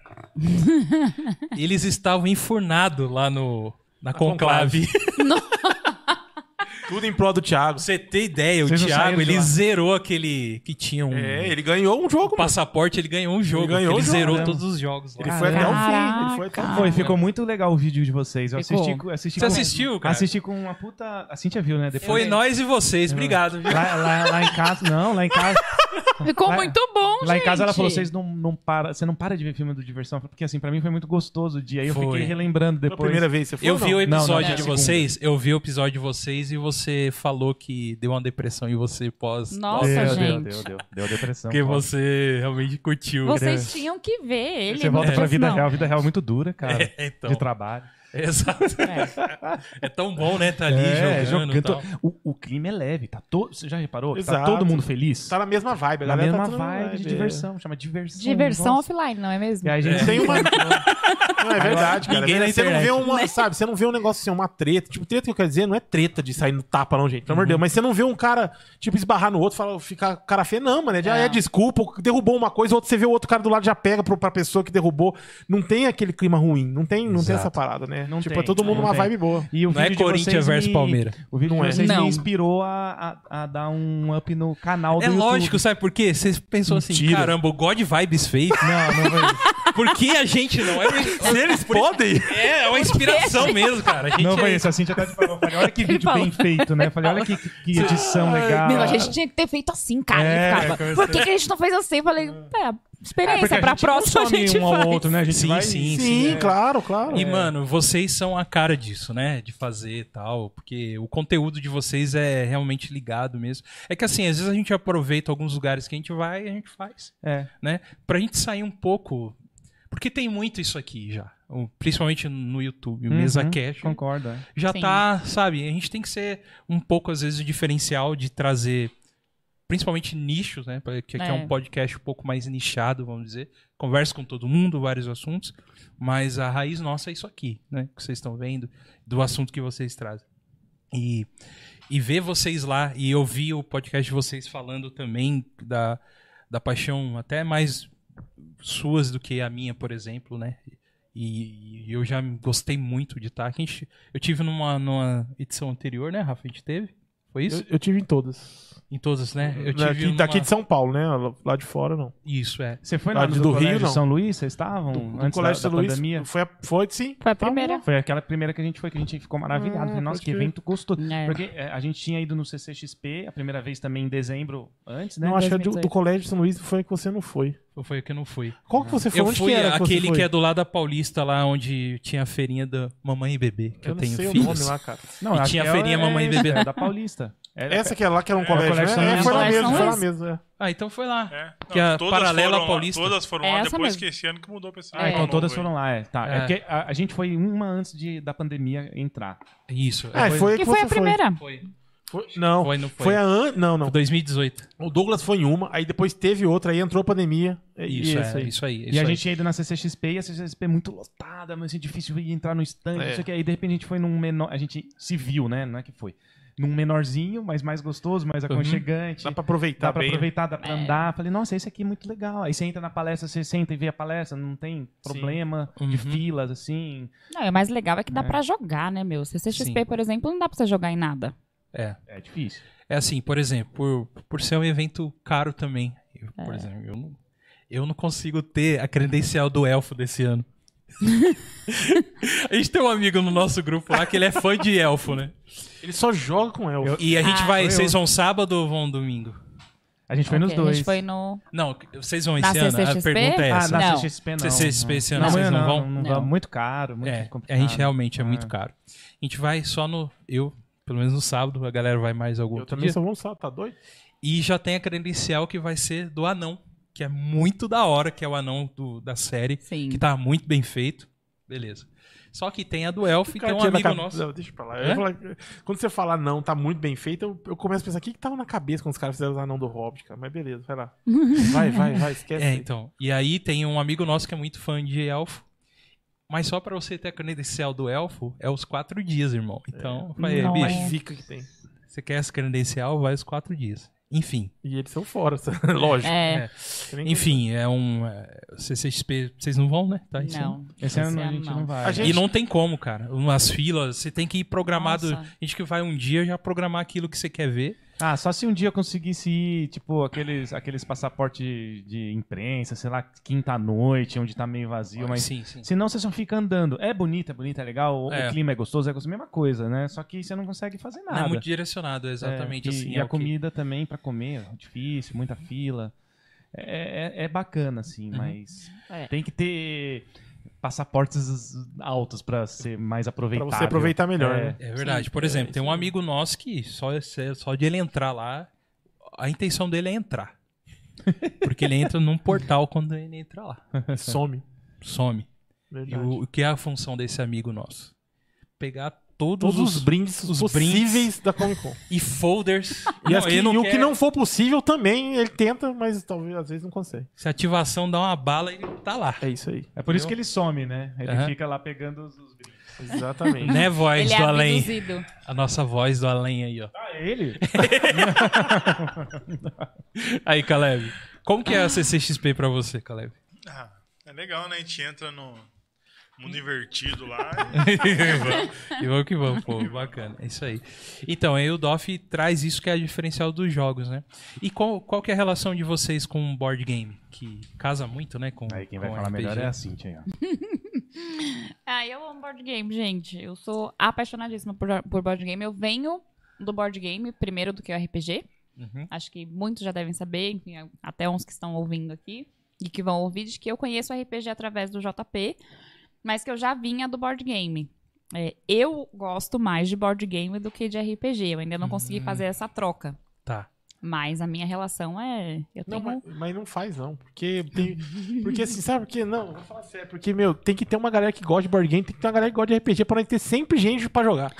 S1: Eles estavam enfurnados lá no, Na Conclave.
S2: Tudo em prol do Thiago.
S1: Você tem ideia,
S5: Vocês
S1: o
S5: não saíram
S1: Thiago,
S5: de
S1: ele
S5: lá.
S1: zerou aquele que tinha um
S2: É, ele ganhou um jogo, mano.
S1: passaporte, ele ganhou um jogo.
S2: ganhou
S1: ele
S2: o jogo,
S1: zerou
S5: né?
S1: todos os jogos lá. Ah,
S2: Ele foi até o fim. Ele
S4: Caraca.
S2: foi até o fim.
S5: Foi, ficou muito legal o vídeo de vocês. Eu
S4: Ficou.
S5: assisti, co- assisti
S1: Você
S5: com-
S1: assistiu, cara?
S5: Assisti com uma puta. A Cintia viu, né? Depois
S1: é Foi nós e vocês, obrigado. viu?
S5: Lá, lá, lá em casa. Não, lá em casa.
S4: Ficou
S5: Lá-
S4: muito bom, gente.
S5: Lá em casa ela falou: vocês não, não para, você não para de ver filme do diversão. Porque assim, pra mim foi muito gostoso o dia. E eu
S1: Foi.
S5: fiquei relembrando
S2: Foi a
S5: depois.
S2: primeira vez que você foi
S1: Eu
S2: ou não?
S1: vi o
S5: Não, não,
S1: episódio
S4: não,
S1: de
S5: segunda.
S1: vocês, eu vi o episódio de vocês e você falou que deu uma depressão em você pós.
S4: Nossa,
S1: pós-
S5: Deu, deu,
S4: gente.
S5: deu, deu, deu depressão.
S1: Porque
S5: Ó.
S1: você realmente curtiu. né?
S4: Vocês tinham que ver ele.
S5: Você volta
S4: não
S5: pra
S4: disse
S5: vida
S4: não.
S5: real. A vida real é muito dura, cara.
S1: É, *laughs* então.
S5: De trabalho.
S1: Exato. É. tão bom, né? Tá ali
S5: É,
S1: jogando. e
S5: jogando.
S1: tal.
S5: O, o clima é leve. Tá to... Você já reparou? que Tá
S2: Exato.
S5: todo mundo feliz?
S2: Tá na mesma vibe. A
S5: na
S2: galera
S5: mesma
S2: tá tudo na
S5: vibe de
S2: é.
S5: diversão. Chama diversão.
S4: Diversão
S5: nossa.
S4: offline, não é mesmo?
S5: E aí a gente
S2: Não tem uma... Não, é verdade, cara.
S1: Ninguém na
S2: você não vê
S1: internet.
S2: uma, sabe? Você não vê um negócio assim, uma treta. Tipo, treta que eu quero dizer não é treta de sair no tapa, não, gente. Pelo amor de Deus. Mas você não vê um cara, tipo, esbarrar no outro, falar, ficar cara feia. Não, mano. É, de, ah, é desculpa, derrubou uma coisa, o outro você vê o outro cara do lado já pega pro, pra pessoa que derrubou. Não tem aquele clima ruim. Não tem, não tem
S1: Exato.
S2: essa parada, né?
S5: Não
S2: tipo,
S5: tem,
S2: é todo mundo
S5: não
S2: uma
S5: tem.
S2: vibe boa.
S5: E o
S1: Não é
S5: vídeo de
S1: Corinthians
S5: vocês
S1: versus
S5: me-
S1: Palmeiras.
S5: O vídeo
S2: Não é.
S5: de vocês
S4: Não.
S5: me inspirou a, a, a dar um up no canal do
S1: É
S5: YouTube.
S1: lógico, sabe por quê? Vocês pensou assim,
S2: Mentira.
S1: caramba, o God Vibes fez.
S5: Não, não foi isso.
S1: Por que a gente não? É,
S2: Se eles podem...
S1: é, é uma inspiração mesmo, cara. A gente
S5: Não foi assim.
S1: é-
S5: isso. A Cintia até te falou. eu Falei, olha que
S4: Ele
S5: vídeo bem
S4: falou.
S5: feito, né? Eu Falei, olha que, que edição legal.
S4: Meu, a gente tinha que ter feito assim, cara.
S5: É,
S4: ele ficava. Por que, que a gente não fez assim? Eu falei, é, experiência, pra próxima a
S5: consome
S4: gente
S5: um ao
S4: faz.
S5: outro, né? A gente
S1: Sim,
S5: vai...
S1: sim,
S2: Sim, É. claro, claro.
S1: E, mano, vocês são a cara disso, né? De fazer e tal. Porque o conteúdo de vocês é realmente ligado mesmo. É que assim, às vezes a gente aproveita alguns lugares que a gente vai e a gente faz,
S5: É.
S1: né? Pra gente sair um pouco. Porque tem muito isso aqui já. o- Principalmente no YouTube. O
S5: Uhum,
S1: Mesa Cash
S5: Concordo. é.
S1: já
S4: Sim.
S1: tá, sabe? A gente tem que ser um pouco, às vezes, o diferencial de trazer. Principalmente nichos, né? Porque aqui é.
S4: É.
S1: um podcast um pouco mais nichado, vamos dizer. Conversa com todo mundo, vários assuntos. Mas a raiz nossa é isso aqui, né? Que vocês estão vendo, do assunto que vocês trazem. E, e ver vocês lá e ouvir o podcast de vocês falando também da, da paixão até mais suas do que a minha, por exemplo, né? E, e eu já gostei muito de estar aqui. A gente- Eu tive numa, numa edição anterior, né, Rafa? A gente teve? Foi isso?
S2: Eu, eu tive em todas.
S1: Em todas, né? Eu tive
S2: Daqui,
S1: numa-
S2: daqui de São Paulo, né? Lá de fora, não.
S1: Isso, é.
S5: Você foi
S2: Ah,
S5: na
S2: de-
S5: do,
S2: do Rio,
S5: Colégio
S2: não.
S5: São Luís? Vocês estavam?
S2: Do, do
S5: antes
S2: Colégio
S5: da,
S2: São
S5: da
S2: Luís.
S5: pandemia?
S2: Foi, a- foi sim.
S4: Foi a primeira.
S5: Foi aquela primeira que a gente foi, que a gente ficou maravilhado. Falei, Nossa, que evento gostoso.
S4: É.
S5: Porque é, a gente tinha ido no CCXP a primeira vez também em dezembro, antes, né?
S2: Não, acho que é do,
S4: 2018.
S2: do Colégio São Luís foi a que você não foi.
S1: Foi a que eu não fui.
S2: Qual que você foi?
S1: Eu
S2: Onde
S1: fui
S2: que era
S1: aquele
S2: que, você foi?
S1: que é do lado da Paulista, lá onde tinha a feirinha da Mamãe e Bebê, que eu,
S2: não
S1: tenho
S2: sei
S1: filhos.
S2: o nome lá, cara.
S5: Não,
S1: E
S5: acho
S1: tinha
S5: que
S1: a feirinha
S5: é-
S1: Mamãe e
S5: é
S1: Bebê.
S5: essa, é da Paulista. Era-
S2: Essa que é lá que era um
S5: o
S2: colégio,
S5: Colégio São
S2: né? É,
S5: Luís.
S2: foi lá
S4: Colégio
S2: mesmo,
S4: São
S2: foi lá
S4: Luís.
S2: mesmo. é.
S1: Ah, então foi lá.
S3: É,
S1: Que a Paralela
S3: foram lá,
S1: Paulista.
S3: Todas foram
S4: É
S3: lá
S4: essa
S3: depois
S4: mesmo.
S3: que esse ano que mudou pra esse
S4: É.
S5: Ah, então todas foram lá, é. Tá. É,
S1: É.
S5: porque a, a gente foi uma antes de, da pandemia entrar.
S1: Isso.
S2: Ah,
S1: é,
S2: foi a
S4: Que foi
S2: você
S4: a primeira.
S1: Foi.
S2: Foi- Não,
S1: Foi, não foi.
S2: foi a an... Não, não.
S1: Foi 2018.
S2: O Douglas foi em uma, aí depois teve outra, aí entrou a pandemia. É
S1: Isso, é,
S2: aí.
S1: isso aí.
S5: E
S1: isso
S5: a
S1: aí.
S5: gente ia ido na CCXP e a CCXP é muito lotada, mas assim, difícil de entrar no stand,
S2: É.
S5: não sei o que. Aí de repente a gente foi num menor. A gente se viu, né? Não é que foi. Num menorzinho, mas mais gostoso, mais
S1: Uhum.
S5: aconchegante.
S2: Dá pra aproveitar
S5: Dá pra
S2: bem. né?
S5: aproveitar, dá
S4: É.
S5: pra andar. Falei, nossa, esse aqui é muito legal. Aí você entra na palestra, você senta e vê a palestra, não tem problema de
S1: Uhum.
S5: filas, assim.
S4: Não, e o mais legal é que dá
S5: É.
S4: pra jogar, né, meu? CCXP,
S1: Sim.
S4: por exemplo, não dá pra você jogar em nada.
S1: É.
S5: É difícil.
S1: É assim, por exemplo, por, por ser um evento caro também. Eu,
S5: É.
S1: Por exemplo, eu não, eu não consigo ter a credencial do elfo desse
S5: *laughs*
S1: ano. a gente tem um amigo no nosso grupo lá que ele é fã de elfo, né?
S2: Ele só joga com elfo.
S1: E a gente
S4: Ah,
S1: vai.
S5: eu.
S1: Vocês vão sábado ou vão domingo?
S5: A gente foi nos
S4: Ok,
S5: dois.
S4: A gente foi no.
S1: Não, vocês vão
S4: Na
S1: esse ano? A
S4: CCXP?
S1: pergunta é
S5: Ah,
S1: essa.
S5: na
S4: Não.
S5: CCXP não.
S1: CCXP esse
S5: não.
S1: ano,
S5: Na
S1: vocês
S5: manhã
S1: não
S5: não,
S1: vão?
S5: não
S4: Não.
S5: vamos. Muito caro, muito
S1: É, a
S5: complicado.
S1: gente realmente é, muito
S5: É.
S1: caro. A gente vai só no. Eu, pelo menos no sábado, a galera vai mais algum
S2: Eu
S1: outro
S2: também
S1: dia.
S2: só vou no sábado, tá doido?
S1: E já tem a credencial que vai ser do anão, que é muito da hora, que é o anão do- da série.
S4: Sim.
S1: que tá muito bem feito. Beleza. Só que tem a do Elf, que é um amigo
S2: Cara, tinha na cabe-
S1: nosso.
S2: Não, deixa pra lá. Eu
S1: É?
S2: ia falar- Quando você falar não, tá muito bem feito, eu, eu começo a pensar, o que que tava na cabeça quando os caras fizeram o anão do Hobbit, cara? Mas beleza, vai
S4: *laughs*
S2: lá. Vai, vai, vai, esquece.
S1: É, então. E aí tem um amigo nosso que é muito fã de elfo. Mas só pra você ter a credencial do elfo, é os quatro dias, irmão. Então, vai,
S4: Não
S1: bicho,
S2: Mas fica que tem.
S1: você quer essa credencial, vai os quatro dias. Enfim.
S2: E eles são fora, *laughs* lógico.
S4: É,
S1: Enfim, é um. é, CCXP, vocês não vão, né? Tá, esse ano?
S4: não.
S5: Esse ano a gente é um não vai.
S2: A gente-
S1: E não tem como, cara. Umas filas, você tem que ir programado.
S4: Nossa.
S1: A gente que vai um dia já programar aquilo que você quer ver.
S5: Ah, só se um dia eu conseguisse ir, tipo, aqueles, aqueles passaporte de, de imprensa, sei lá, quinta-noite, onde tá meio vazio, mas.
S1: Sim, sim.
S5: Senão você só fica andando. É bonito, é bonito, é legal, o-
S1: É.
S5: o clima é gostoso, é gostoso, mesma coisa, né? Só que você não consegue fazer
S1: Não
S5: nada.
S1: é muito direcionado, é exatamente
S5: É, e,
S1: assim.
S5: E
S1: é
S5: a
S1: o que-
S5: comida também pra comer, é difícil, muita fila. É, é- é bacana, assim,
S1: Uhum.
S5: mas
S4: É.
S5: tem que ter passaportes altos pra ser mais
S2: Pra
S5: aproveitável.
S2: você aproveitar melhor,
S5: É.
S2: né?
S1: É verdade. Por exemplo, tem um amigo nosso que só, só de ele entrar lá, a intenção dele é entrar.
S2: *laughs*
S1: Porque ele entra num portal quando ele entra lá.
S2: *laughs* Some.
S1: Some. E
S2: Verdade.
S1: o, o que é a função desse amigo nosso? Pegar todos,
S2: Todos os
S1: os
S2: brindes
S1: os
S2: possíveis
S1: brindes.
S2: da Comic Con.
S1: e folders.
S2: *laughs* E, as que-
S1: ele
S2: e o
S1: quer-
S2: que não for possível também, ele tenta, mas talvez às vezes não consegue.
S1: Se a ativação dá uma bala, ele tá lá.
S2: *laughs* É isso aí.
S5: É por isso que ele some, né? Ele
S1: Aham.
S5: fica lá pegando os, os brindes.
S1: *laughs*
S2: Exatamente.
S1: Né, voz
S4: Ele é
S1: do além?
S4: abduzido.
S1: A nossa voz do além aí, ó.
S5: Ah, ele?
S1: Aí, Caleb. Como que é a CCXP pra você, Caleb?
S3: Ah, é legal, né? A gente entra no
S4: *laughs*
S3: mundo invertido lá.
S1: E vamos que vamos, pô, bacana. É isso aí. Então, aí o DOF traz isso que é a diferencial dos jogos, né? E qual, qual que é a relação de vocês com o board game? Que casa muito, né? Com,
S5: Aí quem vai
S1: com
S5: falar
S1: RPG.
S5: melhor é a Cintia. aí, ó.
S4: Ah, eu amo board game, gente. Eu sou apaixonadíssima por, por board game. Eu venho do board game primeiro do que o RPG.
S1: Uhum.
S4: Acho que muitos já devem saber, enfim, até uns que estão ouvindo aqui e que vão ouvir, de que eu conheço o RPG através do JP, mas que eu já vinha do board game. É, eu gosto mais de board game do que de RPG. Eu ainda não consegui
S1: Hum.
S4: fazer essa troca.
S1: Tá.
S4: Mas a minha relação é. Eu
S2: Não,
S4: tenho.
S2: mas, mas não faz, não. Porque tem. Porque assim, sabe por quê? Não, vou falar sério. Porque, meu, tem que ter uma galera que gosta de board game, tem que ter uma galera que gosta de RPG pra gente ter sempre gente pra jogar.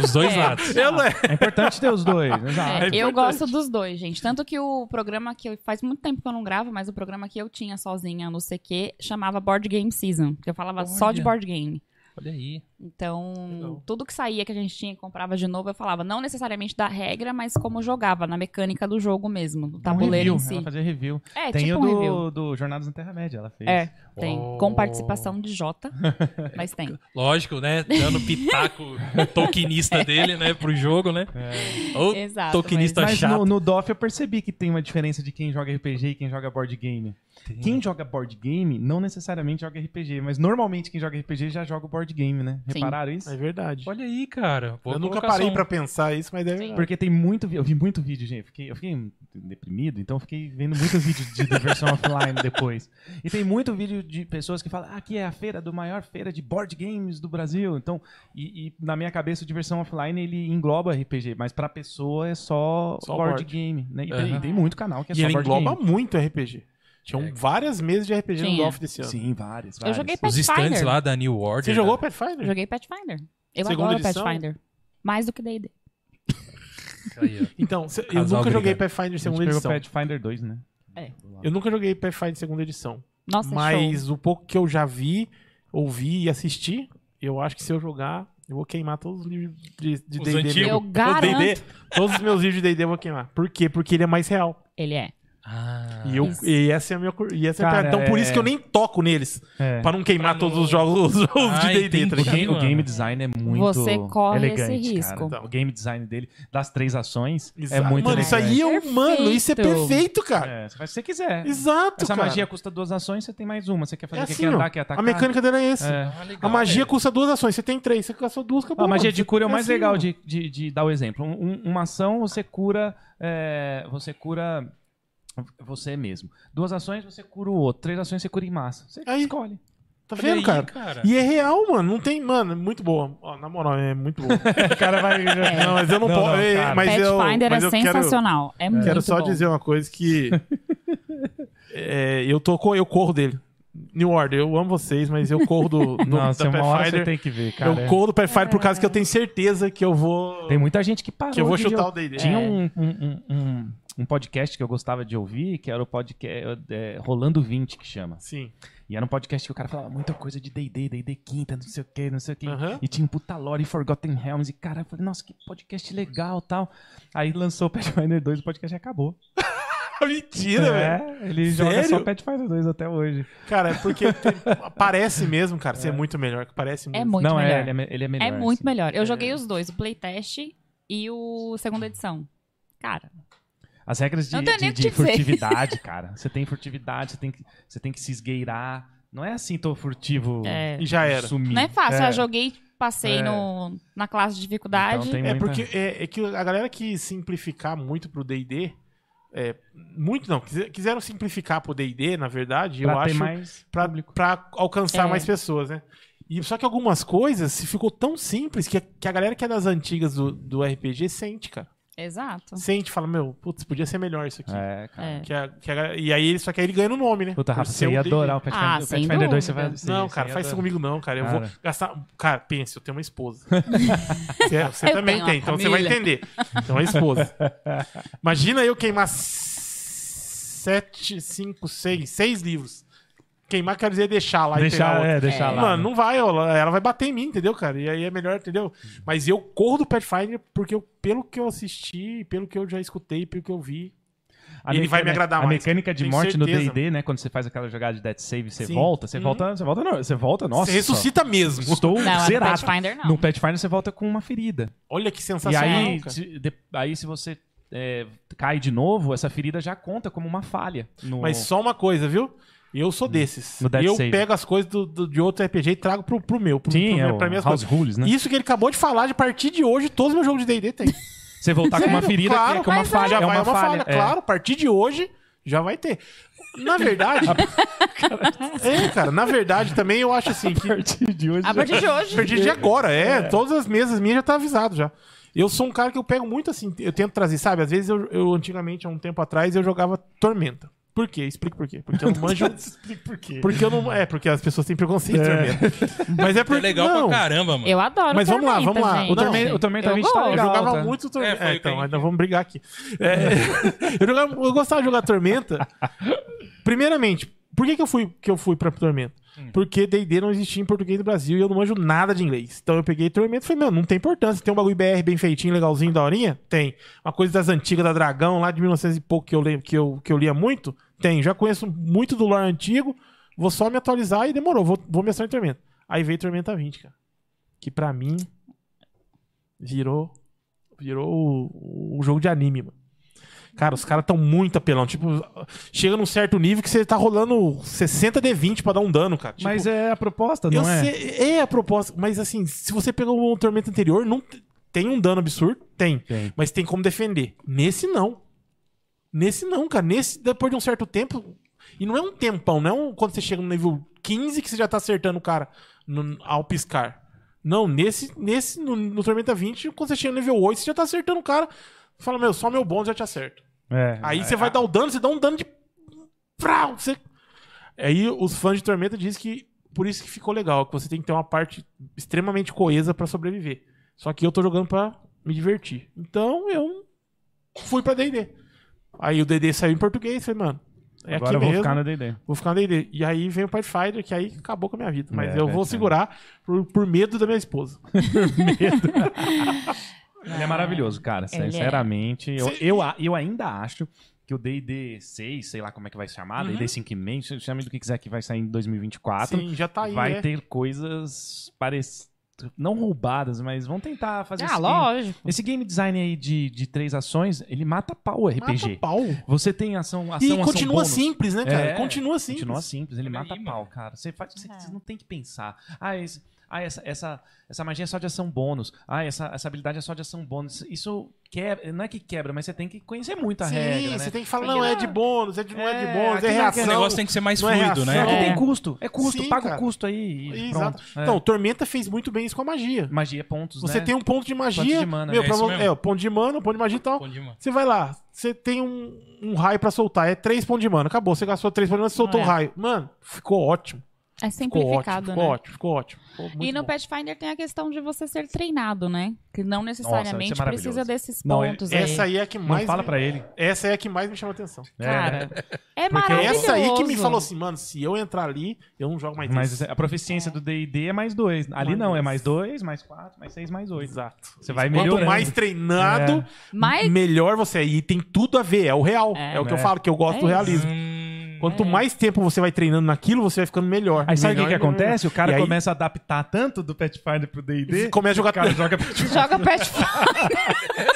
S1: Dos dois
S4: É.
S1: lados. Tá.
S2: Eu não é.
S5: É importante ter
S4: *laughs*
S5: os dois, né? exato.
S4: É,
S2: é
S4: eu
S2: importante.
S4: gosto dos dois, gente. Tanto que o programa que eu. Faz muito tempo que eu não gravo, mas o programa que eu tinha sozinha no CQ chamava Board Game Season. Que eu falava só de
S1: Olha.
S4: board game.
S1: Olha aí.
S4: Então,
S2: Legal.
S4: tudo que saía que a gente tinha e comprava de novo, eu falava, não necessariamente da regra, mas como jogava, na mecânica do jogo mesmo, do tabuleiro
S5: Tá um review,
S4: tá em si.
S5: Ela fazia review.
S4: É,
S5: tem
S4: tipo
S5: o
S4: um review.
S5: do, do Jornadas na Terra-média, ela fez.
S4: É, tem.
S1: Uou.
S4: Com participação de Jota, mas tem.
S1: Lógico, né? Dando pitaco
S2: *laughs*
S1: tokenista dele, né? Pro jogo, né?
S2: É.
S1: Ou
S4: Exato.
S1: tokenista
S4: mas-
S5: Mas
S1: chato.
S5: no, no DOF eu percebi que tem uma diferença de quem joga RPG e quem joga board game.
S4: Hum.
S5: Quem joga board game não necessariamente joga RPG, mas normalmente quem joga RPG já joga o board game, né?
S4: Sim.
S5: Repararam isso?
S2: É verdade.
S1: Olha aí, cara. Boa
S2: eu nunca
S1: colocação.
S2: parei pra pensar isso, mas é verdade.
S5: Porque tem muito. vi- Eu vi muito vídeo, gente. Eu fiquei, eu fiquei deprimido, então eu fiquei vendo muito vídeo
S4: *laughs*
S5: de diversão offline depois. E tem muito vídeo de pessoas que falam: ah, aqui é a feira do maior feira de board games do Brasil. Então, e, e na minha cabeça, o diversão offline ele engloba RPG, mas pra pessoa é só,
S2: Só
S5: board,
S2: board.
S5: game. Né? E
S1: Aham.
S5: tem, tem muito canal que é
S2: E
S5: só
S2: ele
S5: board
S2: engloba
S5: game.
S2: muito RPG. Tinham várias mesas de RPG no
S4: Tinha.
S2: Golf desse ano.
S5: Sim, vários,
S4: Eu
S5: vários.
S4: joguei
S1: um. Os stands
S4: Pathfinder.
S1: lá da New Order.
S2: Você
S1: né?
S2: jogou Pathfinder?
S4: Joguei Pathfinder. Eu
S2: Segunda
S4: adoro
S2: edição?
S4: Pathfinder. Mais do que D&D.
S1: Aí, ó.
S2: Então, cê- eu
S1: Casal
S2: nunca joguei
S1: brigando.
S2: Pathfinder
S5: A gente
S2: segunda
S5: pegou
S2: edição.
S5: Pathfinder 2, né?
S4: É.
S2: Eu nunca joguei Pathfinder segunda edição.
S4: Nossa, é show.
S2: mas o pouco que eu já vi, ouvi e assisti, eu acho que se eu jogar, eu vou queimar todos os livros de de
S1: Os
S2: D&D.
S1: antigos.
S2: meu.
S4: Eu
S2: Os
S4: garanto.
S2: D&D, Todos os meus livros de D&D eu vou queimar. Por quê? Porque ele é mais real.
S4: Ele é.
S1: Ah.
S2: e, eu,
S4: isso.
S2: e essa é a minha... cur- E essa é a
S5: Cara,
S2: pegada. então por
S5: é-
S2: isso que eu nem toco neles.
S5: É.
S2: Pra não queimar
S1: Pra não-
S2: todos os jogos, os jogos
S1: Ah,
S2: de D&D.
S1: entendi.
S2: tá
S5: O,
S2: ligado?
S5: game, o
S1: mano.
S5: game design é muito
S4: Você corre esse
S5: elegante,
S4: risco.
S5: Cara. O game design dele, das três ações,
S2: Exato.
S5: é muito
S2: Mano, isso aí
S5: elegante.
S2: é um... Mano, isso é
S4: Perfeito.
S2: perfeito, cara.
S5: É, você faz o que você quiser.
S2: Exato,
S5: Essa
S2: cara.
S5: magia custa duas ações, você tem mais uma. Você quer
S2: é
S5: fazer o que
S2: assim,
S5: quer
S2: ó.
S5: andar, quer atacar.
S2: A mecânica dele é essa.
S1: Ah,
S5: É.
S2: A magia custa duas ações, você tem três, você gastou duas, acabou.
S5: A magia
S2: mano.
S5: de cura é o mais
S2: assim,
S5: legal
S2: mano.
S5: de, de, de dar o exemplo. Um- um- uma ação você cura. é, você cura você mesmo. Duas ações você cura o outro. Três ações você cura em massa. Você
S2: Aí.
S5: escolhe.
S2: Tá vendo, cara? E é real, mano. Não tem, mano, é muito boa. Ó, na moral, é muito
S5: *laughs*
S2: boa. *laughs* o cara vai. Não, mas eu não,
S5: Não,
S2: posso.
S5: não,
S2: é,
S5: cara.
S2: mas eu,
S4: Pathfinder
S2: mas
S4: é
S2: eu quero,
S4: sensacional. É muito
S2: quero só
S4: bom.
S2: dizer uma coisa
S5: *laughs*
S2: que. é, eu, tô, co- eu corro dele. New Order, eu amo vocês, mas eu corro do,
S5: *laughs*
S2: do
S5: Não,
S2: da
S5: você uma hora você
S2: Pathfinder.
S5: tem que ver, cara. é.
S2: eu corro do Pathfinder por causa que eu tenho certeza que eu vou.
S5: Tem muita gente que parou.
S2: que eu vou
S5: de
S2: chutar
S5: jogar.
S2: o É. DD.
S5: Tinha um, um- um- um- um podcast que eu gostava de ouvir, que era o podcast é, Rolando 20, que chama.
S2: É. Sim. *laughs*
S5: E era um podcast que o cara falava muita coisa de D&D, D&D quinta, não sei o que, não sei o que.
S2: Aham.
S5: E tinha um puta lore e Forgotten Realms. E cara, eu falei, nossa, que podcast legal tal. Aí lançou o Pathfinder 2 e o podcast acabou.
S2: Tá Mentira, né, velho.
S5: é, ele joga
S2: Sério?
S5: só Pathfinder 2 até hoje.
S2: Cara, é
S5: *laughs*
S2: porque tem- parece mesmo, cara,
S5: É.
S2: ser muito melhor, que parece muito.
S4: É muito
S5: não,
S4: melhor.
S5: É, ele, é, me- ele é melhor.
S4: É muito
S5: assim.
S4: melhor. Eu joguei os dois, o playtest e o segunda edição. Cara,
S5: As regras de,
S4: Não tem
S5: de-
S4: nem o que
S5: de
S4: dizer. *laughs*
S5: furtividade, cara. Você tem furtividade, você tem, que, você tem que se esgueirar. Não é assim, tô furtivo
S4: É.
S2: E já era.
S5: sumir.
S4: não é fácil.
S5: É.
S4: Eu joguei, passei
S5: É.
S4: no, na classe de dificuldade.
S5: Então, tem
S2: É
S5: muita-
S2: porque é, é que a galera que simplificar muito pro D&D, é, muito não, quise- quiseram simplificar pro D&D, na verdade, eu
S5: pra ter
S2: acho,
S5: mais
S2: pra, pra alcançar
S4: É.
S2: mais pessoas, né? E só que algumas coisas se ficou tão simples que a, que a galera que é das antigas do, do RPG sente, cara.
S4: Exato.
S2: Sente, fala, meu, putz, podia ser melhor isso aqui.
S5: Então. É, cara.
S4: É.
S2: Que a- que a galera- e aí, ele- só que aí ele ganha no nome, né?
S5: Puta,
S2: Por
S5: Rafa,
S2: ser
S5: você ia
S2: o D&D.
S5: adorar o Pathfinder,
S4: Ah,
S5: o
S4: sem
S5: Pathfinder 2. Você
S4: dúvida.
S5: vai, você-
S2: Não,
S5: você
S2: cara,
S5: ia
S2: faz isso
S5: adorar.
S2: comigo não, cara. Eu vou
S5: Cara.
S2: gastar. Cara, pense, eu tenho uma
S5: *laughs*
S2: esposa. Você, você
S4: Eu
S2: também
S4: tenho uma
S2: tem, então você vai
S4: família.
S2: entender. Então é esposa. Imagina eu queimar sete, cinco, seis, seis livros. Queimar quer dizer deixar lá e pegar
S5: Deixar,
S2: outro.
S5: é, deixar lá.
S2: Mano, não vai, ó, ela vai bater em mim, entendeu, cara? E aí é melhor, entendeu? Mas eu corro do Pathfinder porque eu, pelo que eu assisti, pelo que eu já escutei, pelo que eu vi,
S5: A
S2: ele vai
S5: mecânica-
S2: me agradar
S5: A
S2: mais.
S5: mecânica de
S2: Tenho
S5: morte no
S2: certeza,
S5: D&D, né? Quando você faz aquela jogada de Death Save, você
S2: Sim.
S5: volta. Você
S2: Uhum.
S5: volta, você volta, não. Você volta, nossa.
S2: você ressuscita mesmo.
S5: Estou
S4: Não, é no
S5: zerado.
S4: Pathfinder não.
S5: No Pathfinder você volta com uma ferida.
S2: Olha que
S5: E
S2: sensacional.
S5: aí,
S2: cara.
S5: se, de- aí se você é, cai de novo, essa ferida já conta como uma falha. No,
S2: Mas só uma coisa, viu? Eu sou desses.
S5: Hum. No Dead
S2: eu
S5: Save.
S2: pego as coisas do, do- de outro RPG e trago pro, pro meu, pro,
S5: Sim,
S2: pro
S5: é
S2: meu-
S5: o
S2: pra minhas
S5: House
S2: coisas.
S5: Rules, né?
S2: Isso que ele acabou de falar, de partir de hoje, todos os meus jogos de D&D
S5: *laughs*
S2: tem.
S5: Você voltar com uma
S2: Sério, *laughs*
S5: ferida
S2: claro,
S5: que é que é uma
S2: mas
S5: falha.
S2: já
S5: é
S2: vai
S5: uma, falha. é.
S2: claro. A partir de hoje, já vai ter. Na
S5: *laughs*
S2: verdade... *laughs* é, cara, na verdade também eu acho assim que...
S5: A partir de hoje.
S4: A partir de
S2: A
S4: hoje.
S2: partir de agora, é. Todas as mesas minhas já tá avisado já. Eu sou um cara que eu pego muito assim, eu tento trazer, sabe? Às vezes eu, eu antigamente, há um tempo atrás, eu jogava Tormenta. Por quê? Explica por quê. Porque eu não manjo.
S5: por quê?
S2: Porque eu não. É, porque as pessoas têm preconceito de Tormenta. Mas é
S1: É
S2: porque.
S1: legal
S2: não,
S1: pra caramba, mano.
S4: Eu adoro
S2: Mas vamos lá,
S4: Tormenta,
S2: vamos lá. O
S4: gente.
S2: Tormenta-
S5: o Tormenta
S4: Eu
S5: 20 tá
S4: gosto.
S2: Eu
S5: legal.
S2: jogava
S5: tá?
S2: muito
S1: É,
S2: Tormenta.
S1: foi o que
S2: então,
S1: eu
S2: ainda vamos brigar aqui. É, *laughs* eu, jogava- eu gostava de jogar Tormenta. Primeiramente, por que, que eu fui que eu fui para Tormenta? Porque D&D não existia em português do Brasil e eu não manjo nada de inglês. Então eu peguei Tormenta e falei, meu, não tem importância. Tem um bagulho BR bem feitinho, legalzinho, daorinha? Tem. Uma coisa das antigas da Dragão, lá de 1900 e pouco, que eu, le- que eu, que eu lia muito? Tem. Já conheço muito do lore antigo, vou só me atualizar e demorou, vou, vou me assinar em Tormenta. Aí veio Tormenta 20, cara. Que pra mim virou virou o, o jogo de anime, mano. Cara, os caras tão muito apelão. Tipo, chega num certo nível que você tá rolando 60 D20 pra dar um dano, cara. Tipo,
S5: Mas é a proposta,
S2: eu
S5: não é?
S2: sei- é a proposta. Mas assim, se você pegou um tormento anterior, não t- tem um dano absurdo? Tem.
S5: Tem.
S2: Mas tem como defender. Nesse não. Nesse não, cara. Nesse, depois de um certo tempo. E não é um tempão, não é um, quando você chega no nível 15 que você já tá acertando o cara no- ao piscar. Não, nesse, nesse no, no Tormenta 20, quando você chega no nível 8, você já tá acertando o cara. Fala, meu, só meu bônus já te acerta.
S5: É.
S2: Aí você vai dar o dano, você dá um dano de. Prau, você- Aí os fãs de Tormenta dizem que por isso que ficou legal, que você tem que ter uma parte extremamente coesa pra sobreviver. Só que eu tô jogando pra me divertir. Então eu fui pra DD. Aí o DD saiu em português, falei, mano, é
S5: Agora eu
S2: aqui
S5: vou
S2: mesmo.
S5: ficar no D&D.
S2: Vou ficar no DD. E aí vem o Pathfinder, que aí acabou com a minha vida. Mas
S5: É,
S2: eu vou
S5: Pathfinder.
S2: segurar por, por medo da minha esposa.
S5: Ele é maravilhoso, cara.
S4: Ele é.
S5: Sinceramente, eu,
S2: Cê-
S5: eu, a- eu ainda acho que o D&D 6, sei lá como é que vai se chamar, D&D 5,5, chame do que quiser que vai sair em 2024,
S2: Uhum. Sim, já tá aí,
S5: Ah, vai
S2: né?
S5: ter coisas parecidas, não roubadas, mas vão tentar fazer
S4: Ah,
S2: assim.
S5: esse game.
S4: lógico.
S5: Esse game design aí de, de três ações, ele mata pau o
S2: Mata
S5: RPG.
S2: pau.
S5: Você tem ação, ação,
S2: E
S5: ação
S2: continua
S5: bônus.
S2: simples, né, cara?
S5: É,
S2: continua simples.
S5: Continua simples, ele
S1: Olha
S5: mata
S1: aí,
S5: pau,
S1: mano.
S5: cara. Você, faz, você,
S4: É.
S5: você não tem que pensar. Ah, esse- ah, essa, essa, essa magia é só de ação bônus. Ah, essa, essa habilidade é só de ação bônus. Isso quebra, não é que quebra, mas você tem que conhecer muito a
S2: Sim,
S5: regra,
S2: você
S5: né?
S2: tem que falar,
S5: Porque,
S2: não, é
S5: ah,
S2: de bônus, é de, não é de
S5: é,
S2: bônus, é
S5: aqui não é que
S2: reação.
S1: O negócio tem que ser mais
S2: não é
S1: fluido,
S5: Não,
S1: né?
S5: aqui
S4: É.
S5: tem custo. É custo,
S2: Sim,
S5: paga
S2: cara.
S5: o custo aí e
S2: Exato.
S5: pronto. É.
S2: Então, Tormenta fez muito bem isso com a magia.
S5: magia, pontos,
S2: Você
S5: né?
S2: tem um ponto de magia.
S5: Ponto de mana,
S2: meu,
S1: é
S2: pra
S1: isso
S2: vo-
S1: mesmo.
S2: é, o ponto de mana, o ponto de magia e tal.
S1: Bom demais.
S2: Você vai lá, você tem um, um raio pra soltar, é três pontos de mana. Acabou, você gastou três pontos de mana, você soltou o
S4: É.
S2: raio. Mano, ficou ótimo. Ficou
S4: É
S2: ótimo,
S4: simplificado,
S2: ficou
S4: né?
S2: ótimo, ficou ótimo. Ficou muito
S4: E no
S2: bom.
S4: Pathfinder tem a questão de você ser treinado, né? Que não necessariamente
S5: Nossa, isso é
S4: precisa
S5: maravilhoso.
S4: desses
S5: Não,
S4: pontos aí.
S2: Essa aí é a que
S5: Não
S2: mais.
S5: fala
S2: me-
S5: pra ele. né?
S2: Essa aí é a que mais me chamou a atenção.
S4: Cara, é,
S2: Porque é
S4: maravilhoso.
S2: essa aí que me falou assim, mano, se eu entrar ali, eu não jogo mais
S5: Mas
S2: isso.
S5: a proficiência do D&D é mais dois. Ali
S2: Mais
S5: não, é
S2: dois.
S5: mais dois, mais quatro, mais seis, mais oito.
S2: Exato.
S5: Você vai
S2: Quanto
S5: melhorando. É.
S2: mais treinado,
S4: Mas
S2: melhor você é. E tem tudo a ver, é o real. É,
S4: É.
S2: o que eu
S5: É.
S2: falo, que eu gosto
S4: É
S2: do
S4: isso.
S2: realismo.
S1: Hum.
S2: Quanto mais tempo você vai treinando naquilo, você vai ficando melhor.
S5: Aí sabe o que,
S2: Melhor
S5: que
S2: e melhor.
S5: acontece?
S2: E
S5: O cara
S2: aí-
S5: começa a adaptar tanto do Pathfinder pro D&D,
S2: E começa a
S1: *laughs*
S2: jogar
S5: o cara joga *laughs* Pathfinder.
S4: joga Pathfinder.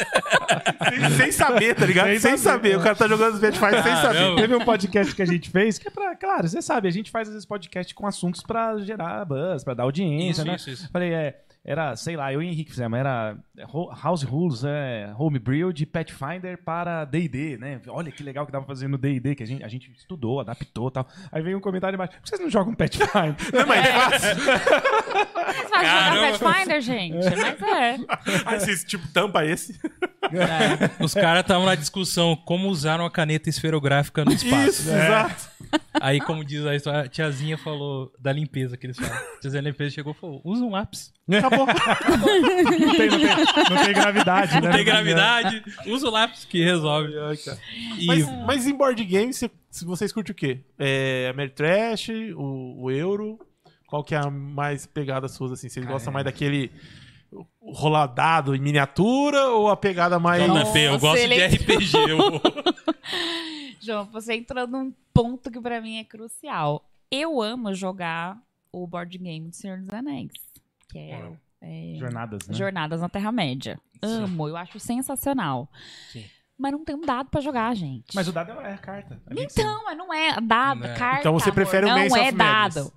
S2: sem, sem saber, tá ligado? Sem,
S5: Sem
S2: saber.
S5: saber.
S2: O cara tá jogando os Pathfinder sem saber.
S1: Caramba.
S5: Teve um podcast que a gente fez, que é pra, claro, você sabe, a gente faz às vezes podcast com assuntos pra gerar buzz, pra dar audiência,
S1: Isso,
S5: né?
S1: isso, isso.
S5: Falei, é, era, sei lá, eu e o Henrique fizemos, era ho- House Rules, é, Homebrew de Pathfinder para D&D, né? Olha que legal que dava pra fazer no D&D, que a gente, a gente estudou, adaptou e tal. Aí veio um comentário embaixo, por que vocês não jogam
S1: *laughs*
S5: Pathfinder?
S2: Não é mais fácil.
S4: Mas vai jogar
S1: Caramba.
S4: Pathfinder, gente. Mas é.
S2: Aí vocês, tipo, tampa esse.
S1: Os caras estavam na discussão como usaram a caneta esferográfica no espaço.
S2: Isso,
S5: né?
S2: exato.
S1: Aí, como diz a história, a tiazinha falou da limpeza que eles falam. A tiazinha da limpeza chegou e falou: usa um lápis.
S5: *laughs*
S2: Acabou.
S5: Não tem, não tem- não tem gravidade, né?
S1: Não tem gravidade, usa o lápis que resolve. E
S2: Mas, mas em board game, se, se vocês curtem o quê? É, Ameritrash, o, o Euro? Qual que é a mais pegada suas, assim? Vocês gostam mais daquele o- o roladado em miniatura ou a pegada mais...
S1: Jonathan, eu
S4: Nossa,
S1: gosto
S4: ele- é
S1: de RPG. eu-
S4: João, você entrou num ponto que pra mim é crucial. Eu amo jogar o board game do Senhor dos Anéis. Que é,
S1: né?
S4: é,
S5: Jornadas, né?
S4: Jornadas na Terra-média. Amo, eu acho sensacional.
S1: Sim.
S4: Mas não tem um dado pra jogar, gente.
S5: Mas o dado é a carta. É meio que
S4: Então, mas não é dado,
S1: Não é.
S4: carta.
S2: Então você
S4: amor,
S2: prefere o
S4: Não
S2: Mansion
S4: é
S2: of Madness.
S4: dado.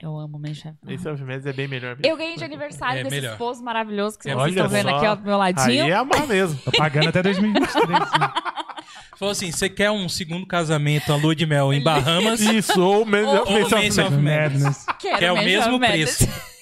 S4: Eu amo Mansion of Madness.
S2: Esse Alphimedes é bem melhor. mesmo.
S4: Eu ganhei de aniversário
S1: É
S4: desse
S1: melhor.
S4: esposo maravilhoso que
S1: É,
S4: vocês
S2: olha
S4: estão vendo
S2: só.
S4: aqui ó, do meu
S2: Aí
S4: ladinho.
S2: é amar mesmo.
S5: Tá pagando até 2023. né?
S1: Falou assim: você quer um segundo casamento, a lua de mel em Bahamas?
S4: *laughs*
S2: Isso, ou mesmo...
S1: Ou Mansion of Madness.
S5: né?"
S4: Quero
S1: Que é o
S4: Mansion
S1: mesmo
S4: of Madness.
S1: preço.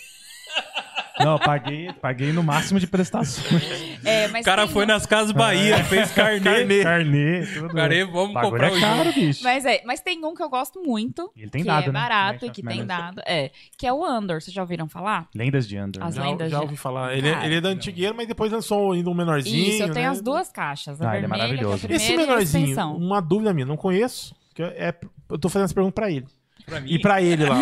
S5: Não, eu paguei, paguei no máximo de prestações.
S4: É, mas
S1: O cara
S4: tem
S1: foi nas Casas Bahia, fez carnê.
S2: É. Carnê.
S5: Carnê, tudo.
S1: Carnê, vamos
S5: Bagulho
S1: comprar
S5: é
S1: o jogo.
S5: caro, bicho.
S4: Mas, é, mas tem um que eu gosto muito.
S5: E ele tem
S4: que
S5: dado,
S4: é
S5: né?
S4: barato
S5: Mansion
S4: e que
S5: of
S4: tem
S5: Madness.
S4: dado. É. Que é o Andor. Vocês já ouviram falar?
S5: Lendas de Andor.
S4: As
S5: né?
S2: Já,
S4: lendas
S2: já
S4: de-
S2: ouvi falar. Ele, é-
S4: Cara.
S2: ele é da antigueira, mas depois lançou ainda um menorzinho.
S4: Isso, eu tenho
S2: né?
S4: as duas caixas. A
S5: Ah, ele é
S4: vermelha, que
S5: maravilhoso.
S4: é a
S2: Esse
S4: primeira e a
S2: menorzinho,
S4: extensão.
S2: uma dúvida minha, não conheço. que é- eu tô fazendo essa pergunta pra ele.
S1: Pra mim,
S2: E pra ele
S4: *laughs*
S2: lá.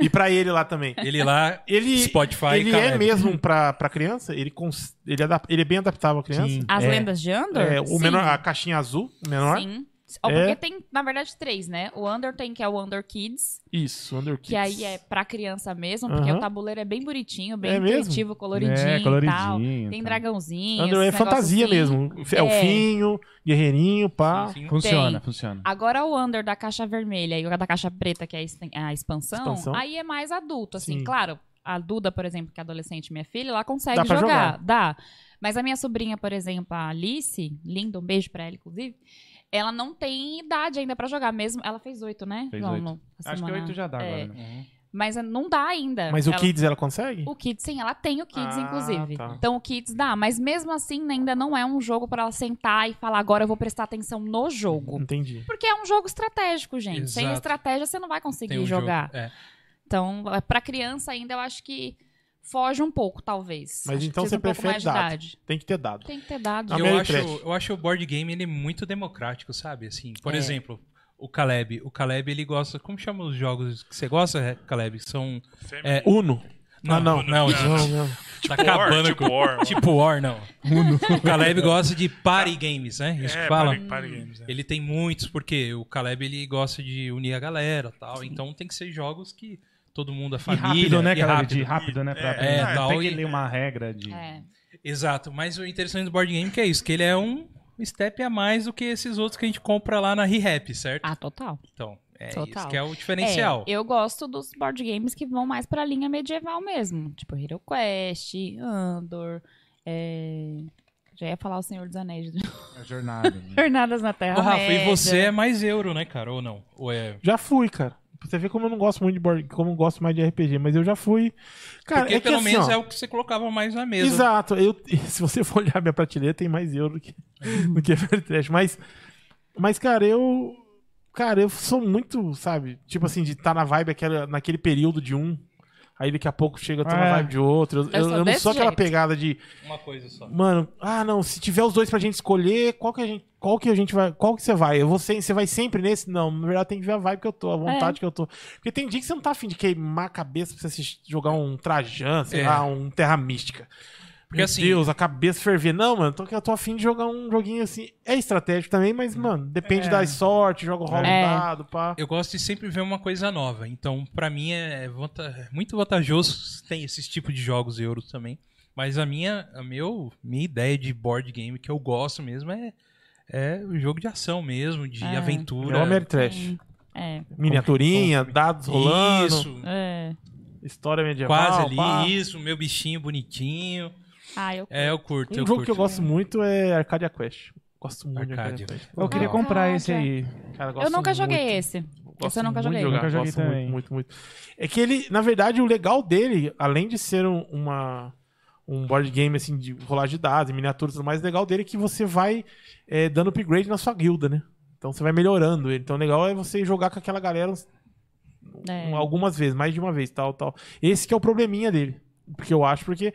S2: e pra ele lá também.
S1: ele lá,
S2: Ele,
S1: Spotify,
S2: ele é
S1: Caleb.
S2: mesmo pra, pra criança? Ele, cons- ele, adap- ele é bem adaptável à criança?
S5: Sim.
S4: As
S5: É.
S4: lendas de Andor?
S2: É, o
S4: Sim.
S2: menor, a caixinha azul, o menor.
S4: Sim. Ó,
S2: É.
S4: Porque tem, na verdade, três, né? O Under tem que é o Under Kids,
S2: Isso, Under Kids.
S4: que aí é pra criança mesmo, porque
S2: Aham.
S4: o tabuleiro é bem bonitinho, bem
S2: É mesmo?
S4: intuitivo, coloridinho, e
S5: É,
S4: tal.
S5: coloridinho,
S4: Tem
S5: tá.
S4: dragãozinho.
S2: Under é
S4: esses negócios
S2: fantasia
S4: assim.
S2: mesmo. Elfinho, guerreirinho, pá.
S1: Sim, sim.
S5: Funciona,
S4: Tem.
S5: funciona.
S4: Agora o Under da caixa vermelha e o da caixa preta, que é a esten- a expansão,
S2: Expansão.
S4: aí é mais adulto, assim,
S2: Sim.
S4: claro. A Duda, por exemplo, que é adolescente, minha filha, ela consegue
S2: Dá pra
S4: jogar,
S2: jogar.
S4: dá. Mas a minha sobrinha, por exemplo, a Alice, linda, um beijo pra ela, inclusive, ela não tem idade ainda pra jogar mesmo. Ela fez oito, né?
S5: Fez
S4: não,
S5: oito.
S4: não, essa
S5: Acho que
S4: semana.
S5: oito já dá
S4: É.
S5: agora. Né?
S4: Mas eh, não dá ainda.
S2: Mas o
S4: Ela-
S2: Kids ela consegue?
S4: O Kids, sim, ela tem o Kids,
S2: Ah,
S4: inclusive.
S2: tá.
S4: Então o Kids dá, mas mesmo assim ainda não é um jogo pra ela sentar e falar, agora eu vou prestar atenção no jogo.
S2: Entendi.
S4: Porque é um jogo estratégico, gente. Sem
S1: Exato.
S4: estratégia você não vai conseguir
S1: tem um jogo.
S4: jogar.
S1: É.
S4: Então, é, pra criança ainda eu acho que foge um pouco, talvez.
S2: Mas
S4: Acho que
S2: então
S4: precisa
S2: você prefere
S4: um pouco mais de
S2: dado.
S4: idade.
S2: Tem que ter dado.
S4: Tem que ter dado.
S2: A
S4: gente.
S1: eu
S2: Mary
S1: acho,
S2: Tá Trash.
S1: eu acho o board game ele é muito democrático, sabe? Assim, por
S4: É.
S1: exemplo, o Caleb. O Caleb ele gosta. Como chama os jogos que você gosta, Caleb? Que São. É,
S2: Uno.
S1: não,
S2: Ah, não.
S1: não, não.
S2: Não, não.
S1: Tá
S3: War,
S1: acabando
S3: tipo
S1: com.
S3: War.
S1: Tipo War, não. O Caleb gosta de party games, né? Isso
S3: É,
S1: que fala.
S3: Party- Party Games, é.
S1: Ele tem muitos, porque o Caleb ele gosta de unir a galera tal. Então tem que ser jogos que todo mundo, a
S5: E
S1: família.
S5: rápido, né,
S1: e
S5: cara?
S1: rápido.
S5: De rápido, né? Pra,
S1: É,
S5: pra-
S1: tal,
S5: tem que
S1: e-
S5: ler uma regra de.
S4: É.
S1: Exato, mas o interessante do board game que é isso, que ele é um step a mais do que esses outros que a gente compra lá na ReHap, certo?
S4: Ah, total.
S1: Então, é
S4: total.
S1: isso que é o diferencial.
S4: É, eu gosto dos board games que vão mais pra linha medieval mesmo. Tipo Hero Quest, Andor. é, Já ia falar o Senhor dos Anéis. *laughs*
S5: A jornada. né?
S4: Jornadas na Terra.
S1: Ô, Rafa, e você é mais euro, né, cara? Ou não? Ou é...
S2: Já fui, cara. Pra Você vê como eu não gosto muito de board, como eu gosto mais de RPG, mas eu já fui. Cara,
S1: Porque
S2: é que
S1: pelo
S2: assim,
S1: menos
S2: ó,
S1: é o que você colocava mais na mesa.
S2: Exato. Eu, *laughs* se você for olhar minha *laughs* prateleira, tem mais euro do que, do que Fair Trash. Mas, mas, cara, eu. Cara, eu sou muito, sabe? Tipo assim, de estar na vibe aquela, naquele período de um. Aí daqui a pouco chega, eu tô
S5: É.
S2: na vibe de outro. Eu,
S4: Eu sou
S2: eu não
S4: desse
S2: sou aquela
S4: jeito.
S2: pegada de,
S1: Uma coisa só.
S2: mano, ah não, se tiver os dois pra gente escolher, qual que a gente, qual que a gente vai, qual que você vai? Eu vou ser, você vai sempre nesse? Não, na verdade tem que ver a vibe que eu tô, a vontade que eu tô. Porque tem dia que você não tá afim de queimar a cabeça pra você assistir- jogar um Trajan, sei
S1: É.
S2: lá, um Terra Mística.
S1: Porque
S2: Meu
S1: assim-
S2: Deus, a cabeça ferver. Não, mano, tô, eu tô afim de jogar um joguinho assim. É estratégico também, mas,
S1: Hum.
S2: mano, depende
S5: É.
S2: da sorte, joga o rolo
S4: É.
S2: dado, pá.
S1: Eu gosto de sempre ver uma coisa nova. Então, pra mim é, vanta- é muito vantajoso tem esses tipo de jogos euros também. Mas a minha, a meu, minha ideia de board game que eu gosto mesmo é é o jogo de ação mesmo, de
S4: É.
S1: aventura.
S2: É o Trash.
S4: É,
S2: Miniaturinha, dados rolando,
S1: Isso,
S4: é.
S2: história medieval.
S1: quase ali,
S2: pá.
S1: isso, meu bichinho bonitinho.
S4: Ah, eu...
S1: É, eu curto,
S2: Um
S1: eu
S2: jogo
S1: curto.
S2: que eu gosto muito é Arcadia Quest. Gosto muito né, de
S1: Arcadia.
S2: Arcadia Quest.
S5: Eu queria
S4: Legal.
S5: comprar esse aí.
S2: Cara, gosto
S4: eu nunca joguei
S2: muito.
S4: esse.
S2: Gosto
S4: Esse eu nunca
S2: muito de
S4: joguei.
S2: Jogar,
S5: Nunca joguei
S2: gosto
S5: também.
S2: muito, muito, muito. É que ele, na verdade, o legal dele, além de ser um, uma, um board game assim de rolar de dados, e miniaturas, e tudo mais o legal dele é que você vai eh, dando upgrade na sua guilda, né? Então você vai melhorando ele. Então o legal é você jogar com aquela galera uns-
S4: É.
S2: um- algumas vezes, mais de uma vez, tal, tal. Esse que é o probleminha dele, porque eu acho, porque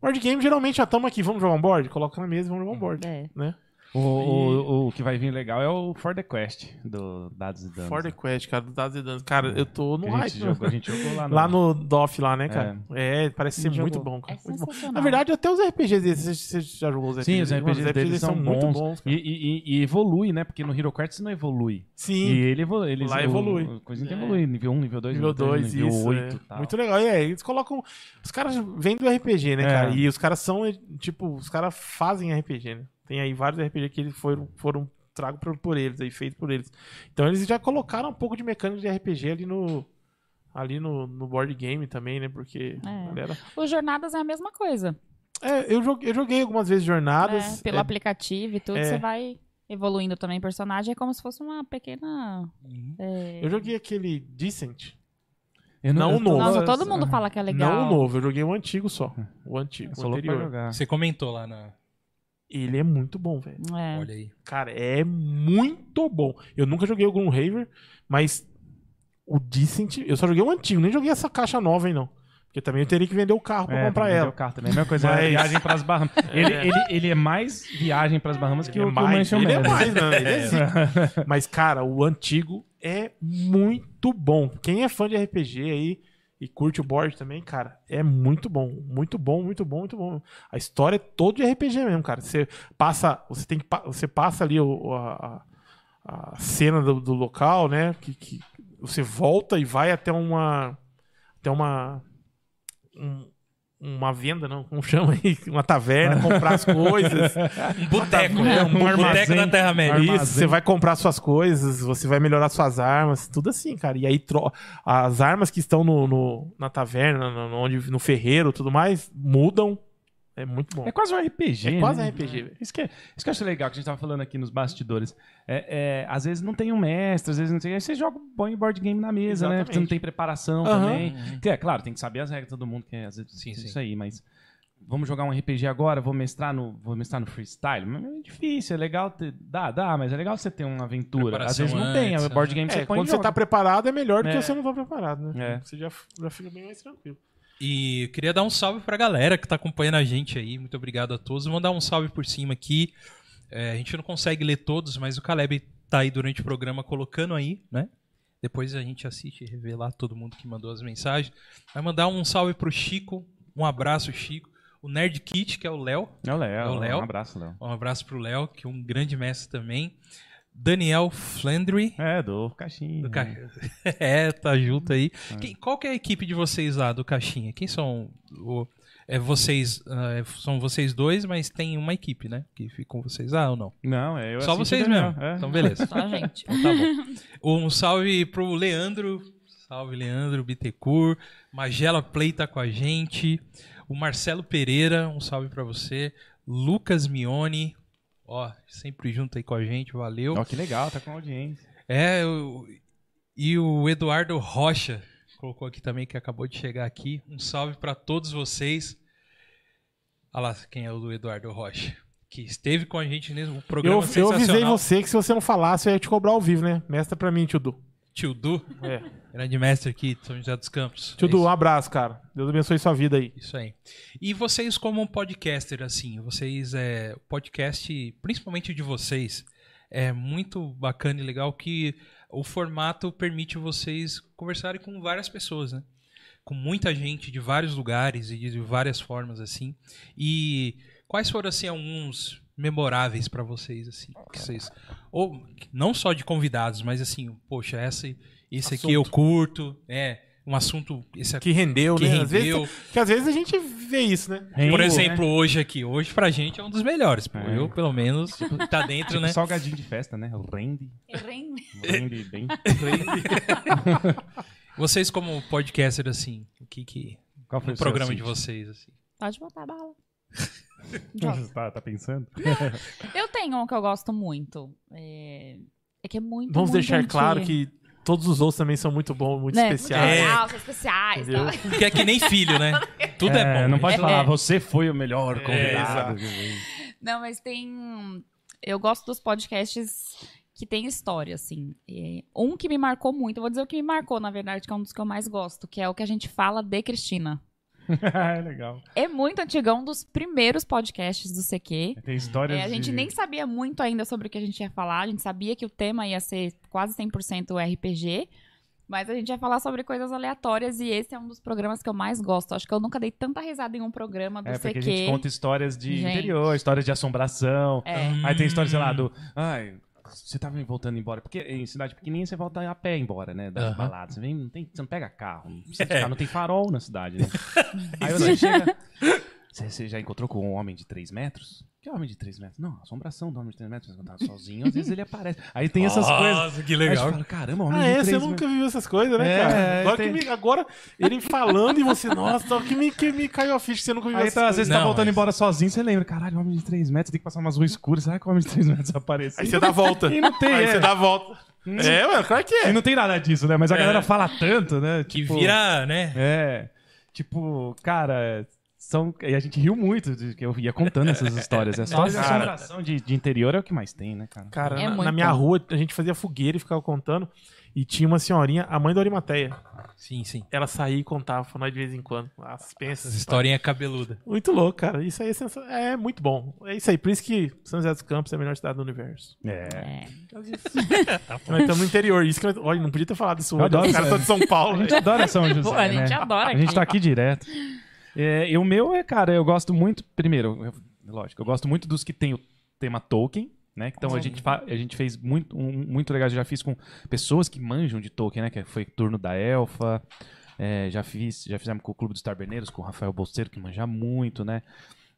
S2: board game geralmente já estamos aqui, vamos jogar um board, coloca na mesa, e vamos jogar um board,
S4: É.
S2: né?
S5: O, o, o que vai vir legal é o For the Quest do Dados e Danos.
S2: For the Quest, cara, do dados e danos. Cara, eu tô no
S5: que a
S2: hype.
S5: gente
S2: mano.
S5: jogou, a gente jogou lá no...
S2: Lá no DOF, lá, né, cara? É, parece ser
S5: Jogou.
S2: muito bom, cara.
S4: É
S2: Muito bom.
S4: sensacional.
S2: Na verdade, até os RPGs desses, você- você já jogou os RPGs?
S5: Sim, os
S2: Mano,
S5: RPGs deles são bons.
S2: cara.
S5: E, e- e- e evolui, né? Porque no Hero Quest você não evolui.
S2: Sim,
S5: E ele evolui. Eles,
S2: Lá
S5: o-
S2: evolui.
S5: o coisinha tem
S2: É.
S5: evolui. Nível 1, nível 2,
S2: nível 2,
S5: nível
S2: isso.
S5: 8
S2: é.
S5: e tal.
S2: Muito legal. E é, eles colocam. Os caras vêm do RPG, né,
S5: É.
S2: cara? E os caras são, é, tipo, os caras fazem RPG, né? Tem aí vários RPG que eles foram. foram trago por, por eles aí, feito por eles. Então eles já colocaram um pouco de mecânica de RPG ali no. Ali no, no board game também, né? Porque.
S4: É.
S2: a Galera...
S4: Os jornadas é a mesma coisa.
S2: É, eu joguei, eu joguei algumas vezes jornadas.
S4: É, pelo
S2: é,
S4: aplicativo e tudo,
S2: é.
S4: você vai evoluindo também o personagem. É como se fosse uma pequena.
S1: Uhum.
S4: é,
S2: Eu joguei aquele Decent.
S5: Eu
S2: Não o novo.
S4: Nossa, todo mundo fala que é legal.
S2: Não o novo, eu joguei o antigo só. O antigo,
S5: É, Eu
S2: o
S5: sou louco pra
S2: anterior.
S5: jogar.
S1: Você comentou lá na,
S2: Ele é muito bom, velho.
S4: É.
S1: olha aí.
S2: Cara, é muito bom. Eu nunca joguei o Gloomhaven, mas o Decent... Eu só joguei o antigo, nem joguei essa caixa nova, hein, não. Porque também eu teria que vender o carro pra
S5: É,
S2: comprar
S5: tem que
S2: ela.
S5: ter o carro também. A mesma coisa,
S2: Mas-
S5: é viagem pras Bahamas. Ele, ele, ele é mais viagem pras Bahamas que o,
S2: Ele é
S5: que o
S2: mais,
S5: Mansion
S2: ele é
S5: Man.
S2: mais, *laughs* né? Ele é zica. Mas, cara, o antigo é muito bom. Quem é fã de RPG aí e curte o board também, cara, é muito bom. Muito bom, muito bom, muito bom. A história é toda de RPG mesmo, cara. Você passa, você tem que, pa- você passa ali o- o- a, a- a cena do, do local, né? Que, que você volta e vai até uma até uma um- uma venda, não, como *laughs* chama aí? Uma taverna, comprar as coisas.
S1: Um boteco,
S2: É, um
S1: um boteco
S2: armazém.
S1: da Terra-média.
S2: É Isso, você vai comprar suas coisas, você vai melhorar suas armas, tudo assim, cara. E aí tro- as armas que estão no, no- na taverna, no, no onde, no ferreiro tudo mais, mudam. É muito bom.
S5: É quase um RPG.
S2: É quase
S5: né?
S2: um RPG, velho.
S5: Isso que, é- isso que eu acho legal que a gente tava falando aqui nos bastidores. É, é, às vezes não tem um mestre, às vezes não tem. Aí você joga um bom board game na mesa, né?
S2: Exatamente.
S5: Você não tem preparação
S2: Aham.
S5: também. Que É claro, tem que saber as regras todo mundo, que às vezes
S1: Sim,
S5: é
S1: sim.
S5: isso aí, mas. Vamos jogar um RPG agora, vou mestrar no, vou mestrar no freestyle. Mas é difícil, é legal ter. Dá, dá, mas é legal você ter uma aventura. Às
S1: Preparação
S5: vezes não tem, é
S1: antes, né?
S5: o board game
S2: É,
S5: que você põe
S2: quando
S5: e
S2: você
S5: joga.
S2: tá preparado é melhor do
S5: É.
S2: que você não tá preparado, né?
S5: É.
S2: Você já, já fica bem mais tranquilo.
S1: E eu queria dar um salve pra galera que tá acompanhando a gente aí. Muito obrigado a todos. Vou mandar um salve por cima aqui. É, a gente não consegue ler todos, mas o Caleb tá aí durante o programa colocando aí, né? Depois a gente assiste e revê lá todo mundo que mandou as mensagens. Vai mandar um salve pro Chico. Um abraço, Chico. O Nerd Kit, que é o Léo.
S5: É o
S1: É o
S5: Léo.
S1: Léo.
S5: Um abraço, Léo.
S1: Um abraço pro Léo, que é um grande mestre também. Daniel Flandry.
S5: É, do Caixinha.
S1: Do Ca... *laughs* é, tá junto aí. Quem- qual que é a equipe de vocês lá do Caixinha? Quem são o- é vocês? ah, é- são vocês dois, mas tem uma equipe, né? Que fica com vocês lá ou não?
S5: Não, é eu
S1: Só
S5: assisto o
S1: vocês
S5: Daniel,
S1: mesmo.
S5: é.
S1: Então beleza.
S4: *laughs* Só a gente.
S1: Então tá bom. Um salve pro Leandro. Salve Leandro Bittencourt. Magela Play tá com a gente. O Marcelo Pereira, um salve pra você. Lucas Mione, ó, sempre junto aí com a gente, valeu.
S5: Ó, que legal, tá com audiência.
S1: É, o- e o Eduardo Rocha colocou aqui também, que acabou de chegar aqui. Um salve para todos vocês. Olha lá quem é o do Eduardo Rocha. que esteve com a gente nesse
S2: Eu,
S1: programa
S2: eu avisei
S1: sensacional.
S2: você que se você não falasse, eu ia te cobrar ao vivo, né? Mestra pra mim, tio Du.
S1: Tio Du,
S2: É.
S1: grande mestre aqui de São José dos Campos.
S2: Tio
S1: É
S2: Du,
S1: isso.
S2: um abraço, cara. Deus abençoe sua vida aí.
S1: Isso aí. E vocês, como um podcaster, assim, vocês. É, o podcast, principalmente de vocês, é muito bacana e legal que o formato permite vocês conversarem com várias pessoas, né? Com muita gente de vários lugares e de várias formas, assim. E quais foram, assim, alguns memoráveis para vocês, assim? Que vocês, ou não só de convidados, mas assim, poxa, esse, esse aqui eu curto, é. Um assunto. Esse aqui
S2: Que rendeu,
S1: que
S2: né?
S1: rendeu.
S2: Às vezes, que às vezes a gente vê isso, né?
S1: Por exemplo, hoje aqui. Hoje pra gente é um dos melhores. pô.
S5: É.
S1: Eu, pelo menos, tá
S5: *laughs*
S1: dentro, né?
S5: Tipo Salgadinho de festa, né? Rende. Rende
S1: *laughs*
S5: bem.
S1: Vocês, como podcaster, assim, o que que.
S5: Qual
S1: O
S5: seu
S1: Um programa de
S5: sítio?
S1: vocês, assim.
S4: Pode botar
S2: *laughs*
S4: a bala. Joga.
S5: tá, tá pensando?
S4: eu tenho um que eu gosto muito. É, é que é muito.
S2: Vamos
S4: muito
S2: deixar
S4: antigo.
S2: claro que todos os outros também são muito bons, muito
S4: Né?
S2: especiais.
S5: É.
S4: Muito legal, são especiais.
S2: Entendeu?
S4: tal.
S1: Porque é que nem filho,
S5: *laughs*
S1: né? Tudo é, bom.
S5: Não
S1: né?
S5: pode
S4: É.
S5: falar, você foi o melhor convidado.
S2: exato.
S4: Não, mas tem. Eu gosto dos podcasts que tem história, assim. É, Um que me marcou muito, eu vou dizer o que me marcou, na verdade, que é um dos que eu mais gosto, que é o que a gente fala de Cristina.
S5: *laughs* é legal.
S4: É muito antigo, é um dos primeiros podcasts do CQ.
S5: Tem histórias.
S4: É, a gente
S5: de-
S4: nem sabia muito ainda sobre o que a gente ia falar. A gente sabia que o tema ia ser quase 100% RPG. Mas a gente ia falar sobre coisas aleatórias e esse é um dos programas que eu mais gosto. Acho que eu nunca dei tanta risada em um programa do
S5: É,
S4: CQ.
S5: porque a gente conta histórias de
S4: Gente.
S5: interior, histórias de assombração.
S4: É.
S1: Hum.
S5: Aí tem história, sei lá, do. Ai, você tava voltando embora. Porque em cidade pequenininha você volta a pé embora, né? Da
S1: Aham.
S5: balada. Você, vem, não tem, você não pega carro. Não, precisa de
S1: É.
S5: carro, não tem farol na cidade, né?
S2: *laughs*
S5: Aí você chega. Você, você já encontrou com um homem de 3 metros? Que homem de 3 metros? Não, assombração do homem de 3 metros. Quando tava sozinho, às vezes ele aparece. Aí tem essas
S1: Nossa,
S5: coisas.
S1: que
S5: Aí você
S1: Ah, legal.
S5: fala, caramba, homem
S2: Ah,
S5: de
S2: é?
S5: 3
S2: Você
S5: metros.
S2: nunca viu essas coisas, né,
S5: É,
S2: cara? Agora,
S5: tem-
S2: que me- agora ele falando e você, nossa, só que me, que me caiu a ficha que você nunca viu
S5: Aí
S2: essas
S5: tá, às
S2: coisas.
S5: vezes tá
S1: Não,
S5: voltando
S1: mas-
S5: embora sozinho, você lembra, caralho, homem de 3 metros, tem que passar umas ruas escuras, será que o homem de 3 metros aparece?
S1: tá
S2: Aí você dá a volta.
S5: *laughs* E não tem,
S2: Aí
S5: é. Hum.
S2: você dá a volta. É, mano, claro que é.
S5: E não tem nada disso, né? Mas a galera fala tanto, né?
S1: Que
S5: Tipo,
S1: vira, né?
S5: É. Tipo, cara, são. E a gente riu muito de que eu ia contando essas histórias. né? As histórias de
S2: Nossa, cara.
S5: assombração de, de interior é o que mais tem, né, cara?
S2: Cara,
S4: É
S2: na,
S4: muito
S2: na minha
S4: bom.
S2: rua a gente fazia fogueira e ficava contando. E tinha uma senhorinha, a mãe da Orimateia.
S1: Sim, sim.
S2: Ela saía e contava pra nós de vez em quando. As pensas.
S1: Essas historinhas cabeludas.
S2: Muito louco, cara. Isso aí é, sensa- é muito bom. É isso aí. Por isso que São José dos Campos é a melhor cidade do universo.
S5: É.
S2: Nós estamos no interior. Isso que nós... Olha, não podia ter falado isso né? Então,
S5: Eu
S2: hoje.
S5: adoro
S2: Os caras
S5: isso
S2: são de São Paulo.
S5: A gente
S2: velho.
S5: adora São José.
S4: Pô, a gente
S5: né?
S4: adora
S5: A gente
S4: aqui.
S5: tá aqui direto. É, e o meu é, cara, eu gosto muito. Primeiro, eu- lógico, eu gosto muito dos que tem o tema Tolkien. Né? Então a gente, fa- a gente fez muito, um- muito legal. Eu já fiz com pessoas que manjam de Tolkien, né? Que foi turno da Elfa. é, já, fiz, já fizemos com o Clube dos Tarberneiros, com o Rafael Bolseiro, que manja muito, né?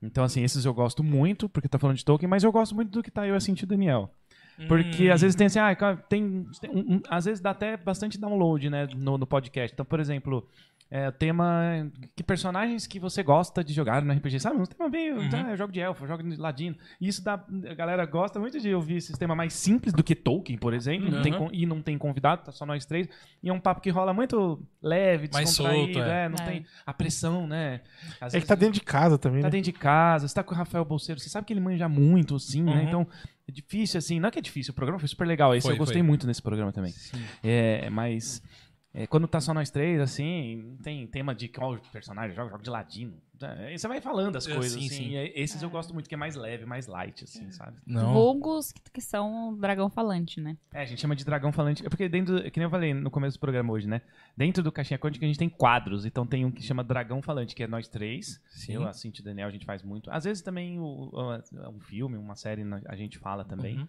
S5: Então, assim, esses eu gosto muito, porque tá falando de Tolkien, mas eu gosto muito do que tá eu e senti Daniel.
S1: Hum,
S5: Porque às vezes tem assim, ah, cara, tem, tem um- um- às vezes dá até bastante download, né, no, no podcast. Então, por exemplo, é, tema que personagens que você gosta de jogar no RPG, sabe? Um tema bem,
S1: Uhum.
S5: ah, eu jogo de elfo, eu jogo de ladino. E isso dá, a galera gosta muito de ouvir esse tema mais simples do que Tolkien, por exemplo, não tem
S1: Uhum.
S5: con- e não tem convidado, tá só nós três, e é um papo que rola muito leve,
S1: Mais
S5: descontraído,
S1: solto, é.
S5: é, não
S4: É.
S5: tem a pressão, né?
S2: É
S5: Às
S2: que
S5: vezes-
S2: tá dentro de casa também,
S5: Tá
S2: né?
S5: dentro de casa, você tá com o Rafael Bolseiro, você sabe que ele manja muito, assim,
S1: Uhum.
S5: né? Então, é difícil, assim. Não é que é difícil, o programa foi super legal. Esse
S1: Foi,
S5: eu gostei
S1: foi.
S5: muito nesse programa também.
S1: Sim.
S5: É, mas. é, quando tá só nós três, assim, não tem tema de qual personagem joga, joga de ladinho. É, e você vai falando as
S1: É,
S5: coisas,
S1: sim,
S5: assim.
S1: sim. É.
S5: e aí, esses eu gosto muito, que é mais leve, mais light, assim, sabe?
S1: Não.
S4: Vulgos que, que são o dragão falante, né?
S5: É, a gente chama de dragão falante. É porque dentro. do- Que nem eu falei no começo do programa hoje, né? Dentro do Caixinha Quântica a gente tem quadros. Então tem um que chama Dragão Falante, que é nós três.
S1: Sim.
S5: Eu, a Cintia e o Daniel, a gente faz muito. Às vezes também o- o- um filme, uma série, a gente fala também.
S1: Uhum.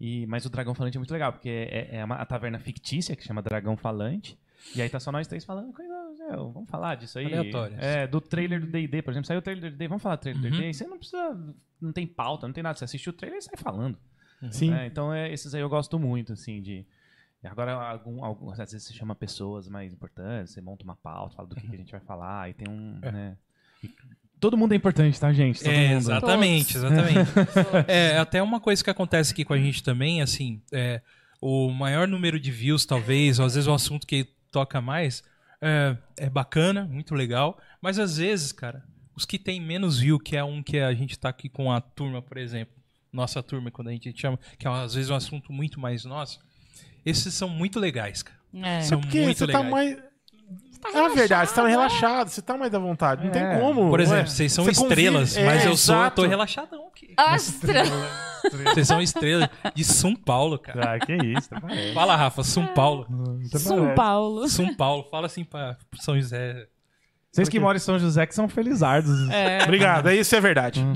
S5: E, mas o Dragão Falante é muito legal, porque é, é uma, a taverna fictícia que chama Dragão Falante. E aí tá só nós três falando coisa. é, vamos falar disso aí.
S1: Aleatórias.
S5: É, do trailer do DD, por exemplo. Saiu o trailer do DD, vamos falar do trailer do
S1: Uhum.
S5: DD. Você não precisa. Não tem pauta, não tem nada. Você assiste o trailer e sai falando.
S2: Sim.
S5: É, então é, esses aí eu gosto muito, assim, de. Agora, algum, algum- às vezes você chama pessoas mais importantes, você monta uma pauta, fala do que, que a gente vai falar, e tem um. né? E todo mundo é importante, tá, gente? Todo
S1: É,
S5: mundo.
S1: exatamente,
S4: Todos.
S5: *laughs*
S1: exatamente. é, até uma coisa que acontece aqui com a gente também, assim, é, o maior número de views, talvez, ou às vezes o assunto que toca mais, é, é bacana, muito legal, mas às vezes, cara, os que tem menos view, que é um que a gente tá aqui com a turma, por exemplo, nossa turma, quando a gente chama, que é às vezes um assunto muito mais nosso, esses são muito legais, cara.
S4: É.
S1: São
S2: Porque
S1: muito
S2: você
S1: legais.
S2: tá mais. é verdade, você tá
S5: né?
S2: relaxado, você tá mais à vontade. Não
S5: É.
S2: é? tem como.
S1: Por
S2: ué.
S1: exemplo, vocês são
S2: Você
S1: estrelas,
S2: convive-
S1: mas
S2: é,
S1: eu sou, eu
S2: exato.
S1: tô relaxadão aqui.
S4: Astra.
S1: Vocês são estrelas de São Paulo, cara.
S5: Ah, que isso, tá
S2: É.
S5: parece.
S1: Fala, Rafa, São Paulo.
S4: São Paulo.
S1: São Paulo, fala assim pra pro São José.
S5: Vocês que moram em São José que são felizardos.
S2: Obrigado, é isso é verdade.
S5: Hum.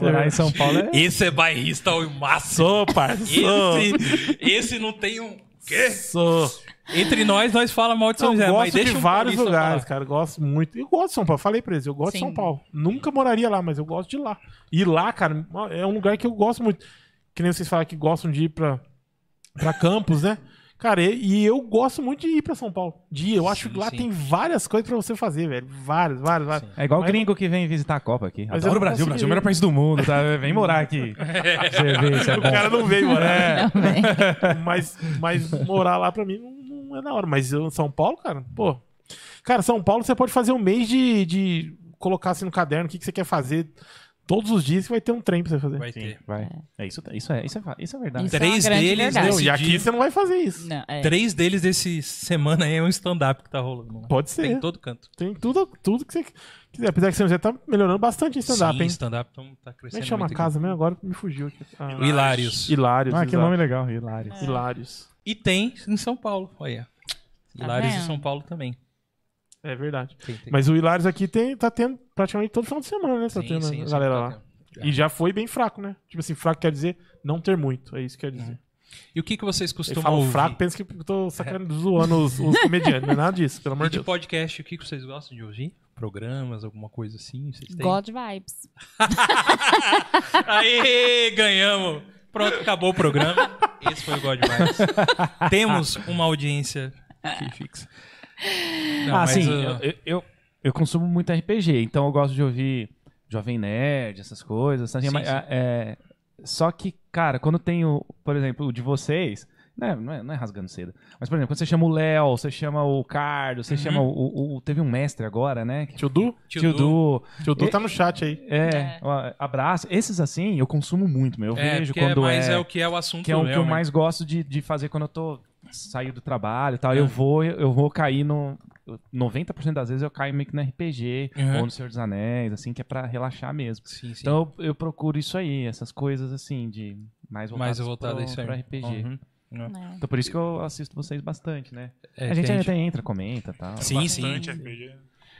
S5: Morar em São Paulo é.
S1: Esse é bairrista ao máximo.
S2: Sou,
S5: *laughs*
S2: parceiro.
S1: Esse, esse não tem um. Quê?
S2: Sou.
S1: Entre nós, nós fala mal de São
S2: Eu
S1: José, mas
S2: gosto
S1: deixa
S2: de
S1: um
S2: vários
S1: paulista
S2: lugares,
S1: falar.
S2: cara. eu Gosto muito. Eu gosto de São Paulo. Falei pra eles, eu gosto de
S4: Sim.
S2: São Paulo. Nunca moraria lá, mas eu gosto de lá. E lá, cara, é um lugar que eu gosto muito. Que nem vocês falam que gostam de ir pra, pra campos, né? Cara, e, e eu gosto muito de ir pra São Paulo. De ir. Eu
S1: Sim,
S2: acho que lá
S1: sim.
S2: tem várias coisas pra você fazer, velho. Várias, várias, várias.
S5: É igual
S2: Mas-
S5: gringo que vem visitar a Copa aqui.
S2: Mas eu
S5: Adoro
S2: não
S5: o Brasil, o Brasil é
S2: consegui.
S5: o melhor país do mundo, tá? Vem morar
S2: *laughs*
S5: aqui. Pra Você vê, isso é
S2: O
S5: bom.
S2: cara
S1: *laughs*
S2: não veio, né? mano.
S1: É.
S4: Não, véi.
S2: mas, mas morar lá pra mim não, não é da hora. Mas eu, São Paulo, cara, pô. Cara, São Paulo você pode fazer um mês de, de colocar assim no caderno o que, que você quer fazer. Todos os dias que vai ter um trem pra você fazer.
S1: Vai
S5: Sim,
S1: ter.
S5: vai. É, isso, isso, é, isso, é, fa- isso é verdade.
S4: Isso é uma
S1: Três
S4: grande
S1: deles,
S4: verdade.
S2: Não,
S1: nesse
S2: e aqui
S1: dia-
S2: você não vai fazer isso.
S4: Não, é.
S1: Três deles desse semana aí é um stand-up que tá rolando. lá.
S2: Pode ser.
S1: Tem
S2: Tem,
S1: em todo canto.
S2: tudo, tudo que você quiser. Apesar que você já tá melhorando bastante em stand-up,
S1: Sim,
S2: hein?
S1: stand-up então tá
S2: Como é
S1: crescendo
S2: que chama a
S1: muito.
S2: casa mesmo? Agora me fugiu aqui. Ah,
S1: O Hilários.
S2: Hilários.
S5: Ah, que
S2: exato.
S5: nome legal, hilário.
S2: Hilários.
S1: E tem em São Paulo, olha.
S4: Tá
S1: Hilários em
S4: vendo?
S1: São Paulo também.
S2: É verdade.
S1: Tem, tem.
S2: Mas o Hilários aqui tem, tá tendo praticamente todo final de semana, né? Tá
S1: Sim,
S2: tendo
S1: sim,
S2: a
S1: sim,
S2: galera
S1: tá
S2: lá.
S1: tendo.
S2: E já foi bem fraco, né? Tipo assim, fraco quer dizer não ter muito. É isso que quer dizer.
S1: E o que, que vocês
S2: Eles
S1: costumam
S2: falam
S1: ouvir?
S2: um fraco, pensa que eu tô sacando, zoando os, os comediantes. Não é nada disso, pelo
S1: E
S2: amor de
S1: de
S2: Deus.
S1: podcast, o que, que vocês gostam de ouvir? Programas, alguma coisa assim? Vocês têm?
S4: God vibes.
S1: Aê, ganhamos! Pronto, acabou o programa. Esse foi o God
S5: *laughs*
S1: Mais. Temos uma audiência que fixa. Não,
S5: ah,
S1: mas,
S5: sim.
S1: uh,
S5: Eu, eu, eu- eu consumo muito RPG, então eu gosto de ouvir Jovem Nerd, essas coisas. sabe?
S1: Sim,
S5: Mas,
S1: sim.
S5: ah, é, só que, cara, quando tem o, por exemplo, o de vocês. né, Não é, não é rasgando cedo. Mas, por exemplo, quando você chama o Léo, você chama o Cardo, você chama o, o- o- Teve um mestre agora, né? que-
S2: Tio Du?
S1: Tio
S5: Tio
S1: Du.
S5: Du.
S2: Tio Du tá no chat aí.
S5: É, ó, abraço. Esses assim eu consumo muito, meu. Eu
S1: É,
S5: vejo
S1: porque
S5: quando
S1: é, mas
S5: é,
S1: é, o que é o assunto
S5: que é o que eu
S1: realmente.
S5: mais gosto de, de fazer quando eu tô saio do trabalho e
S1: É.
S5: tal. Eu vou eu vou cair no 90% das vezes eu caio meio que no RPG
S1: Uhum.
S5: ou no Senhor dos Anéis, assim, que é pra relaxar mesmo.
S1: Sim, sim.
S5: Então eu, eu procuro isso aí, essas coisas assim de mais voltadas
S1: mais voltado
S5: pro,
S1: a isso aí.
S5: pro RPG.
S1: Uhum.
S4: né?
S5: Então por isso que eu assisto vocês bastante, né?
S1: É,
S5: a gente
S1: que a
S5: até
S1: gente-
S5: entra, comenta, e tal.
S1: Sim, sim.
S3: Bastante RPG.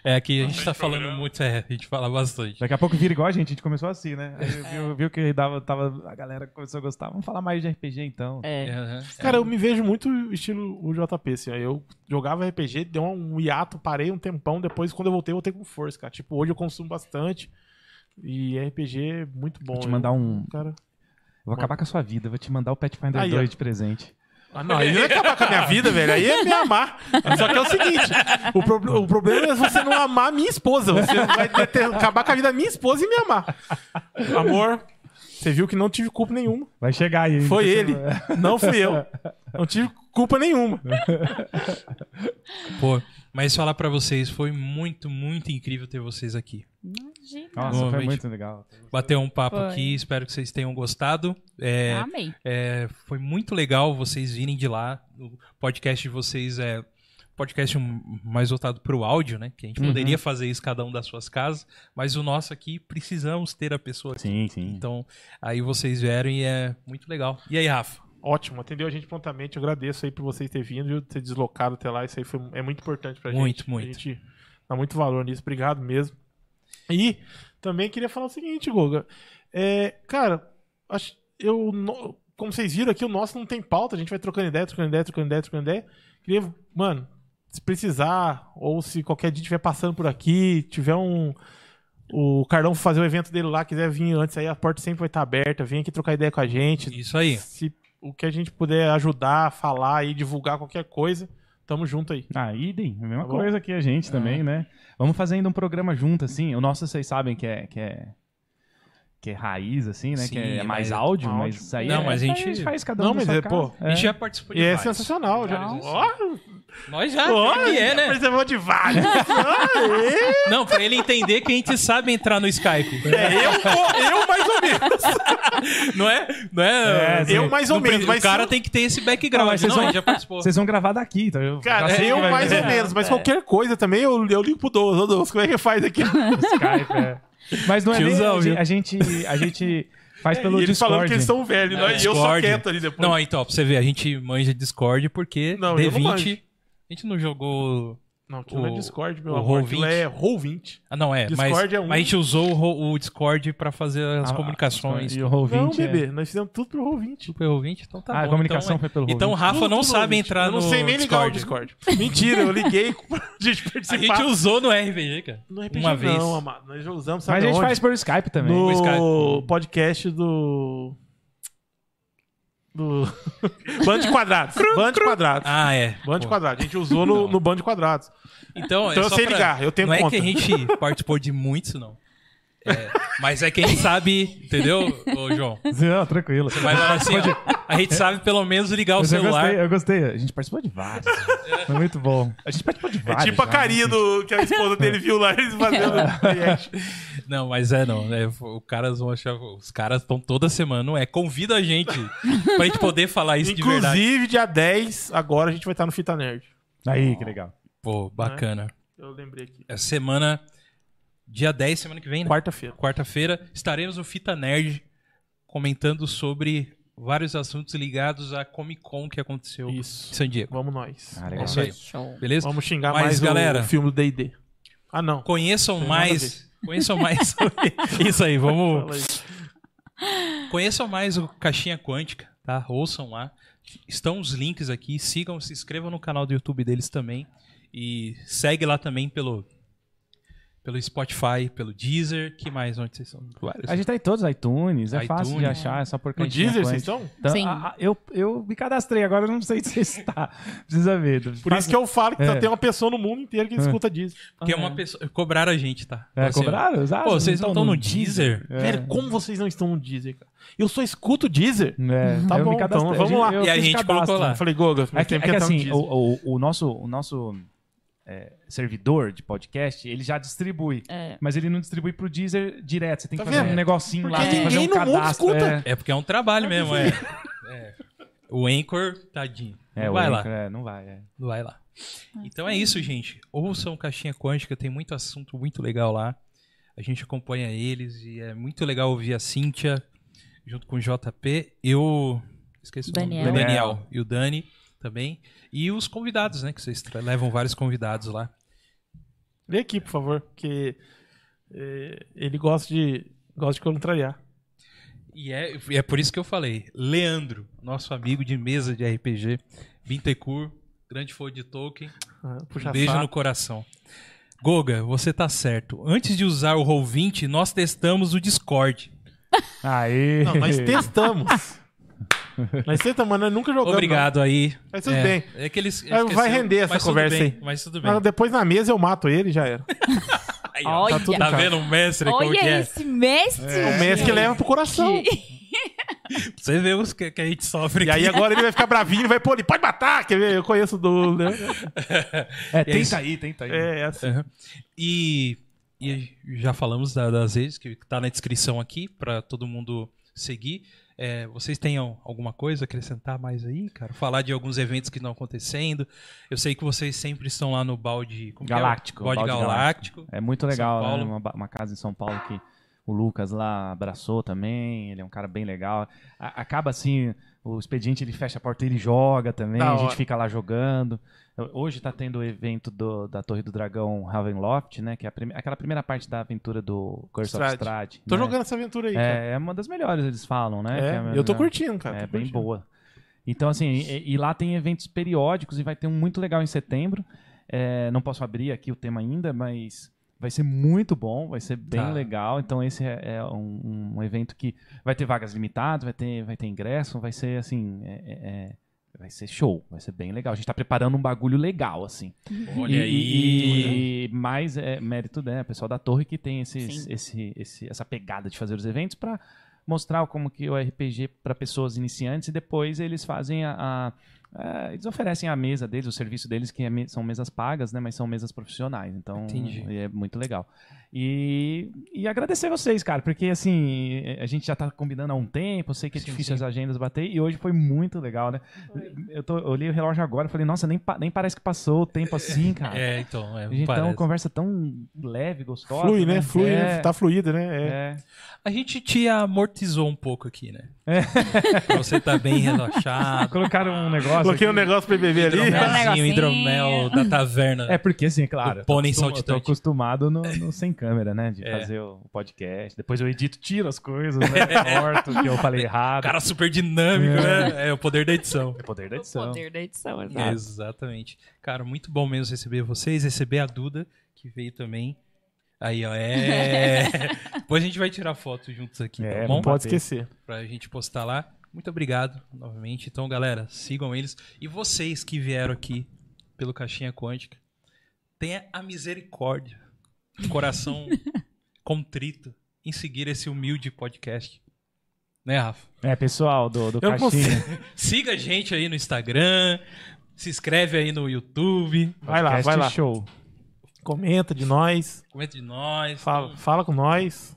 S1: É que a gente
S3: Bastante
S1: tá falando
S3: programa.
S1: muito, é, a gente fala bastante.
S5: Daqui a pouco vira igual a gente, a gente começou assim, né? Aí
S2: É.
S5: viu, viu que dava, tava, a galera começou a gostar, vamos falar mais de RPG então.
S4: É.
S1: É, uhum.
S2: Cara, eu me vejo muito estilo o JP, assim. ó. Eu jogava RPG, deu um hiato, parei um tempão. Depois, quando eu voltei, eu voltei com força, cara. Tipo, hoje eu consumo bastante. E RPG é muito bom.
S5: Vou te mandar um.
S2: Eu, cara...
S5: Vou acabar com a sua vida, vou te mandar o Pathfinder
S2: Aí, ó.
S5: 2 de presente.
S2: Ah, não, aí ia acabar com a minha vida, velho. Aí ia me amar. Só que é o seguinte: o, pro- o problema é você não amar minha esposa. Você vai ter- ter- acabar com a vida da minha esposa e me amar. Amor, você viu que não tive culpa nenhuma.
S5: Vai chegar aí. hein?
S2: Foi
S5: Você-
S2: ele, não fui eu. Não tive culpa nenhuma.
S1: Pô, mas falar pra vocês, foi muito, muito incrível ter vocês aqui.
S4: Imagina.
S5: Nossa, foi
S1: Novamente.
S5: muito legal.
S1: Bater um papo
S4: Foi.
S1: aqui, espero que vocês tenham gostado. É,
S4: Amei.
S1: É, foi muito legal vocês virem de lá. O podcast de vocês é podcast um- mais voltado para o áudio, né? Que a gente
S2: Uhum.
S1: poderia fazer isso cada um das suas casas, mas o nosso aqui precisamos ter a pessoa. aqui.
S5: Sim, sim.
S1: Então, aí vocês vieram e é muito legal. E aí, Rafa?
S2: Ótimo, atendeu a gente prontamente. Eu agradeço aí por vocês terem vindo, viu, ter deslocado até lá. Isso aí foi, é muito importante pra
S1: Muito,
S2: gente.
S1: muito.
S2: A gente dá muito valor nisso. Obrigado mesmo. E também queria falar o seguinte, Goga. É, cara, acho- eu, no- como vocês viram aqui, o nosso não tem pauta. A gente vai trocando ideia, trocando ideia, trocando ideia, trocando ideia. Queria, mano, se precisar, ou se qualquer dia estiver passando por aqui, tiver um. O Carlão fazer o evento dele lá, quiser vir antes aí, a porta sempre vai estar aberta. Vem aqui trocar ideia com a gente.
S1: Isso aí.
S2: Se o que a gente puder ajudar, falar e divulgar qualquer coisa, tamo junto aí.
S5: Ah, idem. A mesma
S2: Tá bom?
S5: coisa que a gente também, né? Vamos fazer ainda um programa junto, assim. O nosso vocês sabem que é. Que é... Que é raiz, assim, né?
S1: Sim,
S5: que é,
S1: é
S5: mais
S1: mais-
S5: áudio,
S2: áudio.
S5: mas isso aí
S1: Não,
S5: é-
S1: mas a gente-
S5: faz cada um.
S2: Não,
S5: na
S2: mas
S5: sua
S2: é, pô,
S5: casa.
S1: A gente já participou
S2: E
S1: de
S2: é
S1: vários.
S2: sensacional. Já.
S1: Vários,
S2: Ó,
S1: Nós já,
S2: Olha,
S1: pior que é, né?
S2: Percebeu de *laughs* vários.
S1: Não, pra ele entender que a gente sabe entrar no Skype.
S2: É, eu, eu mais ou menos.
S1: Não é? Não é,
S5: É, eu
S2: mais ou
S1: não pre-
S2: menos, mas
S1: o cara
S2: se-
S1: tem que ter esse
S5: Não,
S1: background.
S5: mas
S1: Não,
S5: vocês vão-
S1: ele já participou.
S5: Vocês vão gravar daqui, tá? Eu,
S2: Cara,
S5: já sei
S2: eu
S5: que vai
S2: mais
S5: virar
S2: ou menos, mas qualquer coisa também eu, eu ligo pro Douglas. Ô, Douglas, como é que faz aqui?
S5: Skype, é. Mas não é
S1: Tiozão,
S5: nem,
S1: viu?
S5: a gente, a gente faz pelo
S2: e eles
S5: Discord.
S2: falando que eles são velhos, né? e eu só
S1: Discord.
S2: quieto ali depois.
S1: Não, então, pra você ver, a gente manja Discord porque
S2: Não, eu não
S1: D20.
S2: manjo.
S1: a gente não jogou.
S2: Não, aquilo não é
S1: O-
S2: Discord, meu
S1: o
S2: amor.
S1: Roll20.
S2: Aquilo é Roll20.
S1: Ah, não, é. mas,
S2: Discord é um.
S1: mas a gente usou o, ro- o Discord pra fazer as
S5: Ah,
S1: comunicações.
S5: E o Roll20,
S2: Não,
S5: é.
S2: bebê, nós fizemos tudo pro Roll20.
S1: Super ouvinte, então tá
S5: Ah,
S1: bom.
S5: a comunicação
S1: então,
S5: foi pelo
S1: é- então o
S5: Roll20.
S1: Rafa
S2: Tudo
S1: não
S2: pro
S1: sabe
S2: Roll20.
S1: entrar
S2: eu
S1: no
S2: não sei nem ligar o Discord. Mentira, eu liguei *laughs* pra gente
S1: A
S2: participar.
S1: gente usou no RPG, cara.
S2: Não é RPG
S1: uma
S2: não,
S1: vez.
S2: amado. Nós já usamos, sabe
S5: Mas a gente
S2: onde?
S5: faz pelo Skype também.
S1: o
S2: no
S1: Skype.
S2: podcast do... Do... *laughs* Bando de Quadrados. Bando de Quadrados.
S1: Ah, é.
S2: Bando de
S1: Pô.
S2: Quadrados. A gente usou no, no Bando de Quadrados.
S1: Então,
S2: Então
S1: é
S2: eu
S1: só
S2: sei
S1: pra-
S2: ligar, eu tenho
S1: Não
S2: conta.
S1: é que a
S2: *laughs*
S1: gente participou de muitos, não. É, mas é que a gente sabe, entendeu, ô, João?
S5: *laughs* Não, tranquilo.
S1: Mas assim, ó, a gente sabe pelo menos ligar o
S5: Mas eu
S1: celular.
S5: gostei, eu gostei. A gente participou de vários. Foi muito bom. A gente participou de
S2: É
S5: vários.
S2: tipo a
S5: já,
S2: carinha
S5: né?
S2: do, que a esposa dele viu lá,
S1: *laughs*
S2: eles fazendo um react.
S1: Não, mas é não. né? o caras vão achar. Os caras estão toda semana, não é? Convida a
S2: *laughs*
S1: gente pra gente poder falar isso de verdade.
S2: Inclusive, dia 10, agora a gente vai estar no Fita Nerd.
S5: Aí, que legal.
S2: né?
S1: Pô, bacana.
S2: Eu lembrei aqui.
S1: É semana. Dia 10, semana que vem, né?
S2: Quarta-feira.
S1: Quarta-feira, estaremos no Fita Nerd comentando sobre vários assuntos ligados à Comic Con que aconteceu
S2: Isso.
S1: em San Diego.
S2: Vamos nós.
S5: Ah,
S1: É
S5: legal.
S1: isso aí.
S4: Show.
S1: Beleza?
S2: Vamos xingar
S1: Mas,
S2: mais
S1: galera-
S2: o filme do D&D. Ah, não.
S1: Conheçam
S2: Tem nada
S1: mais. Conheçam
S2: *laughs*
S1: mais. sobre- isso aí, vamos.
S2: Fala aí.
S1: Conheçam mais o Caixinha Quântica, tá? Ouçam lá. Estão os links aqui. Sigam, se inscrevam no canal do YouTube deles também. E segue lá também pelo, pelo Spotify, pelo Deezer. Que mais? Onde vocês são? Vários.
S5: A gente tá em todos, iTunes. É fácil de
S1: iTunes.
S5: achar, é só por
S2: No Deezer, vocês estão?
S4: Sim.
S5: Então, eu, eu me cadastrei, agora eu não sei se está. Precisa ver.
S2: Por isso que eu falo que
S5: É.
S2: tem uma pessoa no mundo inteiro que escuta Deezer.
S1: Porque
S5: tá,
S1: é
S5: né?
S1: uma pessoa. Cobraram a gente, tá?
S5: É,
S1: Assim,
S5: cobraram? Ah,
S1: Pô, vocês não estão no Deezer?
S5: É.
S2: Velho, como vocês não estão no Deezer, cara? Eu só escuto Deezer.
S5: É,
S2: Tá
S5: eu me
S2: bom, então,
S5: cadastrei.
S2: vamos lá.
S5: Eu
S1: E a
S5: fiz
S1: gente
S5: cadastro.
S1: colocou lá.
S2: Eu falei, Goga,
S5: É
S2: mas tem
S5: que, é
S2: que
S5: que
S2: entrar no
S5: assim,
S2: Deezer.
S5: o, o- o nosso, o nosso é, servidor de podcast, ele já distribui.
S4: É.
S5: Mas ele não distribui pro Deezer direto. Você tem que
S2: Tá
S5: fazer
S2: vendo?
S5: um negocinho
S2: Porque
S5: lá, tem que fazer
S2: ninguém
S5: um
S2: no mundo
S5: cadastro.
S2: escuta.
S5: É,
S1: É porque é um trabalho mesmo, é. É. O Anchor, tadinho.
S5: É,
S1: Não
S5: o
S1: vai lá.
S5: Anchor, é, não vai. é.
S1: Vai lá. Então é isso, gente. Ouçam Caixinha Quântica, tem muito assunto muito legal lá. A gente acompanha eles e é muito legal ouvir a Cíntia junto com o JP. Eu esqueci o
S4: Daniel.
S1: nome. do Daniel e o Dani também. E os convidados, né? Que vocês tra- levam vários convidados lá.
S2: Vem aqui, por favor, porque é, ele gosta de, gosta de contrariar.
S1: E é, e é por isso que eu falei. Leandro, nosso amigo de mesa de RPG, Bintecur, grande fã de Tolkien.
S2: Ah,
S1: Um
S2: Puxa
S1: beijo
S2: saco.
S1: no coração. Goga, você tá certo. Antes de usar o Roll20, nós testamos o Discord.
S5: Aê!
S2: Não,
S5: *laughs*
S2: nós testamos. nós testamos, mas nós nunca jogamos. não.
S1: Obrigado aí.
S2: Mas tudo
S1: É,
S2: bem.
S1: É que eles,
S2: Vai- vai render essa
S1: mas tudo
S2: conversa
S1: bem,
S2: aí.
S1: Mas tudo bem.
S2: Mas depois na mesa eu mato ele e já era.
S1: Aí, ó,
S4: Olha.
S1: tá, tudo- tá vendo o mestre como que
S4: Olha
S1: é?
S4: esse mestre!
S2: O Messi que
S1: um
S2: leva pro *laughs* coração.
S1: Você vê os que, que a gente sofre
S2: E aí
S1: aqui.
S2: agora ele vai ficar bravinho, vai, pô, ele pode matar, quer ver? Eu conheço do... né?
S5: É,
S1: é isso.
S5: tenta aí, tenta aí.
S2: É, é assim.
S1: Aham. E, e já falamos da- das redes que tá na descrição aqui pra todo mundo seguir. É, vocês tenham alguma coisa a acrescentar mais aí, cara? Falar de alguns eventos que estão acontecendo. Eu sei que vocês sempre estão lá no balde como que é?
S5: Galáctico,
S1: Balde,
S5: balde
S1: galáctico.
S5: É muito legal,
S1: São
S5: né?
S1: Paulo.
S5: Uma, ba- uma casa em São Paulo que o Lucas lá abraçou também. Ele é um cara bem legal. A- acaba assim, o expediente ele fecha a porta e ele joga também.
S2: Da
S5: a gente
S2: hora.
S5: fica lá jogando. Eu- Hoje tá tendo o evento do- da Torre do Dragão Ravenloft, né? Que é a prime- aquela primeira parte da aventura do Curse of
S2: Strahd.
S5: Strahd.
S2: Tô
S5: né?
S2: jogando essa aventura aí, cara.
S5: É, é uma das melhores, eles falam, né?
S2: É,
S5: Que a-
S2: eu tô
S5: né?
S2: curtindo, cara.
S5: É
S2: Tá, tô
S5: bem
S2: curtindo.
S5: boa. Então, assim, e, e lá tem eventos periódicos e vai ter um muito legal em setembro. É, não posso abrir aqui o tema ainda, mas vai ser muito bom, vai ser bem
S1: Tá.
S5: legal. Então, esse é, é um, um evento que vai ter vagas limitadas, vai ter, vai ter ingresso, vai ser assim. é- é- é- vai ser show, vai ser bem legal. A gente tá preparando um bagulho legal, assim.
S1: Olha
S5: E-
S1: aí.
S5: E, e mais é mérito, né, pessoal da Torre que tem esses,
S4: Sim.
S5: esse, esse, essa pegada de fazer os eventos pra mostrar como que o RPG pra pessoas iniciantes e depois eles fazem a, a- É, eles oferecem a mesa deles, o serviço deles, que é me- são mesas pagas, né? Mas são mesas profissionais. Então,
S1: Entendi.
S5: é muito legal. E, e agradecer vocês, cara, porque assim, a gente já tá combinando há um tempo, eu sei que é
S1: Sim,
S5: difícil
S1: sim.
S5: as agendas bater, e hoje foi muito legal, né? Eu, tô, eu olhei o relógio agora e falei, nossa, nem, pa- nem parece que passou o tempo assim, cara.
S1: É, então, é,
S5: Então,
S1: parece.
S5: conversa tão leve, gostosa.
S2: Flui, né? Flui,
S5: É,
S2: né? tá fluido, né? É.
S5: é.
S1: A gente te amortizou um pouco aqui, né? pra você estar bem
S5: *laughs*
S1: relaxado.
S5: Colocaram um
S2: *laughs*
S5: negócio.
S2: Coloquei um
S5: aqui.
S2: negócio pra beber ali.
S4: É
S5: Então,
S4: um
S5: né?
S1: Hidromelzinho,
S4: negocinho.
S1: hidromel da taverna.
S5: É porque, assim, claro.
S1: O
S5: eu tô
S1: pônei
S5: acostum-
S1: saltitante.
S5: Eu tô acostumado no, no sem câmera, né? De
S1: É.
S5: fazer o podcast. Depois eu edito, tiro as coisas, né? Corto o que eu falei
S1: O
S5: errado.
S1: cara super dinâmico, né? É o poder da edição.
S5: é poder da
S4: O
S5: edição.
S4: poder da edição,
S1: É,
S4: exato.
S1: Exatamente. Cara, muito bom mesmo receber vocês, receber a Duda, que veio também. Aí, ó, é. Depois a gente vai tirar foto juntos aqui,
S5: É,
S1: tá bom?
S2: Não pode esquecer.
S1: Pra gente postar lá. Muito obrigado, novamente. Então, galera, sigam eles. E vocês que vieram aqui pelo Caixinha Quântica, tenha a misericórdia, o coração contrito em seguir esse humilde podcast. Né, Rafa?
S5: É, pessoal do, do
S2: Eu
S5: Caixinha.
S1: Siga a gente aí no Instagram, se inscreve aí no YouTube,
S2: Vai lá,
S5: Podcast
S2: vai lá.
S5: Show.
S2: Comenta de nós,
S1: comenta de nós.
S2: fala, fala com
S5: *laughs*
S2: nós.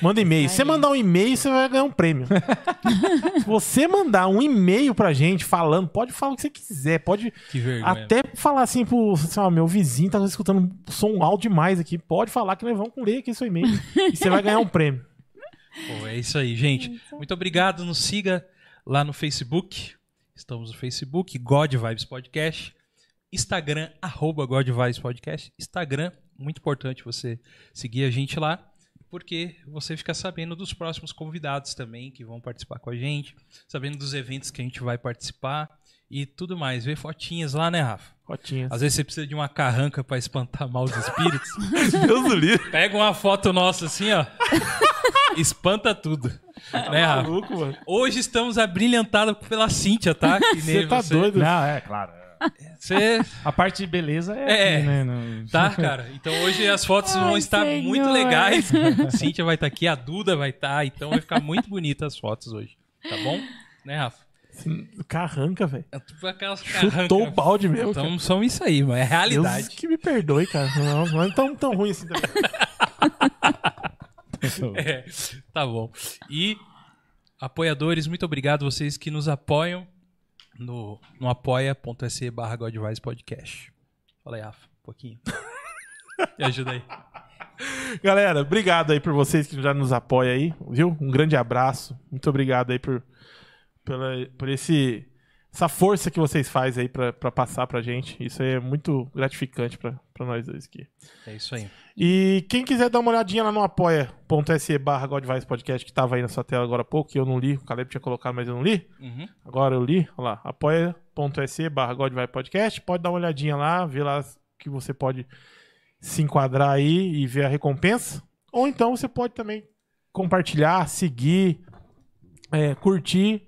S2: Manda e-mail. Se você
S4: Aí.
S2: mandar um e-mail, você vai ganhar um
S5: *laughs*
S2: prêmio. Se você mandar um e-mail pra gente falando, pode falar o que você quiser. Pode
S1: Que vergonha.
S2: até falar assim pro sei lá, meu vizinho, tá escutando um som alto demais aqui. Pode falar que nós vamos ler aqui seu e-mail. e você vai ganhar um prêmio.
S1: Pô, é isso aí, gente. Muito obrigado. Nos siga lá no Facebook. Estamos no Facebook, God Vibes Podcast. Instagram, arroba God Vibes Podcast. Instagram, muito importante você seguir a gente lá, porque você fica sabendo dos próximos convidados também que vão participar com a gente, sabendo dos eventos que a gente vai participar e tudo mais. Vê fotinhas lá, né, Rafa?
S2: Cotinha.
S1: Às vezes você precisa de uma carranca pra espantar maus espíritos.
S2: *laughs* Deus do livro.
S1: Pega uma foto nossa assim,
S2: *laughs*
S1: ó. Espanta tudo. né, Rafa?
S2: Tá Maluco, mano.
S1: Hoje estamos abrilhantados pela Cíntia, tá? Que
S2: Você
S1: nem
S2: tá doido.
S5: Não, é, claro.
S1: Você,
S5: A parte de beleza
S1: É.
S5: é. aqui, né? No-
S1: tá, cara? Então hoje as fotos vão
S4: Ai,
S1: estar
S4: senhor.
S1: muito legais. Cíntia vai estar aqui, a Duda vai estar, então vai ficar muito bonita as fotos hoje. Tá bom? Né, Rafa?
S2: Carranca, velho.
S1: É tipo aquelas
S2: Chutou o
S1: carrancas.
S2: balde mesmo. cara.
S1: Então são isso aí, mano. É realidade.
S2: Deus que me perdoe, cara. Não, não é tão, tão ruim assim também. *laughs*
S1: *laughs* É, tá bom. E apoiadores, muito obrigado vocês que nos apoiam no, no apoia.se barra Godvice Podcast. Fala aí, Rafa, um
S2: *laughs*
S1: pouquinho. Me ajuda aí.
S2: Galera, obrigado aí por vocês que já nos apoiam aí, viu? Um grande abraço. Muito obrigado aí por, pela, por esse, essa força que vocês fazem aí pra, pra passar pra gente. Isso aí é muito gratificante pra, pra nós dois aqui.
S1: É isso aí.
S2: E quem quiser dar uma olhadinha lá no apoia.se barra Godvice Podcast, que tava aí na sua tela agora há pouco, que eu não li, o Caleb tinha colocado, mas eu não li.
S1: Uhum.
S2: Agora eu li, olha lá, apoia.se barra God Vai Podcast, pode dar uma olhadinha lá, ver lá que você pode se enquadrar aí e ver a recompensa. Ou então você pode também compartilhar, seguir, é, curtir,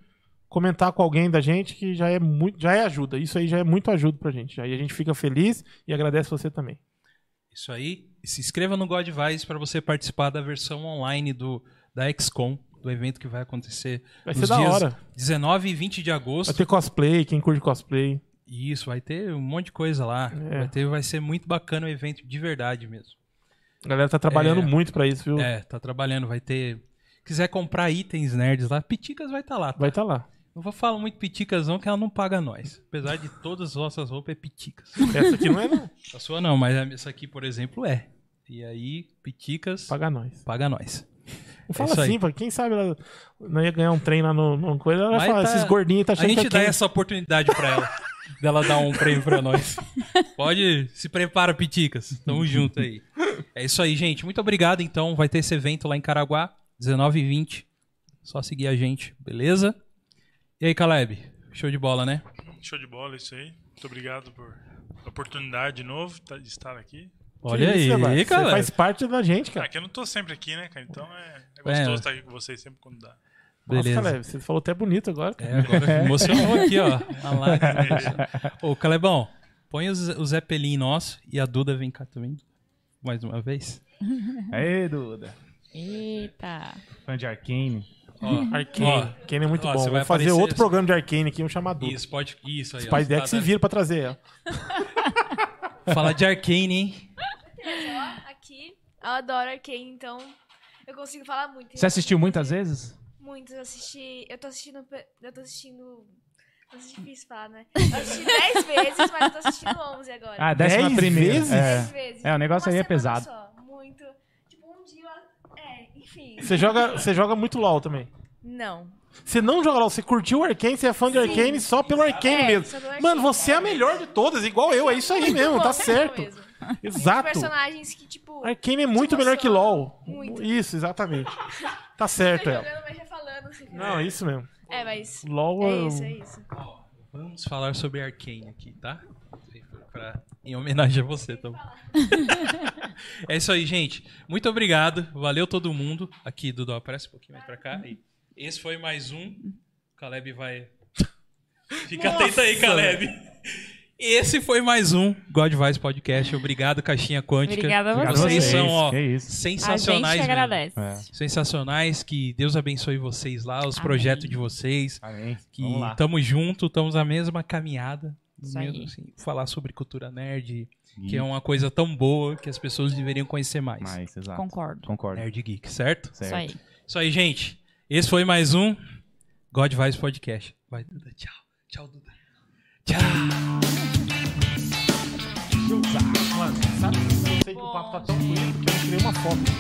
S2: comentar com alguém da gente, que já é muito, já é ajuda. Isso aí já é muito ajuda pra gente. Aí a gente fica feliz e agradece você também.
S1: Isso aí. E Se inscreva no Godvice para você participar da versão online do da XCOM, do evento que vai acontecer
S2: Vai
S1: Nos
S2: ser da
S1: dias-
S2: hora.
S1: 19 e 20 de agosto.
S2: Vai ter cosplay, quem curte cosplay.
S1: Isso, vai ter um monte de coisa lá.
S2: É.
S1: Vai, ter, vai ser muito bacana o evento de verdade mesmo.
S2: A galera tá trabalhando
S1: É.
S2: muito pra isso, viu?
S1: É, tá trabalhando, vai ter. Quiser comprar itens nerds lá, Piticas vai estar lá.
S2: Vai estar tá lá.
S1: Não vou falar muito Piticas, não, que ela não paga nós. Apesar de todas as nossas roupas é Piticas.
S2: Essa aqui não é não.
S1: A sua não, mas essa aqui, por exemplo, é. E aí, Piticas paga,
S2: Paga nós.
S1: nós.
S2: Não fala
S1: É isso aí.
S2: assim, pô. quem sabe ela não ia ganhar um trem lá no, no coisa, ela
S1: Mas
S2: vai falar,
S1: tá-
S2: esses gordinhos tá
S1: A
S2: achando que
S1: gente
S2: é
S1: dá
S2: quem?"
S1: essa oportunidade pra
S2: *laughs*
S1: ela, dela dar um prêmio pra nós. Pode, se prepara, Piticas. Tamo junto aí. É isso aí, gente. Muito obrigado, então. Vai ter esse evento lá em Caraguá, 19 e 20. Só seguir a gente, beleza? E aí, Caleb? Show de bola, né?
S3: Show de bola isso aí. Muito obrigado por a oportunidade de novo tá- de estar aqui.
S1: Olha
S2: Que isso,
S1: aí,
S2: Lebar,
S1: cara.
S2: Você faz parte da gente,
S3: Ah,
S2: cara.
S3: que eu não tô sempre aqui, né, cara? Então é, é gostoso
S1: É.
S3: estar aqui com vocês sempre quando dá.
S1: Beleza.
S2: Nossa, Caleb, você falou até bonito agora. cara.
S1: É, agora emocionou aqui, ó.
S2: *laughs*
S1: A lágrima emocionou. Ô, Calebão, põe o Zé o Zé Pelim nosso e a Duda vem cá também. Mais uma vez.
S5: Aê, É, Duda.
S4: Eita.
S5: Fã de Arcane.
S1: Ó,
S2: *laughs* Arcane.
S1: ó,
S2: Arcane é muito
S1: ó,
S2: bom.
S1: você
S2: Vou
S1: vai
S2: fazer
S1: aparecer-
S2: outro programa de Arcane aqui, um chamador.
S1: Isso, pode. Isso aí.
S2: Os
S1: ó,
S2: pais dela
S1: tá
S2: que se
S1: dando-
S2: viram pra trazer ela.
S1: Falar de Arcane, hein?
S6: aqui. Eu adoro Arcane, então eu consigo falar muito.
S5: Você assistiu muitas vezes?
S6: Muitos. Eu assisti. Eu tô assistindo. pe- Eu tô assistindo. Nossa, é difícil falar, né? Eu assisti
S5: *laughs*
S6: 10 vezes, mas eu tô assistindo 11 agora.
S5: Ah, décima
S2: Dez
S5: primeira.
S2: vezes?
S5: É.
S6: 10 vezes.
S5: É, o negócio
S6: Uma
S5: aí é
S6: semana
S5: pesado.
S6: Só. Muito. Tipo, um dia. eu- É, enfim.
S2: Você joga, você joga muito LOL também.
S6: Não.
S2: Você não joga LOL, você curtiu o Arcane, você é fã de Arcane só pelo Arcane
S6: É,
S2: mesmo.
S6: só pelo Arcane.
S2: Mano, você é a melhor de todas, igual eu, é isso aí mesmo,
S6: Bom,
S2: tá
S6: é
S2: certo.
S6: mesmo.
S2: Exato.
S6: Personagens que, tipo.
S2: Arcane é muito
S6: Te
S2: melhor que LOL.
S6: muito.
S2: Isso, exatamente. Tá
S6: *laughs*
S2: certo,
S6: Tá
S2: ela.
S6: jogando, mas já falando. assim.
S2: Não, é isso mesmo.
S6: É, mas.
S2: LOL
S6: É isso,
S2: eu-
S6: é isso.
S1: Vamos falar sobre Arcane aqui, tá? Pra- Em homenagem a você, tá bom? é isso aí, gente. Muito obrigado. Valeu todo mundo. Aqui, Dudu, aparece um pouquinho mais pra cá. Aí. Esse foi mais um. Caleb vai. *laughs* Fica atento aí, Caleb. Esse foi mais um God Vice Podcast. Obrigado, Caixinha Quântica.
S4: Obrigada a
S1: Obrigado
S4: vocês.
S1: são, ó,
S5: Que isso.
S4: A
S1: sensacionais.
S4: gente que
S1: mesmo. É.
S4: agradece.
S1: Sensacionais. Que Deus abençoe vocês lá, os
S4: Amém.
S1: projetos de vocês
S5: Amém.
S1: que
S5: Vamos lá.
S1: estamos junto, estamos na mesma caminhada,
S4: Isso
S1: mesmo
S4: aí.
S1: assim, falar sobre cultura nerd, que é
S5: um
S1: uma coisa tão boa que as pessoas deveriam conhecer mais.
S5: Mais, exato.
S4: Concordo.
S5: Concordo.
S1: Nerd Geek, certo?
S5: Certo.
S4: Isso aí.
S1: Isso aí, gente. Esse foi mais um God Vibes Podcast. Vai, Duda, tchau. Tchau, Duda. Tchau.
S2: Mano, sabe que eu sei que o papo tá tão bonito que eu tirei uma foto.